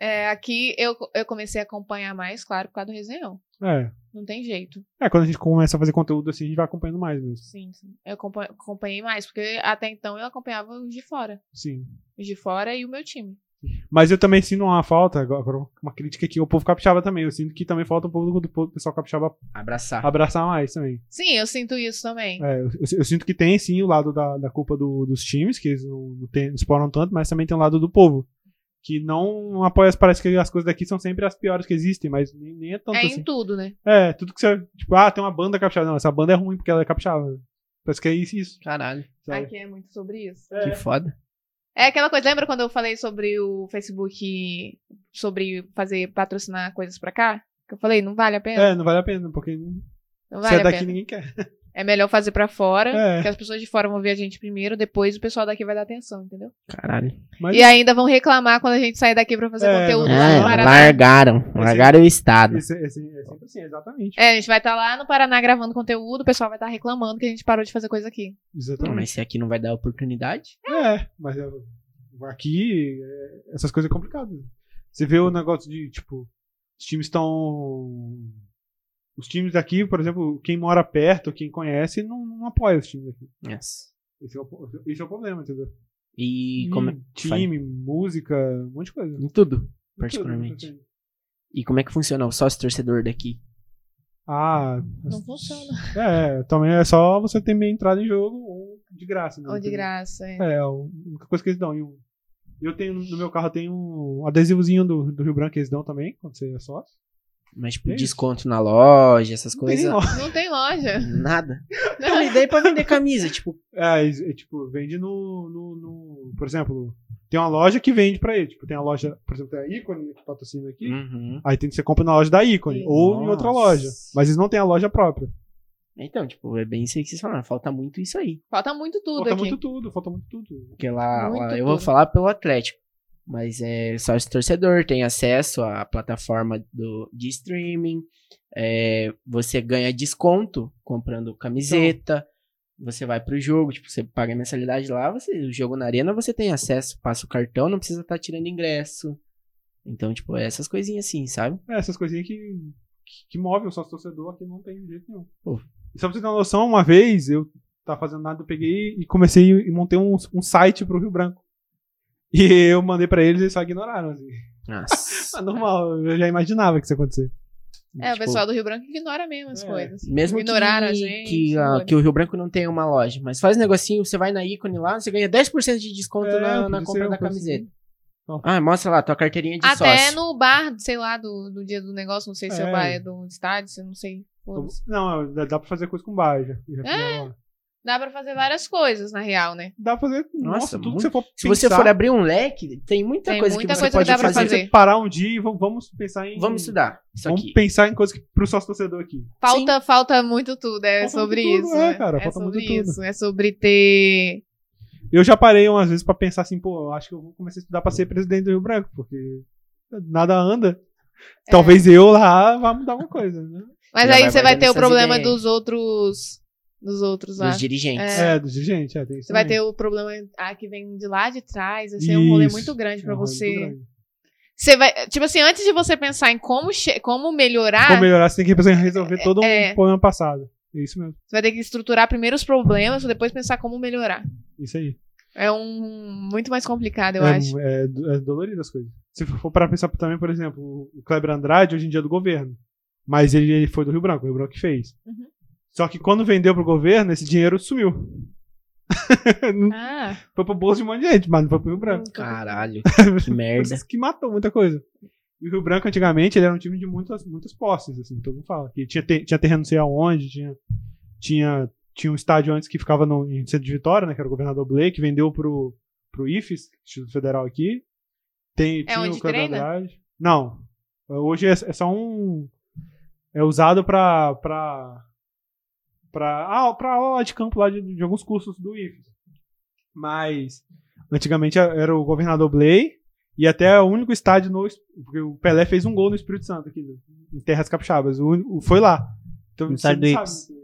Speaker 1: É, aqui eu, eu comecei a acompanhar mais, claro, por causa do resenhão.
Speaker 3: É.
Speaker 1: Não tem jeito.
Speaker 3: É, quando a gente começa a fazer conteúdo assim, a gente vai acompanhando mais mesmo.
Speaker 1: Sim, sim. Eu acompa- acompanhei mais, porque até então eu acompanhava os de fora.
Speaker 3: Sim.
Speaker 1: Os de fora e o meu time.
Speaker 3: Mas eu também sinto uma falta, agora uma crítica aqui, o povo capixaba também. Eu sinto que também falta um pouco do povo- do pessoal capixaba
Speaker 2: abraçar.
Speaker 3: abraçar mais também.
Speaker 1: Sim, eu sinto isso também.
Speaker 3: É, eu, eu sinto que tem sim o lado da, da culpa do- dos times, que eles não, não tem- exploram tanto, mas também tem o lado do povo. Que não apoia, parece que as coisas daqui são sempre as piores que existem, mas nem, nem é tanto
Speaker 1: É, em
Speaker 3: assim.
Speaker 1: tudo, né?
Speaker 3: É, tudo que você. Tipo, ah, tem uma banda capixaba. Não, essa banda é ruim porque ela é capixaba. Parece que é isso. isso
Speaker 2: Caralho,
Speaker 3: sabe?
Speaker 1: Aqui é muito sobre isso.
Speaker 2: que foda.
Speaker 1: É aquela coisa, lembra quando eu falei sobre o Facebook, sobre fazer patrocinar coisas pra cá? Que eu falei, não vale a pena?
Speaker 3: É, não vale a pena, porque
Speaker 1: não
Speaker 3: É, se
Speaker 1: vale
Speaker 3: é
Speaker 1: a
Speaker 3: daqui
Speaker 1: pena.
Speaker 3: ninguém quer.
Speaker 1: É melhor fazer pra fora,
Speaker 3: É.
Speaker 1: porque as pessoas de fora vão ver a gente primeiro, depois o pessoal daqui vai dar atenção, entendeu?
Speaker 2: Caralho.
Speaker 3: Mas
Speaker 1: E ainda vão reclamar quando a gente sair daqui pra fazer
Speaker 3: É,
Speaker 1: conteúdo lá
Speaker 2: É,
Speaker 1: no Paraná.
Speaker 2: largaram. Largaram o Estado.
Speaker 3: esse- esse- é sempre assim, exatamente.
Speaker 1: É, a gente vai estar lá no Paraná gravando conteúdo, o pessoal vai estar reclamando que a gente parou de fazer coisa aqui.
Speaker 2: Não,
Speaker 3: Exatamente.
Speaker 2: mas se aqui não vai dar oportunidade.
Speaker 3: É, mas é- aqui é, essas coisas é complicado. Você vê o negócio de, tipo, os times estão. Os times daqui, por exemplo, quem mora perto, quem conhece, não, não apoia os times aqui.
Speaker 2: Yes.
Speaker 3: Esse é o, po- esse é o problema, entendeu?
Speaker 2: E como é-
Speaker 3: Hum, Time, música, um monte de coisa.
Speaker 2: em tudo, particularmente. E como é que funciona o sócio torcedor daqui?
Speaker 3: Ah,
Speaker 1: Não funciona.
Speaker 3: é, também é só você ter meia entrada em jogo ou de graça. né?
Speaker 1: Ou de
Speaker 3: Entendeu?
Speaker 1: graça, é.
Speaker 3: É, a única coisa que eles dão. E o- Eu tenho, no meu carro, eu tenho um adesivozinho do, do Rio Branco que eles dão também, quando você é sócio.
Speaker 2: Mas, tipo,
Speaker 3: É isso.
Speaker 2: desconto na loja, essas
Speaker 3: Não tem nem
Speaker 2: coisas.
Speaker 3: loja.
Speaker 1: Não tem loja.
Speaker 2: Nada. Não, e daí pra vender camisa, tipo.
Speaker 3: É, eles- é, tipo, vende no, no, no- Por exemplo, tem uma loja que vende pra ele. Tipo, tem a loja, por exemplo, tem a ícone que patrocina aqui.
Speaker 2: Uhum.
Speaker 3: Aí tem que você compra na loja da ícone,
Speaker 1: Isso.
Speaker 3: ou em outra
Speaker 2: Nossa.
Speaker 3: loja. Mas eles não têm a loja própria.
Speaker 2: Então, tipo, é bem isso aí que vocês falaram. Falta muito isso aí.
Speaker 1: Falta muito tudo
Speaker 3: falta
Speaker 1: aqui.
Speaker 3: muito tudo, falta muito tudo.
Speaker 2: Porque lá,
Speaker 1: Muito
Speaker 2: lá eu vou
Speaker 1: tudo.
Speaker 2: falar pelo Atlético. Mas é sócio torcedor, tem acesso à plataforma do, de streaming. é, você ganha desconto comprando camiseta. Você vai pro jogo, tipo, você paga a mensalidade lá, você, o jogo na arena você tem acesso, passa o cartão, não precisa estar tirando ingresso. Então, tipo, é essas coisinhas assim, sabe?
Speaker 3: É, essas coisinhas que, que, que movem o sócio torcedor aqui não tem jeito nenhum.
Speaker 2: Pô.
Speaker 3: E só pra você ter uma noção, uma vez eu tava fazendo nada, eu peguei e comecei e montei um, um site pro Rio Branco. E eu mandei pra eles e eles só ignoraram. Assim.
Speaker 2: Nossa.
Speaker 3: Ah, normal, eu já imaginava que isso ia acontecer.
Speaker 1: É, o
Speaker 2: Tipo,
Speaker 1: pessoal do Rio Branco ignora mesmo as
Speaker 3: É.
Speaker 1: coisas.
Speaker 2: Mesmo
Speaker 1: Ignoraram
Speaker 2: que,
Speaker 1: a gente,
Speaker 2: que, a-
Speaker 1: ignoraram.
Speaker 2: que o Rio Branco não tenha uma loja, mas faz um negocinho, você vai na ícone lá, você ganha 10% de desconto
Speaker 3: É,
Speaker 2: na, na
Speaker 3: podia
Speaker 2: compra
Speaker 3: ser
Speaker 2: da
Speaker 3: uma coisa
Speaker 2: camiseta.
Speaker 3: assim.
Speaker 2: Ah, mostra lá, tua carteirinha de
Speaker 1: Até
Speaker 2: sócio.
Speaker 1: no bar, sei lá, do, do dia do negócio, não sei se é,
Speaker 3: É.
Speaker 1: o bar é do estádio, se não sei. Foda-se. É.
Speaker 3: Não, dá- dá pra fazer coisa com bar. Já, já fizeram lá.
Speaker 1: Dá pra fazer várias coisas, na real, né?
Speaker 3: Dá pra fazer nossa,
Speaker 2: Nossa,
Speaker 3: tudo
Speaker 2: muito-
Speaker 3: que você for
Speaker 2: Se você
Speaker 3: pensar,
Speaker 2: for abrir um leque, tem muita
Speaker 1: Tem
Speaker 2: coisa
Speaker 1: muita
Speaker 2: que você
Speaker 1: coisa que
Speaker 2: pode
Speaker 1: dá pra
Speaker 2: fazer.
Speaker 1: fazer.
Speaker 3: parar um dia e vamos, vamos pensar em.
Speaker 2: Vamos estudar isso
Speaker 3: Vamos
Speaker 2: aqui.
Speaker 3: pensar em coisa que, pro sócio torcedor aqui.
Speaker 1: Falta, falta muito tudo, é
Speaker 3: Falta
Speaker 1: sobre
Speaker 3: muito tudo,
Speaker 1: isso.
Speaker 3: é,
Speaker 1: né?
Speaker 3: cara,
Speaker 1: é
Speaker 3: falta muito
Speaker 1: sobre
Speaker 3: tudo.
Speaker 1: isso. É sobre ter.
Speaker 3: Eu já parei umas vezes pra pensar assim, pô, eu acho que eu vou começar a estudar pra ser presidente do Rio Branco, porque nada anda.
Speaker 1: é.
Speaker 3: Talvez eu lá vá mudar alguma coisa, né?
Speaker 1: Mas
Speaker 2: Já
Speaker 1: aí
Speaker 2: vai
Speaker 1: você vai
Speaker 2: guardando
Speaker 1: ter o
Speaker 2: essas
Speaker 1: problema
Speaker 2: ideias.
Speaker 1: dos outros. Dos outros lá.
Speaker 2: Dos dirigentes.
Speaker 1: É.
Speaker 3: É, do- gente, é, tem isso.
Speaker 1: Você vai
Speaker 3: também.
Speaker 1: ter o problema ah, que vem de lá de trás. Vai ser um rolê
Speaker 3: Isso,
Speaker 1: muito grande
Speaker 3: É
Speaker 1: pra
Speaker 3: um rolê muito
Speaker 1: você.
Speaker 3: grande.
Speaker 1: Você vai. Tipo assim, antes de você pensar em como, che- como melhorar,
Speaker 3: Como melhorar, você tem que pensar em resolver todo
Speaker 1: Ah! é.
Speaker 3: um problema passado. É isso mesmo.
Speaker 1: você vai ter que estruturar primeiro os problemas, pra depois pensar como melhorar.
Speaker 3: Isso aí.
Speaker 1: É um muito mais complicado, eu
Speaker 3: é,
Speaker 1: acho.
Speaker 3: é do- é dolorido as coisas. Se for para pensar também, por exemplo, o Kleber Andrade hoje em dia é do governo. Mas ele, ele foi do Rio Branco, o Rio Branco que fez.
Speaker 1: Uhum.
Speaker 3: Só que quando vendeu pro governo, esse dinheiro sumiu. Não
Speaker 1: Ah,
Speaker 3: foi pro bolso de um monte de gente, mas não foi pro Rio Branco.
Speaker 2: Caralho, que
Speaker 3: Por
Speaker 2: merda.
Speaker 3: isso que matou muita coisa. E o Rio Branco, antigamente, ele era um time de muitas, muitas posses, assim, todo mundo fala. Que tinha, te- tinha terreno não sei aonde, tinha, tinha, tinha um estádio antes que ficava no, em centro de Vitória, né? Que era o governador Blake, vendeu pro, pro IFES, Instituto Federal aqui. Tem, tinha
Speaker 1: É onde
Speaker 3: o Cleber
Speaker 1: treina?
Speaker 3: Andrade. Não. Hoje é, é só um. É usado pra. pra pra, ah, pra aula lá de campo lá de, de alguns cursos do IFES. Mas antigamente era o governador Blay e até o único estádio no. Porque o Pelé fez um gol no Espírito Santo aqui, em Terras Capixabas. O, único- foi lá. Então, você
Speaker 4: No estádio
Speaker 3: não
Speaker 4: do
Speaker 3: sabe.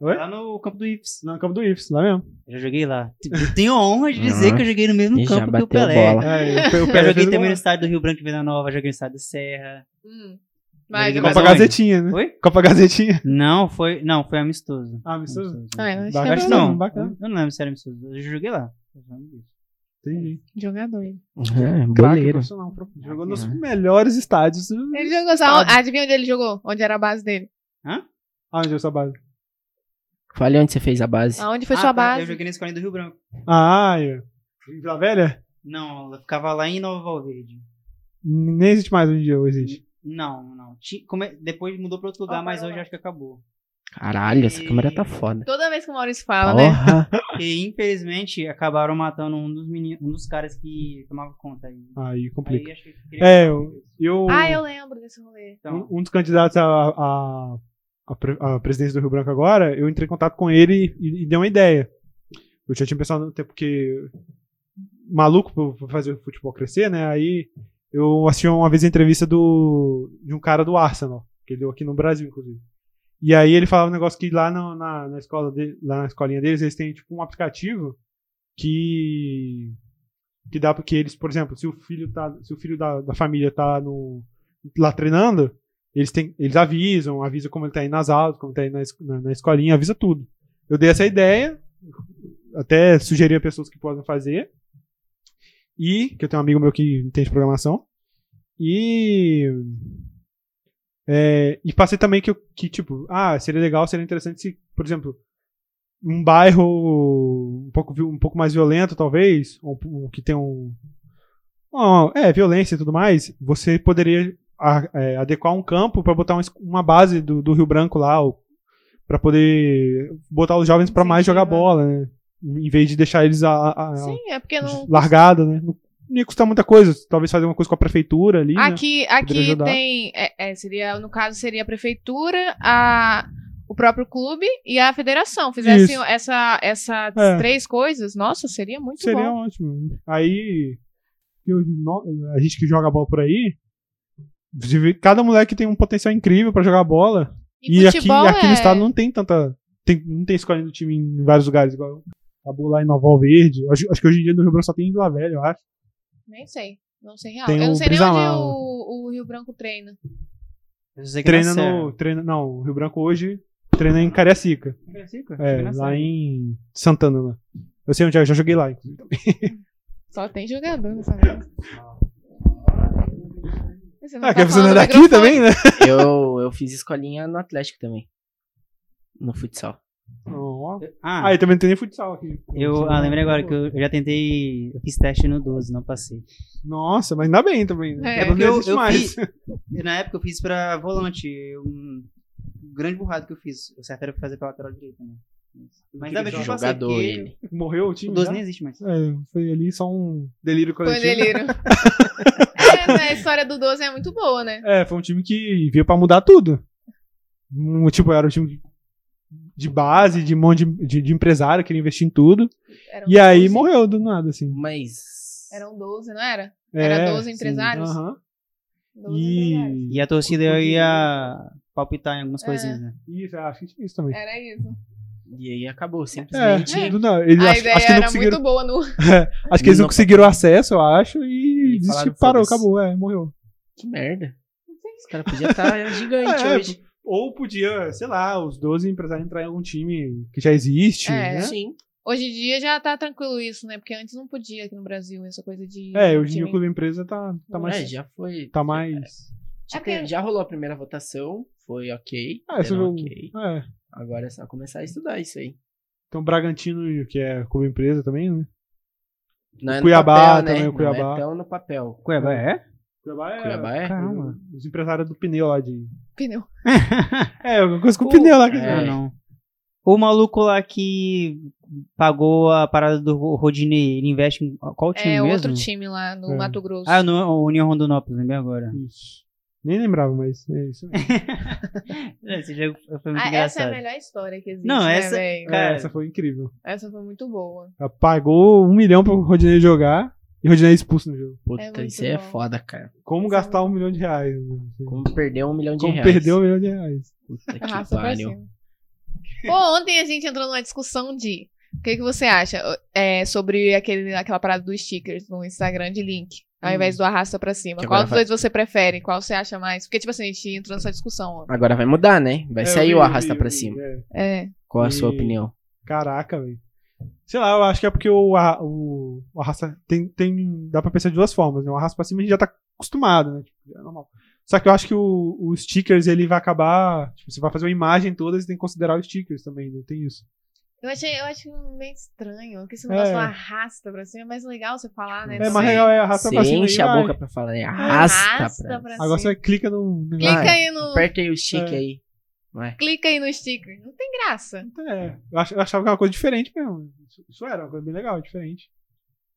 Speaker 4: Lá no campo do Ips.
Speaker 3: Lá no campo do IFES, lá mesmo.
Speaker 4: Eu joguei lá. Eu tenho a honra de dizer
Speaker 2: Uhum.
Speaker 4: que eu joguei no
Speaker 2: E
Speaker 4: mesmo
Speaker 2: já
Speaker 4: campo que o
Speaker 2: bateu
Speaker 4: Pelé.
Speaker 2: bola.
Speaker 3: É, o Pe- o
Speaker 4: Eu
Speaker 3: Pelé fez
Speaker 4: joguei
Speaker 3: o
Speaker 4: também no
Speaker 3: gol.
Speaker 4: estádio do Rio Branco de Venda Nova, joguei no estádio da Serra.
Speaker 1: hum. Mas,
Speaker 4: Liga
Speaker 1: mas-
Speaker 3: Copa
Speaker 4: Mas onde?
Speaker 3: Gazetinha, né?
Speaker 4: Oi?
Speaker 3: Copa Gazetinha.
Speaker 4: Não, foi. Não, foi amistoso.
Speaker 3: Ah, amistoso?
Speaker 1: Ah, eu acho
Speaker 3: Bacana.
Speaker 1: que
Speaker 4: Acho
Speaker 1: é
Speaker 4: que não.
Speaker 3: Bacana.
Speaker 4: Eu não lembro se era amistoso. Eu joguei lá.
Speaker 3: Entendi.
Speaker 1: jogador. ele.
Speaker 2: É,
Speaker 3: Craque
Speaker 2: boleiro.
Speaker 3: profissional. um Jogou nos
Speaker 2: É.
Speaker 3: melhores estádios.
Speaker 1: Ele jogou, só, adivinha onde ele jogou? Onde era a base dele?
Speaker 3: Ah, onde é essa base?
Speaker 2: Fale onde você fez a base.
Speaker 1: Aonde foi
Speaker 4: Ah,
Speaker 1: sua
Speaker 4: tá,
Speaker 1: base?
Speaker 4: Eu joguei na escolinha do Rio Branco.
Speaker 3: Ah, é. Em Vila Velha?
Speaker 4: Não, ela ficava lá em Nova Valverde.
Speaker 3: Nem existe mais hoje em dia, ou existe.
Speaker 4: Não, não. Ti- come- Depois mudou pra outro lugar,
Speaker 1: Ah,
Speaker 4: mas
Speaker 1: vai
Speaker 4: hoje
Speaker 1: lá.
Speaker 4: acho que acabou.
Speaker 2: Caralho, essa câmera tá foda.
Speaker 1: Toda vez que o Maurício fala, né?
Speaker 2: Porra.
Speaker 4: E infelizmente acabaram matando um dos meninos, um dos caras que tomava conta aí.
Speaker 3: Aí complica.
Speaker 4: Aí acho que queria
Speaker 3: É,
Speaker 4: falar sobre isso.
Speaker 3: E o-
Speaker 1: Ah, eu lembro desse rolê.
Speaker 4: Então,
Speaker 3: um, um dos candidatos a, a, a, pre- a presidência do Rio Branco agora, eu entrei em contato com ele e, e dei uma ideia. Eu já tinha pensado no tempo que maluco pra- pra fazer o futebol crescer, né? Aí eu assisti uma vez a entrevista do de um cara do Arsenal, que ele deu aqui no Brasil, inclusive. E aí ele falava um negócio que lá na, na, na escola dele, lá na escolinha deles, eles têm tipo um aplicativo que que dá porque eles, por exemplo, se o filho tá, se o filho da, da família tá no lá treinando, eles têm, eles avisam, avisa como ele tá indo nas aulas, como ele tá indo na, es- na, na escolinha, avisa tudo. Eu dei essa ideia, até sugeri a pessoas que podem fazer. E que eu tenho um amigo meu que entende programação. E é, e passei também que, eu- que, tipo, ah, seria legal, seria interessante se, por exemplo, um bairro um pouco, vi- um pouco mais violento, talvez, ou um- que tem um. uma- é, violência e tudo mais, você poderia a- é, adequar um campo para botar uma, es- uma base do, do Rio Branco lá, ou- pra poder botar os jovens pra mais jogar
Speaker 1: Incentivar.
Speaker 3: bola, né? Em vez de deixar eles a, a- a-
Speaker 1: Sim, é porque não.
Speaker 3: largada, né? Não não ia custar muita coisa. Talvez fazer uma coisa com a prefeitura ali, né?
Speaker 1: Aqui, aqui
Speaker 3: ajudar.
Speaker 1: tem. é, é, seria, no caso, seria a prefeitura, a, o próprio clube e a federação. Fizessem
Speaker 3: Isso.
Speaker 1: essa, essas
Speaker 3: É.
Speaker 1: três coisas, nossa, seria muito
Speaker 3: Seria um-
Speaker 1: bom.
Speaker 3: ótimo. Aí, eu- no- a gente que joga bola por aí, você vê- cada moleque tem um potencial incrível pra jogar bola. E, aqui, aqui
Speaker 1: é
Speaker 3: no estado não tem tanta. tem- não tem escolinha do time em vários lugares, igual acabou lá em Noval Verde. Acho, acho que hoje em dia no Rio Branco só tem em Vila Velha, eu acho.
Speaker 1: Nem sei. Não sei real.
Speaker 3: Tem
Speaker 1: Eu
Speaker 3: o
Speaker 1: não sei nem onde
Speaker 3: Brisamal.
Speaker 1: o, o Rio Branco treina.
Speaker 4: Eu sei que tá
Speaker 3: Treina
Speaker 4: na
Speaker 3: no. Treina, não, o Rio Branco hoje treina em Cariacica.
Speaker 4: Serra.
Speaker 3: É, lá em Santana. Lá. Eu sei onde é, eu já joguei lá. inclusive.
Speaker 1: Só tem jogador nessa mesa. Você não
Speaker 3: Ah,
Speaker 1: tá
Speaker 3: que a pessoa não
Speaker 1: falando no
Speaker 3: é daqui
Speaker 1: microfone.
Speaker 3: também, né?
Speaker 2: Eu, eu fiz escolinha no Atlético também. No futsal.
Speaker 3: Ó.
Speaker 4: Ah,
Speaker 3: Ah, e também não tem nem futsal aqui.
Speaker 4: eu ah, lembrei agora que eu, eu já tentei. Eu fiz teste no 12, não passei.
Speaker 3: Nossa, mas ainda bem também. né?
Speaker 1: É,
Speaker 3: Cada um
Speaker 4: porque eu-
Speaker 3: existe
Speaker 4: eu
Speaker 3: mais.
Speaker 4: Na época eu fiz pra volante. Um grande burrado que eu fiz. O certo era fazer pra lateral direita, né? Mas ainda bem que eu passei.
Speaker 2: Jogador
Speaker 4: Porque
Speaker 2: ele.
Speaker 3: Morreu o
Speaker 4: o
Speaker 3: time.
Speaker 4: 12
Speaker 3: já?
Speaker 4: nem existe mais.
Speaker 3: É, foi ali só um delírio
Speaker 1: Foi um
Speaker 3: coletivo.
Speaker 1: delírio. É, Mas a história do 12 é muito boa, né?
Speaker 3: É, foi um time que veio pra mudar tudo. Um, tipo, era um time de base, de mão de, de, de empresário, queria investir em tudo.
Speaker 1: Eram
Speaker 3: E aí
Speaker 1: 12.
Speaker 3: morreu do nada, assim.
Speaker 2: Mas.
Speaker 1: Eram 12, não era?
Speaker 3: É,
Speaker 1: Era 12
Speaker 3: sim,
Speaker 1: empresários?
Speaker 3: aham.
Speaker 1: 12 empresários.
Speaker 3: E...
Speaker 4: E a torcida eu ia palpitar em algumas
Speaker 1: É.
Speaker 4: coisinhas, né?
Speaker 3: Isso, acho que tinha isso também.
Speaker 1: Era isso.
Speaker 2: E aí acabou, simplesmente.
Speaker 3: É, do nada. Eles
Speaker 1: a
Speaker 3: acho,
Speaker 1: ideia
Speaker 3: acho que não
Speaker 1: era
Speaker 3: conseguiram.
Speaker 1: muito boa no.
Speaker 3: Acho que eles não
Speaker 2: Não-
Speaker 3: conseguiram acesso, eu acho, e,
Speaker 2: E
Speaker 3: desisti-
Speaker 2: falaram,
Speaker 3: parou,
Speaker 2: "Foda-se."
Speaker 3: acabou, é, morreu.
Speaker 2: Que merda. Os caras podiam estar tá gigante
Speaker 3: É,
Speaker 2: hoje.
Speaker 3: Ou podia, sei lá, os 12 empresários entrar em algum time que já existe.
Speaker 1: É.
Speaker 3: né?
Speaker 2: Sim.
Speaker 1: Hoje em dia já tá tranquilo isso, né? Porque antes não podia aqui no Brasil, essa coisa de.
Speaker 3: É, hoje em dia
Speaker 1: time.
Speaker 3: o clube empresa tá, tá mais.
Speaker 2: É, já foi.
Speaker 3: Tá mais.
Speaker 1: É
Speaker 2: Já,
Speaker 1: porque-
Speaker 2: já rolou a primeira votação. Foi ok.
Speaker 3: Ah, isso
Speaker 2: deram
Speaker 3: eu-
Speaker 2: é, ok.
Speaker 3: É.
Speaker 2: Agora é só começar a estudar isso aí.
Speaker 3: Tem o Bragantino, que é clube empresa também, né?
Speaker 2: Não é no
Speaker 3: Cuiabá
Speaker 2: papel, né?
Speaker 3: também, o
Speaker 2: Não
Speaker 3: Cuiabá.
Speaker 2: é tão no papel.
Speaker 4: Cuiabá é?
Speaker 3: Cuiabá é.
Speaker 2: Cuiabá é?
Speaker 4: Caramba.
Speaker 3: Os empresários do pneu lá de.
Speaker 1: Pneu.
Speaker 3: É, alguma coisa com
Speaker 2: O-
Speaker 3: pneu lá que.
Speaker 2: É.
Speaker 4: Ah, não. O maluco lá que pagou a parada do Ro- Rodinei, ele investe em qual time
Speaker 1: É
Speaker 4: mesmo?
Speaker 1: outro time lá no
Speaker 3: É.
Speaker 1: Mato Grosso.
Speaker 4: Ah, no o União Rondonópolis, lembrei agora.
Speaker 3: Isso. Nem lembrava, mas é isso mesmo.
Speaker 4: É, Esse jogo foi muito
Speaker 1: Ah, essa é a
Speaker 4: engraçado.
Speaker 1: melhor história que existe.
Speaker 4: Não,
Speaker 1: né,
Speaker 4: essa-
Speaker 1: véi?
Speaker 4: Cara.
Speaker 3: É, essa foi incrível.
Speaker 1: Essa foi muito boa.
Speaker 3: Ela pagou um milhão pro Rodinei jogar e o Rodinei é expulso no jogo.
Speaker 2: Puta,
Speaker 1: muito
Speaker 2: isso aí é
Speaker 1: bom.
Speaker 2: foda, cara.
Speaker 3: Como
Speaker 1: Sim.
Speaker 3: gastar um milhão de reais? né?
Speaker 2: Como perder um milhão de
Speaker 3: Como
Speaker 2: reais.
Speaker 3: perder um milhão de reais?
Speaker 2: Puta que
Speaker 1: Arrasta pra
Speaker 2: pariu.
Speaker 1: cima. assim. Pô, ontem a gente entrou numa discussão de. O que, que você acha é, sobre aquele, aquela parada dos stickers no Instagram de link, ao
Speaker 2: Hum.
Speaker 1: invés do arrasta pra cima?
Speaker 2: Que
Speaker 1: Qual
Speaker 2: agora
Speaker 1: dos dois você prefere? Qual você acha mais? Porque, tipo assim, a gente entrou nessa discussão. ó.
Speaker 2: Agora vai mudar, né? Vai
Speaker 3: É, eu
Speaker 2: sair
Speaker 3: vi,
Speaker 2: o
Speaker 3: eu vi,
Speaker 2: arrasta
Speaker 3: eu
Speaker 2: pra
Speaker 3: vi,
Speaker 2: cima.
Speaker 3: é.
Speaker 1: É.
Speaker 2: Qual a sua
Speaker 3: E-
Speaker 2: opinião?
Speaker 3: Caraca, velho. Sei lá, eu acho que é porque o, a, o, o arrasta. Tem, tem, dá pra pensar de duas formas, né? O arrasta pra cima a gente já tá acostumado, né? Tipo, é normal. Só que eu acho que o, o stickers ele vai acabar. Tipo, você vai fazer uma imagem toda e você tem que considerar os stickers também, né? Tem isso.
Speaker 1: Eu achei, eu acho meio estranho, que esse negócio
Speaker 3: É.
Speaker 1: do arrasta pra cima é mais legal você falar, né?
Speaker 2: É
Speaker 3: É,
Speaker 1: Não
Speaker 3: mais
Speaker 1: sei.
Speaker 3: legal é arrasta
Speaker 2: Você
Speaker 3: pra cima.
Speaker 2: enche
Speaker 3: e
Speaker 2: a
Speaker 3: vai.
Speaker 2: boca pra falar, né? Arrasta,
Speaker 1: Arrasta
Speaker 2: pra...
Speaker 1: pra cima.
Speaker 3: Agora você clica no negócio.
Speaker 1: Clica
Speaker 2: Vai.
Speaker 1: aí no.
Speaker 2: Aperta aí o chique
Speaker 3: É.
Speaker 2: aí. Vai.
Speaker 1: Clica aí no sticker. Não tem graça.
Speaker 3: É, eu, ach- eu achava que era uma coisa diferente mesmo. Isso, isso era uma coisa bem legal, diferente.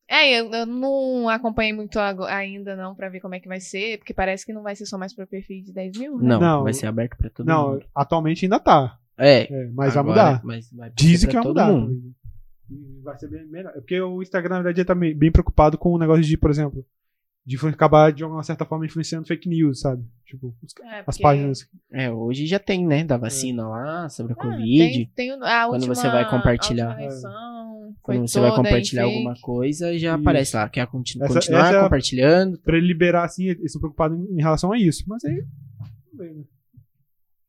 Speaker 1: É, eu, eu não acompanhei muito ago- ainda, não, pra ver como é que vai ser, porque parece que não vai ser só mais pra perfil de 10 mil, né?
Speaker 2: Não,
Speaker 3: Não.
Speaker 2: vai ser aberto pra todo
Speaker 3: Não,
Speaker 2: mundo.
Speaker 3: atualmente ainda tá.
Speaker 2: É.
Speaker 3: é, mas
Speaker 2: agora-
Speaker 3: vai mudar.
Speaker 2: Mas vai ser pra
Speaker 3: Dizem que vai
Speaker 2: todo
Speaker 3: mudar.
Speaker 2: mundo.
Speaker 3: talvez. E Vai ser bem melhor. É Porque o Instagram, na verdade, ele tá me- bem preocupado com o negócio de, por exemplo, de influ- acabar de alguma certa forma influenciando fake news, sabe? Tipo, os-
Speaker 1: É,
Speaker 3: as
Speaker 1: porque-
Speaker 3: páginas.
Speaker 2: É, hoje já tem, né? Da vacina lá, sobre a
Speaker 1: Ah,
Speaker 2: Covid.
Speaker 1: tem- tem a
Speaker 2: quando
Speaker 1: última-
Speaker 2: você vai compartilhar. é.
Speaker 1: a última eleição, foi
Speaker 2: Quando você vai
Speaker 1: toda em
Speaker 2: compartilhar
Speaker 1: fake.
Speaker 2: alguma coisa, já
Speaker 3: Isso.
Speaker 2: aparece lá. Quer continu-
Speaker 3: Essa-
Speaker 2: continuar
Speaker 3: essa- é
Speaker 2: compartilhando?
Speaker 3: Pra ele liberar, assim, eles estão preocupados em em relação a isso. Mas aí. tudo bem, né?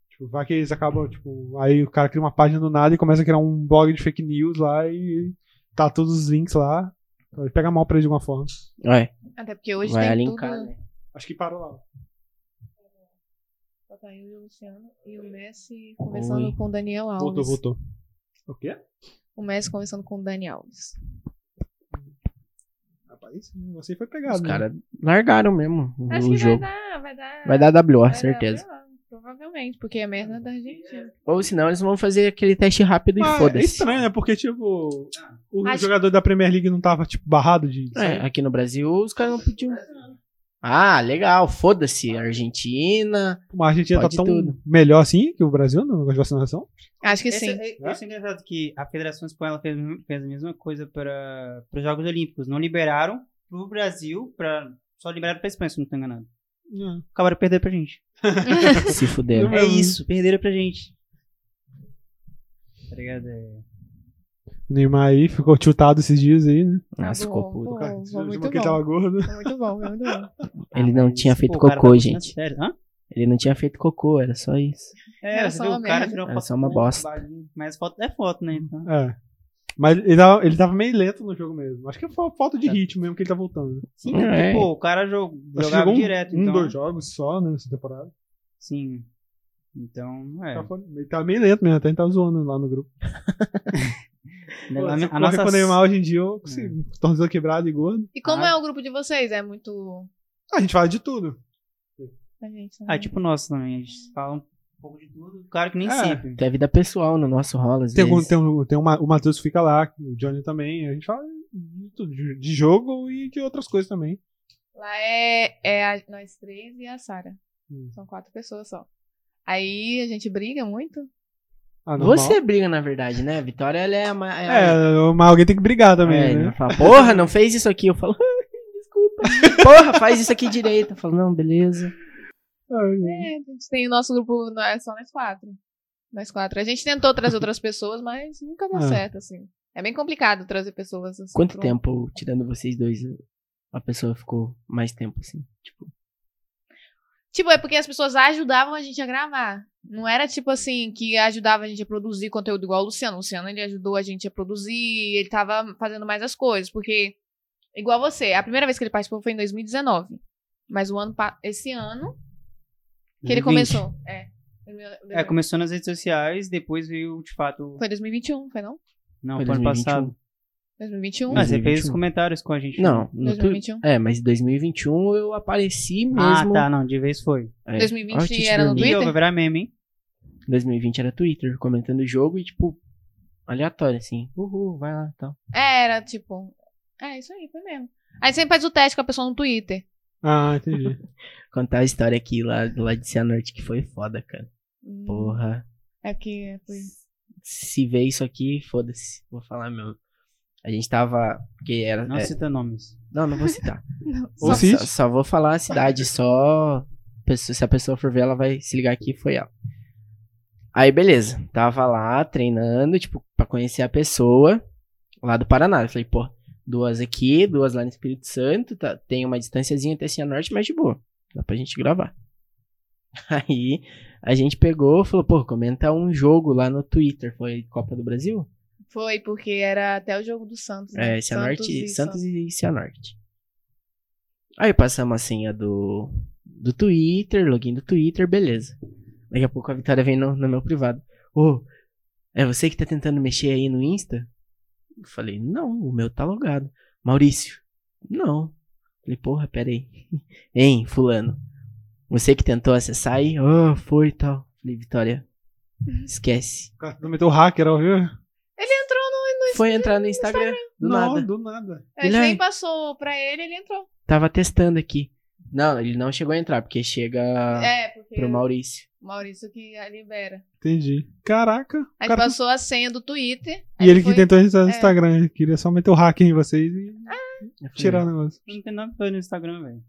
Speaker 3: Tipo, vai que eles acabam, tipo. Aí o cara cria uma página do nada e começa a criar um blog de fake news lá e tá todos os links lá. Vai pegar mal pra ele de alguma forma.
Speaker 2: É,
Speaker 1: Até porque hoje
Speaker 2: vai
Speaker 1: tem
Speaker 2: linkar,
Speaker 1: tudo...
Speaker 2: né?
Speaker 3: Acho que parou lá.
Speaker 1: Só tá eu e o Luciano e o Messi conversando
Speaker 2: Oi.
Speaker 1: com o Daniel Alves.
Speaker 3: Voltou, voltou. O quê?
Speaker 1: O Messi conversando com o Dani Alves.
Speaker 3: Rapaz, você foi pegado.
Speaker 2: Os
Speaker 3: né?
Speaker 2: caras largaram mesmo
Speaker 1: Acho
Speaker 2: o
Speaker 1: que
Speaker 2: jogo.
Speaker 1: vai dar, vai dar.
Speaker 2: Vai dar, WO,
Speaker 1: vai dar, né?
Speaker 2: certeza.
Speaker 1: vai dar, Provavelmente, porque a merda é da Argentina.
Speaker 2: Ou senão eles vão fazer aquele teste rápido
Speaker 3: Mas
Speaker 2: e
Speaker 3: é
Speaker 2: foda-se.
Speaker 3: estranho, né? Porque, tipo, o
Speaker 1: Acho-
Speaker 3: jogador da Premier League não tava, tipo, barrado de.
Speaker 2: É, aqui no Brasil os caras não podiam. Ah, legal, foda-se. Argentina.
Speaker 3: Mas a Argentina
Speaker 2: Pode
Speaker 3: tá tão
Speaker 2: tudo.
Speaker 3: melhor assim que o Brasil no negócio de vacinação.
Speaker 1: Acho que
Speaker 4: Esse,
Speaker 1: sim.
Speaker 2: Né?
Speaker 4: é, esse é engraçado que a Federação Espanhola fez, fez a mesma coisa para, para os Jogos Olímpicos. Não liberaram pro Brasil, pra, só liberaram pra Espanha, se eu não tô enganado. Acabaram perdendo pra gente.
Speaker 2: Se fuderam.
Speaker 4: É isso, perderam pra gente. Tá ligado? É.
Speaker 3: O Neymar aí ficou chutado esses dias aí, né?
Speaker 2: é Nossa,
Speaker 1: Tá
Speaker 2: ficou puto.
Speaker 1: Pô, pô,
Speaker 3: Você
Speaker 1: muito
Speaker 3: viu que ele
Speaker 1: bom.
Speaker 3: tava gordo.
Speaker 1: Foi muito bom, foi muito bom.
Speaker 2: Ele não
Speaker 4: mas,
Speaker 2: tinha feito
Speaker 4: pô, o cara
Speaker 2: cocô,
Speaker 4: tá
Speaker 2: gente.
Speaker 4: sério. Hã?
Speaker 2: Ele não tinha feito cocô, era só isso.
Speaker 4: É,
Speaker 1: Era
Speaker 4: você
Speaker 1: só
Speaker 4: viu,
Speaker 1: uma
Speaker 4: o cara
Speaker 1: merda.
Speaker 4: tirou
Speaker 2: Era
Speaker 4: foto
Speaker 2: só uma
Speaker 4: com
Speaker 2: bosta.
Speaker 4: balinha. Mas foto é foto, né? Então.
Speaker 3: É. Mas ele tava, ele tava meio lento no jogo mesmo. Acho que foi falta
Speaker 4: É.
Speaker 3: de ritmo mesmo que ele tá voltando.
Speaker 4: Sim,
Speaker 2: Não,
Speaker 4: porque,
Speaker 2: é.
Speaker 4: pô, o cara jogou,
Speaker 3: Acho que
Speaker 4: jogava
Speaker 3: jogou um,
Speaker 4: direto.
Speaker 3: um,
Speaker 4: então,
Speaker 3: dois jogos só, né, nessa temporada.
Speaker 4: Sim. Então, é.
Speaker 3: Tava- Ele tava meio lento mesmo, até ele tava zoando lá no grupo. Pô,
Speaker 4: a,
Speaker 3: se
Speaker 4: a
Speaker 3: eu correr
Speaker 4: nossa... É.
Speaker 3: com o Neymar hoje em dia, eu consigo. Tornozelo quebrado e gordo.
Speaker 1: E como
Speaker 4: Ah.
Speaker 1: é o grupo de vocês? É muito.
Speaker 3: A gente fala de tudo.
Speaker 1: A gente. né?
Speaker 4: Ah, tipo o nosso também. A gente fala um pouco de tudo. Claro que nem
Speaker 3: É.
Speaker 4: sempre.
Speaker 2: Tem a vida pessoal no nosso rola, às
Speaker 3: Tem, algum,
Speaker 2: vezes.
Speaker 3: tem, um- tem uma- o Matheus que fica lá, o Johnny também. A gente fala de, tudo, de- de jogo e de outras coisas também.
Speaker 1: Lá é, é a- nós três e a Sara.
Speaker 3: Hum.
Speaker 1: São quatro pessoas só. Aí a gente briga muito.
Speaker 3: Ah, normal.
Speaker 2: Você briga, na verdade, né? Vitória, ela é a. ma- é a-
Speaker 3: É, mas alguém tem que brigar também,
Speaker 2: É,
Speaker 3: né?
Speaker 2: ela fala, porra, não fez isso aqui. Eu falo, desculpa. Porra, faz isso aqui direito. Eu falo, não, beleza.
Speaker 3: Ah, Hum.
Speaker 1: É, a gente tem o nosso grupo, não é só nós quatro. Nós quatro. A gente tentou trazer outras pessoas, mas nunca dá
Speaker 3: Ah.
Speaker 1: certo, assim. É bem complicado trazer pessoas assim.
Speaker 2: Quanto
Speaker 1: pra um-
Speaker 2: tempo, tirando vocês dois, a pessoa ficou mais tempo assim? Tipo,
Speaker 1: Tipo, é porque as pessoas ajudavam a gente a gravar. Não era tipo assim, que ajudava a gente a produzir conteúdo igual o Luciano. O Luciano, ele ajudou a gente a produzir, ele tava fazendo mais as coisas, porque, igual você, a primeira vez que ele participou foi em 2019. Mas o ano, pa- esse ano, que ele
Speaker 4: 2020.
Speaker 1: começou. É.
Speaker 4: É, começou nas redes sociais, depois veio, de fato.
Speaker 1: Foi 2021, foi não?
Speaker 4: Não,
Speaker 2: Foi
Speaker 4: foi ano
Speaker 2: 2021.
Speaker 4: passado.
Speaker 1: 2021?
Speaker 4: Ah, você
Speaker 2: 2021.
Speaker 4: fez os comentários com a gente. né?
Speaker 2: não, no tu-
Speaker 1: 2021.
Speaker 2: É, mas em 2021 eu apareci mesmo.
Speaker 4: um. Ah, tá, não, de vez foi.
Speaker 2: É,
Speaker 1: 2020
Speaker 2: Ortiz
Speaker 1: era no
Speaker 2: dormiu.
Speaker 4: E eu
Speaker 1: Twitter?
Speaker 4: vou virar meme, hein?
Speaker 2: 2020 era Twitter, comentando o jogo e, tipo, aleatório, assim. Uhul, vai lá e tal.
Speaker 1: É, era tipo. É, isso aí, foi mesmo. Aí você faz o teste com a pessoa no Twitter.
Speaker 3: Ah, entendi.
Speaker 2: Contar a história aqui lá, lá de Cianorte, que foi foda, cara.
Speaker 1: Hum,
Speaker 2: Porra.
Speaker 1: É que foi.
Speaker 2: Se vê isso aqui, foda-se. Vou falar mesmo. A gente tava. Porque era.
Speaker 4: Não
Speaker 2: é-
Speaker 4: cita nomes.
Speaker 2: não, não vou citar.
Speaker 1: Não,
Speaker 3: Ou
Speaker 1: só-
Speaker 2: Só,
Speaker 3: cite.
Speaker 2: só- só vou falar a cidade, só. pessoa- Se a pessoa for ver, ela vai se ligar aqui, foi ela. Aí, beleza. Tava lá treinando, tipo, pra conhecer a pessoa lá do Paraná. Eu falei, pô, duas aqui, duas lá no Espírito Santo, tá- tem uma distanciazinha até Cianorte, mas de boa. Dá pra gente gravar. Aí a gente pegou falou, pô, comenta um jogo lá no Twitter. Foi Copa do Brasil?
Speaker 1: Foi, porque era até o jogo do Santos. né?
Speaker 2: É, Cianorte, Santos e,
Speaker 1: Santos.
Speaker 2: Cianorte. Aí passamos a senha do, do Twitter, login do Twitter, beleza. Daqui a pouco a Vitória vem no, no meu privado. Ô, é você que tá tentando mexer aí no Insta? Eu falei, não, o meu tá logado. Maurício, não. Falei, porra, peraí. hein, fulano. Você que tentou acessar aí? Ah, foi e tal. Falei, Vitória, esquece.
Speaker 3: O cara meteu o hacker, ó, viu?
Speaker 1: Ele entrou no, no
Speaker 2: foi entrar no Instagram, do
Speaker 3: não,
Speaker 2: nada.
Speaker 3: do nada.
Speaker 1: Ele
Speaker 2: Ele é-
Speaker 1: nem passou pra ele, ele entrou.
Speaker 2: Tava testando aqui. Não, ele não chegou a entrar, porque
Speaker 3: Ah,
Speaker 2: chega
Speaker 1: é, porque
Speaker 2: pro Maurício.
Speaker 1: o Maurício que a libera.
Speaker 3: Entendi. Caraca. o
Speaker 1: Aí
Speaker 3: cara-
Speaker 1: passou a senha do Twitter.
Speaker 3: E
Speaker 1: aí
Speaker 3: ele
Speaker 1: foi-
Speaker 3: que tentou registrar no
Speaker 1: é.
Speaker 3: Instagram. ele Queria só meter o hack em vocês e
Speaker 2: Eu falei,
Speaker 3: tirar o negócio.
Speaker 4: Não tem nada pra fazer no Instagram, velho.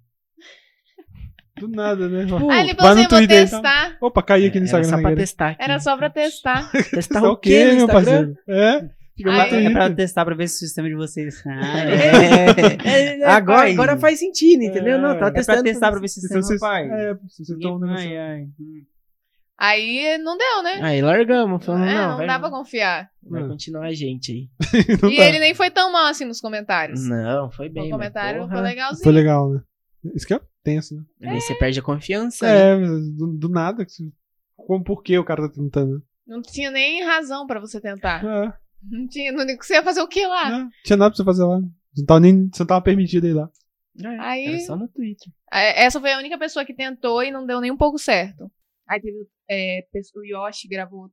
Speaker 3: Do nada, né?
Speaker 1: Ah, ele
Speaker 3: Vai
Speaker 1: falou
Speaker 3: no
Speaker 1: assim, eu vou
Speaker 3: Twitter, então.
Speaker 1: testar.
Speaker 3: Opa, caí aqui no
Speaker 2: é, Era
Speaker 3: Instagram.
Speaker 2: só
Speaker 3: né,
Speaker 2: pra
Speaker 3: galera?
Speaker 2: testar aqui.
Speaker 1: Era só pra testar.
Speaker 2: testar
Speaker 3: Tá
Speaker 2: o quê no
Speaker 3: meu
Speaker 2: Instagram?
Speaker 3: parceiro? É? Fica
Speaker 1: Aí-
Speaker 3: lá no
Speaker 1: É
Speaker 4: É pra
Speaker 3: Twitter.
Speaker 4: testar pra ver se o sistema de vocês. Ah,
Speaker 2: É. Agora, agora faz sentido, entendeu? Não,
Speaker 3: É
Speaker 2: tá
Speaker 4: É
Speaker 2: testando.
Speaker 4: pra testar pra ver se
Speaker 3: Se
Speaker 4: o sistema
Speaker 3: vocês-
Speaker 4: vai.
Speaker 3: É, se vocês estão negociando.
Speaker 4: Ai, ai. Hum.
Speaker 1: Aí não deu, né?
Speaker 2: Aí largamos, falando,
Speaker 1: é,
Speaker 2: não,
Speaker 1: não,
Speaker 2: vai,
Speaker 1: dá pra confiar.
Speaker 2: vai continuar a gente aí.
Speaker 3: Não
Speaker 1: e
Speaker 3: tá.
Speaker 1: ele nem foi tão mal assim nos comentários.
Speaker 2: Não, foi bem.
Speaker 1: o
Speaker 2: mas
Speaker 1: comentário
Speaker 2: porra.
Speaker 1: foi legalzinho.
Speaker 3: Foi legal, né? Isso que é tenso, né?
Speaker 2: Aí você perde a confiança. né?
Speaker 3: É, mas do, do nada. que se- Como por que o cara tá tentando?
Speaker 1: Não tinha nem razão pra você tentar.
Speaker 3: É,
Speaker 1: Não tinha, não, você ia fazer o que lá?
Speaker 3: né? Tinha nada pra você fazer lá. Você não tava, nem, você não tava permitido ir lá.
Speaker 2: né? É, Era
Speaker 1: Aí,
Speaker 2: só no Twitter.
Speaker 1: é, essa foi a única pessoa que tentou e não deu nem um pouco certo. Aí teve é, pe- o Yoshi gravou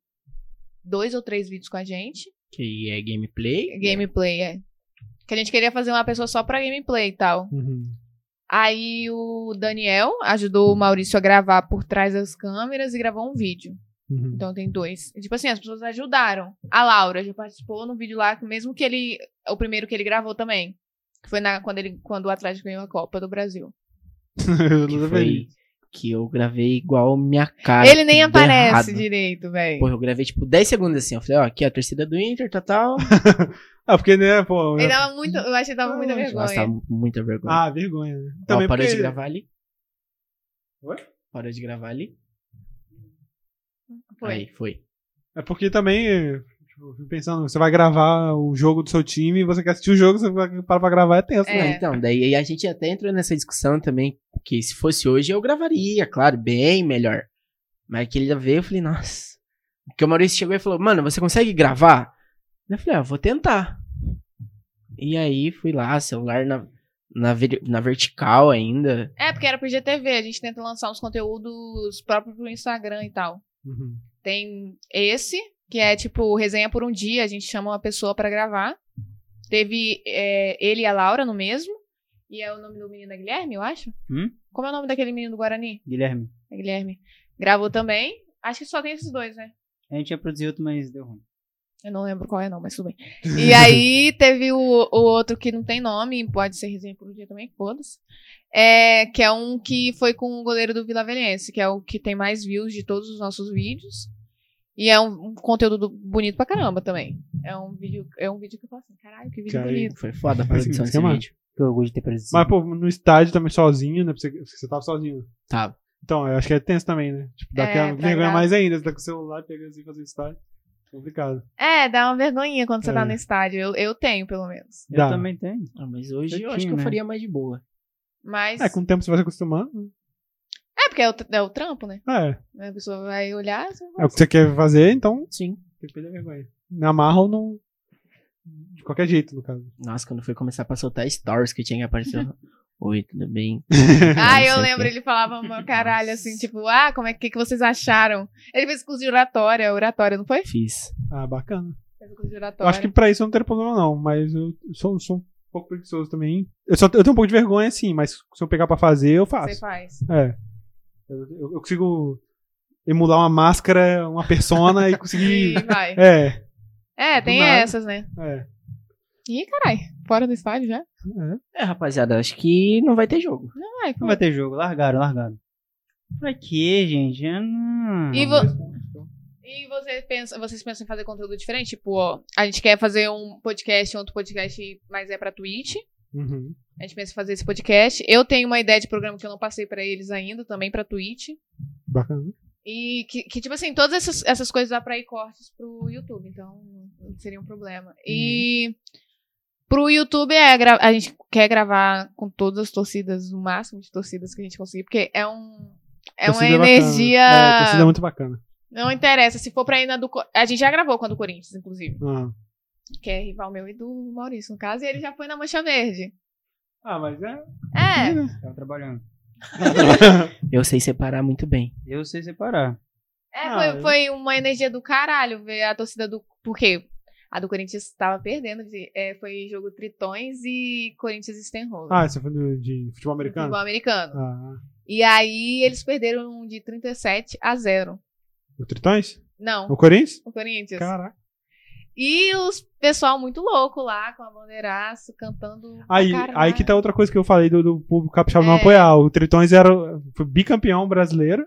Speaker 1: dois ou três vídeos com a gente.
Speaker 2: Que é gameplay.
Speaker 1: Gameplay, é. Que a gente queria fazer uma pessoa só pra gameplay e tal.
Speaker 2: Uhum.
Speaker 1: Aí o Daniel ajudou o Maurício a gravar por trás das câmeras e gravou um vídeo.
Speaker 3: Uhum.
Speaker 1: Então tem dois. E, tipo assim, as pessoas ajudaram. A Laura já participou no vídeo lá, mesmo que ele. O primeiro que ele gravou também. Que foi na, quando, ele, quando o Atlético ganhou a Copa do Brasil.
Speaker 3: Eu
Speaker 2: Que,
Speaker 3: não
Speaker 2: foi,
Speaker 3: sei.
Speaker 2: que eu gravei igual minha cara.
Speaker 1: ele nem
Speaker 2: tudo
Speaker 1: aparece
Speaker 2: errado.
Speaker 1: direito, velho.
Speaker 2: Porra, eu gravei tipo 10 segundos assim. Eu falei, ó, aqui ó, a torcida do Inter, tal, tal.
Speaker 3: Ah, porque, né, pô.
Speaker 1: Ele tava muito. Eu achei que tava com muita
Speaker 3: Ah,
Speaker 2: Nossa, tá
Speaker 1: vergonha.
Speaker 2: muita vergonha.
Speaker 3: Ah, vergonha, né?
Speaker 2: Ó,
Speaker 3: Também
Speaker 2: parou
Speaker 3: porque...
Speaker 2: de gravar ali.
Speaker 3: Oi?
Speaker 2: Parou de gravar ali.
Speaker 1: Foi.
Speaker 2: Aí, foi.
Speaker 3: É porque também, tipo, eu fico pensando, você vai gravar o jogo do seu time, você quer assistir o jogo, você vai- para pra gravar, é tenso,
Speaker 1: É.
Speaker 2: Não,
Speaker 3: né?
Speaker 2: então, daí aí a gente até entrou nessa discussão também, que se fosse hoje eu gravaria, claro, bem melhor. Mas que ele veio, eu falei, nossa. Porque o Maurício chegou e falou, mano, você consegue gravar? Eu falei, ah, vou tentar. E aí fui lá, celular na, na, ver- na vertical ainda.
Speaker 1: É, porque era pro GTV. A gente tenta lançar uns conteúdos próprios pro Instagram e tal.
Speaker 3: Uhum.
Speaker 1: Tem esse, que é tipo resenha por um dia, a gente chama uma pessoa pra gravar. Teve é, ele e a Laura no mesmo. E é o nome do menino é Guilherme, eu acho.
Speaker 4: Hum?
Speaker 1: Como é o nome daquele menino do Guarani?
Speaker 4: Guilherme,
Speaker 1: É Guilherme. Gravou também. Acho que só tem esses dois, né?
Speaker 4: a gente ia produzir outro, mas deu ruim.
Speaker 1: Eu não lembro qual é, não, mas tudo bem. E aí teve o, o outro que não tem nome, pode ser resenha por um dia também, foda-se. É, que é um que foi com o goleiro do Vila Velhense, que é o que tem mais views de todos os nossos vídeos. E é um, um conteúdo do- bonito pra caramba também. É um vídeo, é um vídeo que eu falo assim, caralho, que vídeo
Speaker 3: Cara,
Speaker 1: bonito.
Speaker 2: Foi foda a
Speaker 3: Mas
Speaker 2: produção desse
Speaker 3: esquema.
Speaker 2: vídeo.
Speaker 4: Que orgulho de ter produzido.
Speaker 3: Mas, pô, no estádio também sozinho, né? Porque você, porque você tava sozinho.
Speaker 2: Tá.
Speaker 3: Então, eu acho que é tenso também, né? Tipo, dá
Speaker 1: É,
Speaker 3: aquela
Speaker 1: pra
Speaker 3: vergonha
Speaker 1: gravar.
Speaker 3: mais ainda, você tá com o celular pegando assim, fazendo estádio. Complicado.
Speaker 1: É, dá uma vergonhinha quando você
Speaker 3: É.
Speaker 1: tá no estádio. Eu, eu tenho, pelo menos.
Speaker 4: eu
Speaker 3: Dá.
Speaker 4: também tenho.
Speaker 2: Ah, mas hoje eu,
Speaker 4: Eu
Speaker 2: acho
Speaker 4: tinha,
Speaker 2: que eu
Speaker 4: né?
Speaker 2: faria mais de boa.
Speaker 1: Mas.
Speaker 3: É, com o tempo você vai se acostumando. né?
Speaker 1: É, porque é o, tr- é o trampo, né?
Speaker 3: Ah, É,
Speaker 1: A pessoa vai olhar. assim, você
Speaker 3: é o que você quer fazer, então
Speaker 2: Sim.
Speaker 3: tem que perder a vergonha. Na amarra ou não... De qualquer jeito, no caso.
Speaker 2: Nossa, quando foi começar pra soltar stories que tinha que aparecer. Oi, tudo bem?
Speaker 1: Ah,
Speaker 2: Não
Speaker 1: eu
Speaker 2: sei o
Speaker 1: lembro,
Speaker 2: quê.
Speaker 1: ele falava uma caralho assim,
Speaker 2: Nossa.
Speaker 1: tipo, ah, como é que, que vocês acharam? Ele fez curso de oratória, oratória, não foi?
Speaker 2: Fiz.
Speaker 3: Ah, bacana.
Speaker 1: Fez curso de
Speaker 3: Eu
Speaker 1: oratória.
Speaker 3: acho que pra isso eu não teria problema, não. Mas eu sou, sou um pouco preguiçoso também. Eu, só, eu tenho um pouco de vergonha, sim. Mas se eu pegar pra fazer, eu faço.
Speaker 1: você faz.
Speaker 3: É. Eu, eu- eu consigo emular uma máscara, uma persona e
Speaker 1: E
Speaker 3: conseguir.
Speaker 1: vai.
Speaker 3: É,
Speaker 1: É, tem
Speaker 3: nada.
Speaker 1: essas, né?
Speaker 3: é.
Speaker 1: Ih, caralho, fora do estádio já?
Speaker 2: É, rapaziada, acho que não vai ter jogo.
Speaker 1: Ai,
Speaker 4: Não
Speaker 1: como...
Speaker 4: vai ter jogo, largaram, largaram. Pra quê, gente? Ah, não.
Speaker 1: E, vo- e você pensa, vocês pensam em fazer conteúdo diferente? Tipo, ó, a gente quer fazer um podcast, outro podcast, mas é pra Twitch.
Speaker 3: Uhum.
Speaker 1: A gente pensa em fazer esse podcast. Eu tenho uma ideia de programa que eu não passei pra eles ainda, também pra Twitch.
Speaker 3: Bacana.
Speaker 1: E que, que, tipo assim, todas essas, essas coisas dá pra ir cortes pro YouTube, então não seria um problema. E pro YouTube é gra- a gente quer gravar com todas as torcidas, o máximo de torcidas que a gente conseguir, porque é um. É uma
Speaker 3: Torcida bacana.
Speaker 1: energia.
Speaker 3: É, torcida é muito bacana.
Speaker 1: Não interessa. Se for pra ir na do. Co- A gente já gravou com a do Corinthians, inclusive.
Speaker 3: Ah,
Speaker 1: Que é rival meu e do Maurício, no caso, e ele já foi na Mancha Verde.
Speaker 3: Ah, mas é.
Speaker 1: É.
Speaker 4: Tava trabalhando.
Speaker 2: Eu sei separar muito bem.
Speaker 4: Eu sei separar.
Speaker 1: É,
Speaker 3: Ah,
Speaker 1: foi,
Speaker 3: eu-
Speaker 1: foi uma energia do caralho ver a torcida do. Porque A do Corinthians estava perdendo. de- é, foi jogo Tritões e Corinthians e Stenhouse.
Speaker 3: Ah, você foi do- de futebol americano?
Speaker 1: Futebol americano.
Speaker 3: Ah,
Speaker 1: E aí eles perderam de 37 a 0.
Speaker 3: o Tritões?
Speaker 1: Não,
Speaker 3: O Corinthians?
Speaker 1: o Corinthians.
Speaker 3: Caraca.
Speaker 1: E os pessoal muito louco lá, com a bandeiraço, cantando. pra
Speaker 3: Aí,
Speaker 1: caralho.
Speaker 3: aí que tá outra coisa que eu falei do, do público capixaba
Speaker 1: É.
Speaker 3: não apoiar. O Tritões era foi bicampeão brasileiro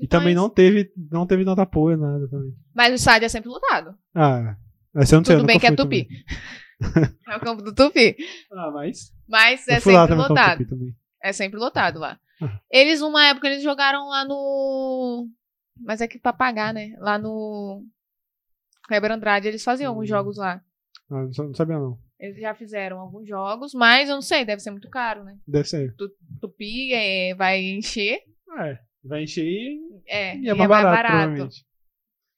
Speaker 3: e também não
Speaker 1: Tritões.
Speaker 3: teve, não teve tanto apoio, nada também.
Speaker 1: Mas o estádio é sempre lotado.
Speaker 3: Ah, essa eu não sei. eu
Speaker 1: Tudo bem
Speaker 3: nunca
Speaker 1: que é
Speaker 3: fui também.
Speaker 1: Tupi. é o campo do Tupi.
Speaker 3: Ah, mas.
Speaker 1: Mas é
Speaker 3: eu fui lá
Speaker 1: sempre
Speaker 3: também, então,
Speaker 1: lotado.
Speaker 3: Tupi também.
Speaker 1: É sempre lotado lá.
Speaker 3: Ah.
Speaker 1: Eles, uma época, eles jogaram lá no. Mas é que pra pagar, né? Lá no. Kleber Andrade, eles faziam alguns
Speaker 3: Hum.
Speaker 1: jogos lá.
Speaker 3: Ah, não sa- não sabia, não.
Speaker 1: Eles já fizeram alguns jogos, mas eu não sei, deve ser muito caro, né?
Speaker 3: Deve ser.
Speaker 1: Tupi é, vai encher.
Speaker 3: Ah, é. Vai encher e
Speaker 1: É,
Speaker 3: e é mais barato, provavelmente.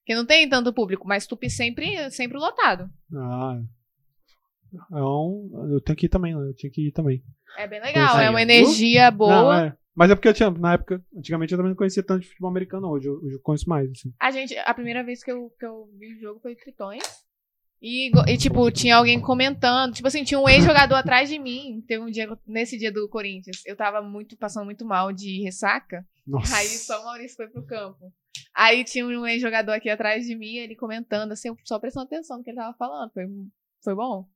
Speaker 1: Porque não tem tanto público, mas Tupi sempre, sempre lotado.
Speaker 3: Ah. Então, eu tenho que ir também, né? Eu tinha que ir também.
Speaker 1: É bem legal,
Speaker 2: Aí,
Speaker 1: é
Speaker 2: ó.
Speaker 1: uma energia boa.
Speaker 3: Não, é. Mas é porque eu tinha, na época, antigamente eu também não conhecia tanto de futebol americano, hoje eu, hoje eu conheço mais, assim.
Speaker 1: A gente, a primeira vez que eu, que eu vi o jogo foi Tritões. E, go- e, tipo, tinha alguém comentando. Tipo assim, tinha um ex-jogador atrás de mim. Teve um dia, que eu- nesse dia do Corinthians. Eu tava muito, passando muito mal de ressaca.
Speaker 3: Nossa.
Speaker 1: Aí só o Maurício foi pro campo. Aí tinha um ex-jogador aqui atrás de mim, ele comentando, assim, eu só prestando atenção no que ele tava falando. Foi, foi bom.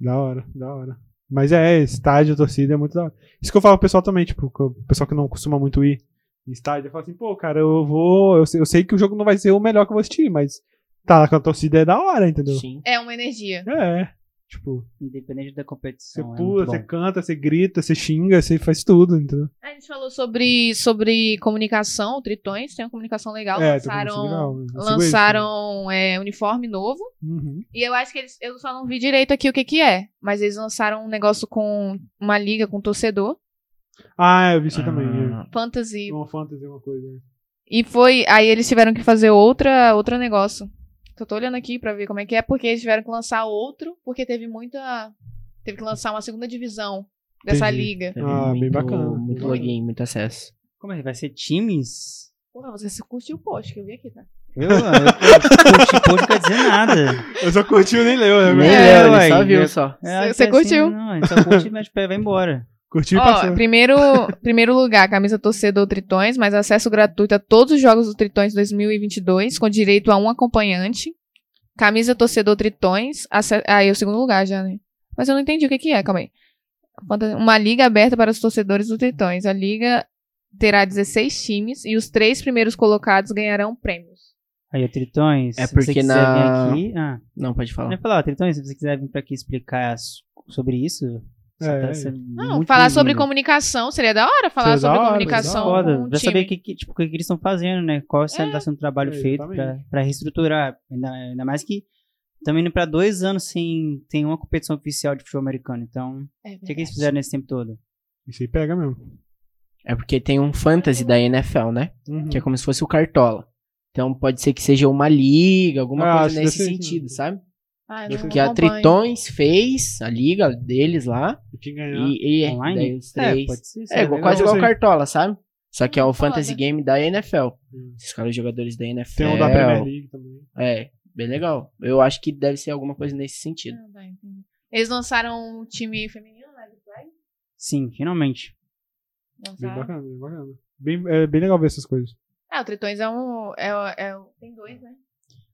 Speaker 3: Da hora, da hora. Mas é, estádio, torcida é muito da hora. Isso que eu falo pro pessoal também, tipo, que o pessoal que não costuma muito ir em estádio, eu falo assim, pô, cara, eu vou. Eu sei, eu sei que o jogo não vai ser o melhor que eu vou assistir, mas tá lá com a torcida é da hora, entendeu?
Speaker 2: Sim.
Speaker 1: É uma energia.
Speaker 3: É. Tipo,
Speaker 4: Independente da
Speaker 3: você
Speaker 4: competição. é muito
Speaker 3: pula,
Speaker 4: bom.
Speaker 3: você canta, você grita, você xinga, você faz tudo, entendeu?
Speaker 1: A gente falou sobre, sobre comunicação, Tritões, tem uma comunicação legal.
Speaker 3: é, tá
Speaker 1: lançaram
Speaker 3: acontecendo legal, eu sigo eles,
Speaker 1: lançaram é, uniforme novo.
Speaker 3: né? Uhum.
Speaker 1: E eu acho que eles. Eu só não vi direito aqui o que que é. Mas eles lançaram um negócio com uma liga com um torcedor.
Speaker 3: Ah, eu vi isso também. é.
Speaker 2: Ah,
Speaker 1: Fantasy.
Speaker 3: Uma fantasy, uma coisa. né?
Speaker 1: E foi. Aí eles tiveram que fazer outra, outro negócio. Só tô olhando aqui pra ver como é que é, porque eles tiveram que lançar outro, porque teve muita. Teve que lançar uma segunda divisão dessa
Speaker 3: Entendi.
Speaker 1: liga.
Speaker 2: teve
Speaker 3: Ah, bem
Speaker 2: muito-
Speaker 3: bacana.
Speaker 2: Muito
Speaker 3: Bem
Speaker 2: login, muito acesso.
Speaker 4: Como é? Vai ser times?
Speaker 1: Porra, você curtiu o post que eu vi aqui, tá?
Speaker 4: Eu, eu, eu, eu, não quer dizer nada.
Speaker 3: Eu só curti, eu nem leu, né?
Speaker 2: Nem
Speaker 4: É,
Speaker 2: leu, ele
Speaker 4: uai,
Speaker 2: só viu
Speaker 4: eu-
Speaker 2: só.
Speaker 4: É,
Speaker 1: Cê-
Speaker 4: eu
Speaker 1: cê
Speaker 4: falei
Speaker 1: curtiu?
Speaker 4: Assim, não, a gente só curte, mas tipo, vai embora.
Speaker 3: Curti e
Speaker 1: Ó,
Speaker 3: passou.
Speaker 1: primeiro, primeiro lugar, camisa torcedor Tritões, mas acesso gratuito a todos os jogos do Tritões 2022, com direito a um acompanhante. Camisa torcedor Tritões, ace- aí é o segundo lugar já, né? Mas eu não entendi o que que é, calma aí. Fanta- Uma liga aberta para os torcedores do Tritões. A liga terá 16 times e os três primeiros colocados ganharão prêmios.
Speaker 4: Aí, o Tritões,
Speaker 2: É
Speaker 4: se você
Speaker 2: porque na-
Speaker 4: quiser vir aqui... Ah,
Speaker 2: Não, pode
Speaker 3: Né?
Speaker 4: eu
Speaker 2: falar.
Speaker 4: ia falar, ó, Tritões, se você quiser vir pra aqui explicar as- sobre isso... você
Speaker 3: É,
Speaker 4: tá
Speaker 3: é.
Speaker 4: sendo
Speaker 1: Não,
Speaker 4: muito
Speaker 1: falar sobre
Speaker 4: bem-vindo.
Speaker 1: comunicação, seria da hora falar
Speaker 3: Seria da
Speaker 1: sobre
Speaker 3: hora,
Speaker 1: comunicação
Speaker 3: seria da hora.
Speaker 1: com o
Speaker 4: Pra
Speaker 1: time.
Speaker 4: saber o que, que- tipo, o que que eles estão fazendo, né? Qual está tá sendo o trabalho
Speaker 3: é,
Speaker 4: feito pra,
Speaker 3: exatamente.
Speaker 4: pra reestruturar. Ainda, ainda mais que estamos indo pra dois anos sem tem uma competição oficial de futebol americano. Então, o
Speaker 1: É
Speaker 4: que, que eles
Speaker 1: verdade.
Speaker 4: fizeram nesse tempo todo?
Speaker 3: Isso aí pega mesmo.
Speaker 2: É porque tem um fantasy da NFL, né?
Speaker 3: Uhum.
Speaker 2: Que é como se fosse o Cartola. Então pode ser que seja uma liga, alguma
Speaker 3: Ah, acho
Speaker 2: coisa nesse
Speaker 3: desse-
Speaker 2: sentido, sabe?
Speaker 1: Ah, eu não
Speaker 2: Porque a
Speaker 1: acompanho.
Speaker 2: Tritões fez a liga deles lá.
Speaker 3: Eu tinha que ganhar.
Speaker 2: E, e
Speaker 4: Online?
Speaker 2: daí os três.
Speaker 4: pode ser.
Speaker 2: É, igual- quase
Speaker 3: Eu
Speaker 2: igual o
Speaker 3: sei.
Speaker 2: Cartola, sabe? Só que é o
Speaker 1: Hum, Foda.
Speaker 2: fantasy game da NFL.
Speaker 3: Hum.
Speaker 2: Esses caras jogadores da NFL.
Speaker 3: Tem um da Premier League também.
Speaker 2: É, bem legal. Eu acho que deve ser alguma coisa nesse sentido.
Speaker 1: Ah, tá, entendi. Eles lançaram um time feminino, né? Do Pride?
Speaker 4: Sim, finalmente.
Speaker 3: Bem
Speaker 1: Lançaram.
Speaker 3: bacana, bem bacana. Bem, é bem legal ver essas coisas.
Speaker 1: Ah, o Tritões é um. É, é, um- tem dois, né?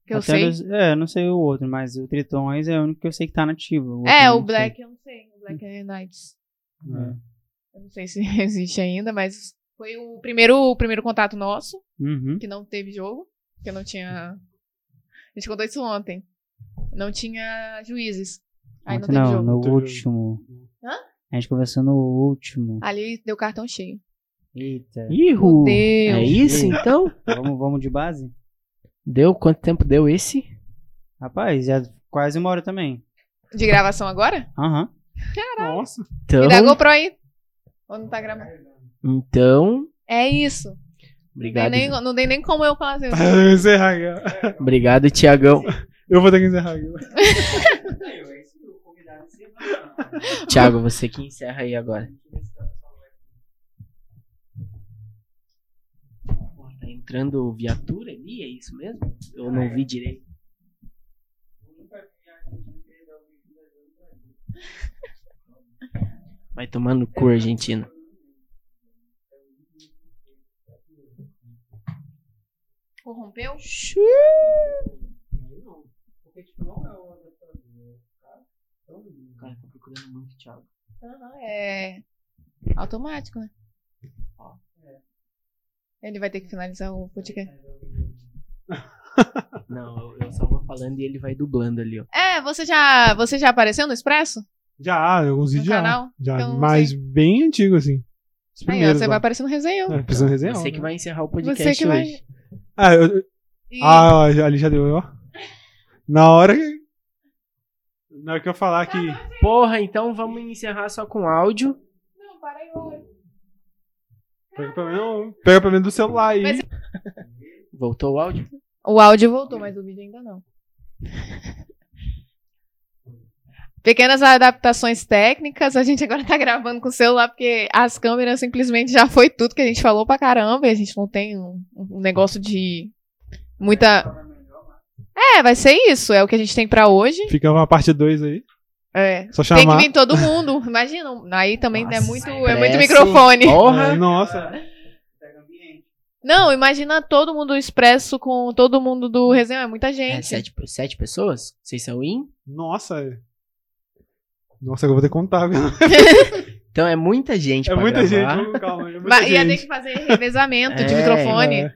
Speaker 1: Que eu
Speaker 4: Até
Speaker 1: sei.
Speaker 4: onde eu- é, eu não sei o outro, mas o Tritões é o único que eu sei que tá nativo. outro
Speaker 1: É,
Speaker 4: eu
Speaker 1: o
Speaker 4: não
Speaker 1: Black, eu não sei. O Black Knights.
Speaker 4: sei.
Speaker 3: É.
Speaker 1: Eu não sei se existe ainda, mas foi o primeiro, o primeiro contato nosso,
Speaker 4: Uhum.
Speaker 1: que não teve jogo, que não tinha. A gente contou isso ontem. Não tinha juízes. Aí não
Speaker 4: Outro
Speaker 1: teve
Speaker 4: não,
Speaker 1: jogo.
Speaker 4: no
Speaker 3: Teve-
Speaker 4: último.
Speaker 1: Hã?
Speaker 4: A gente conversou no último.
Speaker 1: Ali deu cartão cheio.
Speaker 4: Eita.
Speaker 2: Ihu!
Speaker 1: Deus.
Speaker 2: É isso então?
Speaker 4: vamos, vamos de base?
Speaker 2: Deu? Quanto tempo deu esse?
Speaker 4: Rapaz, já quase uma hora também.
Speaker 1: De gravação agora?
Speaker 4: Aham.
Speaker 3: Nossa.
Speaker 1: Me dá
Speaker 2: Então,
Speaker 1: GoPro aí. Ou não tá gravando?
Speaker 2: então
Speaker 1: É isso. Não tem
Speaker 2: obrigado,
Speaker 1: nem, não tem nem como eu falar assim.
Speaker 3: Eu vou encerrar aqui.
Speaker 2: obrigado, Tiagão.
Speaker 3: Eu vou ter que encerrar aqui.
Speaker 2: Tiago, você que encerra aí agora. Pô, Tá Ah, é. entrando viatura ali, é isso mesmo? Eu não vi direito. Vai tomar no cu, Argentina.
Speaker 1: Corrompeu?
Speaker 2: Cara, tô procurando muito Thiago.
Speaker 1: É automático, né? Ele vai ter que finalizar o podcast.
Speaker 2: Não, eu eu só vou falando e ele vai dublando ali, ó.
Speaker 1: É, você já, você já apareceu no Expresso?
Speaker 3: Já há alguns
Speaker 1: No
Speaker 3: vídeos já.
Speaker 1: canal?
Speaker 3: já
Speaker 1: Então,
Speaker 3: mas bem antigo, assim. Os
Speaker 1: Aí, ó,
Speaker 3: primeiros.
Speaker 1: você vai
Speaker 3: lá.
Speaker 1: aparecer no resenhão.
Speaker 3: É, precisa resenhar.
Speaker 2: Você
Speaker 3: né?
Speaker 2: que vai encerrar o podcast
Speaker 1: Você que vai-
Speaker 2: hoje.
Speaker 3: Ah, eu-
Speaker 1: E-
Speaker 3: ah, ó, já- ali já deu, ó. Na hora que. Na hora que eu falar que.
Speaker 2: Porra, então vamos encerrar só com áudio.
Speaker 1: Não, para aí, olha.
Speaker 3: Pega pelo menos, pega pelo menos do celular aí.
Speaker 1: Mas-
Speaker 2: Voltou o áudio?
Speaker 1: O áudio voltou, mas o vídeo ainda não. Pequenas adaptações técnicas, a gente agora tá gravando com o celular, porque as câmeras simplesmente já foi tudo que a gente falou pra caramba, e a gente não tem um, um negócio de muita. É, vai ser isso, é o que a gente tem pra hoje.
Speaker 3: Fica uma parte 2 aí.
Speaker 1: É.
Speaker 3: Só
Speaker 1: Tem que
Speaker 3: chamar.
Speaker 1: vir todo mundo, imagina. Aí também é
Speaker 2: Nossa,
Speaker 1: muito, é muito
Speaker 2: parece-
Speaker 1: microfone.
Speaker 3: É,
Speaker 2: Porra!
Speaker 3: nossa.
Speaker 1: Não, imagina todo mundo do Expresso com todo mundo do Resenha, é muita gente.
Speaker 2: É, sete, pe- sete pessoas? Vocês são in?
Speaker 3: Nossa. é. Nossa, agora eu vou ter que contar. viu?
Speaker 2: Então é muita gente
Speaker 3: É
Speaker 2: pra
Speaker 3: muita gente.
Speaker 2: gravar.
Speaker 3: vamos, Calma, é muita
Speaker 1: Mas ia ter
Speaker 3: gente.
Speaker 1: que fazer revezamento de
Speaker 2: É,
Speaker 1: microfone.
Speaker 3: É.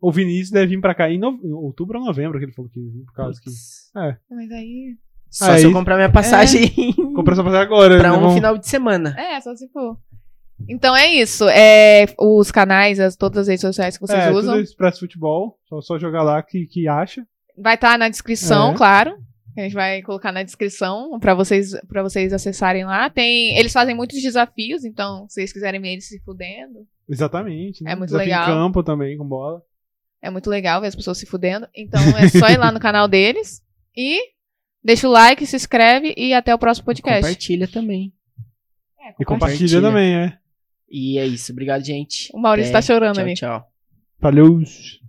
Speaker 3: O Vinícius deve vir pra cá em no- em outubro ou novembro, que ele falou que ia vir, por causa que.
Speaker 1: Mas aí.
Speaker 2: Só
Speaker 3: Ah,
Speaker 2: se eu
Speaker 3: isso.
Speaker 2: comprar minha passagem
Speaker 3: Comprei essa passagem agora.
Speaker 2: pra
Speaker 3: né,
Speaker 2: um
Speaker 3: vamos-
Speaker 2: final de semana.
Speaker 1: É, só se for. Então é isso. É, os canais, as, todas as redes sociais que vocês
Speaker 3: é,
Speaker 1: usam.
Speaker 3: Tudo Expresso Futebol. Só, só jogar lá que, que acha.
Speaker 1: Vai estar na descrição,
Speaker 3: É.
Speaker 1: claro. A gente vai colocar na descrição pra vocês para vocês acessarem lá. Tem, eles fazem muitos desafios, então se vocês quiserem ver eles se fudendo,
Speaker 3: Exatamente. né?
Speaker 1: É muito
Speaker 3: Desafio
Speaker 1: legal.
Speaker 3: em campo também, com bola.
Speaker 1: é muito legal ver as pessoas se fudendo. Então é só ir lá no canal deles e deixa o like, se inscreve e até o próximo podcast.
Speaker 2: Compartilha
Speaker 1: É,
Speaker 2: também.
Speaker 3: E
Speaker 1: compartilha.
Speaker 2: Compartilha.
Speaker 3: compartilha, também, é.
Speaker 2: E é isso tá chorando,
Speaker 1: O Maurício tá chorando,
Speaker 2: É, tchau,
Speaker 1: amigo.
Speaker 2: Tchau.
Speaker 3: Valeu.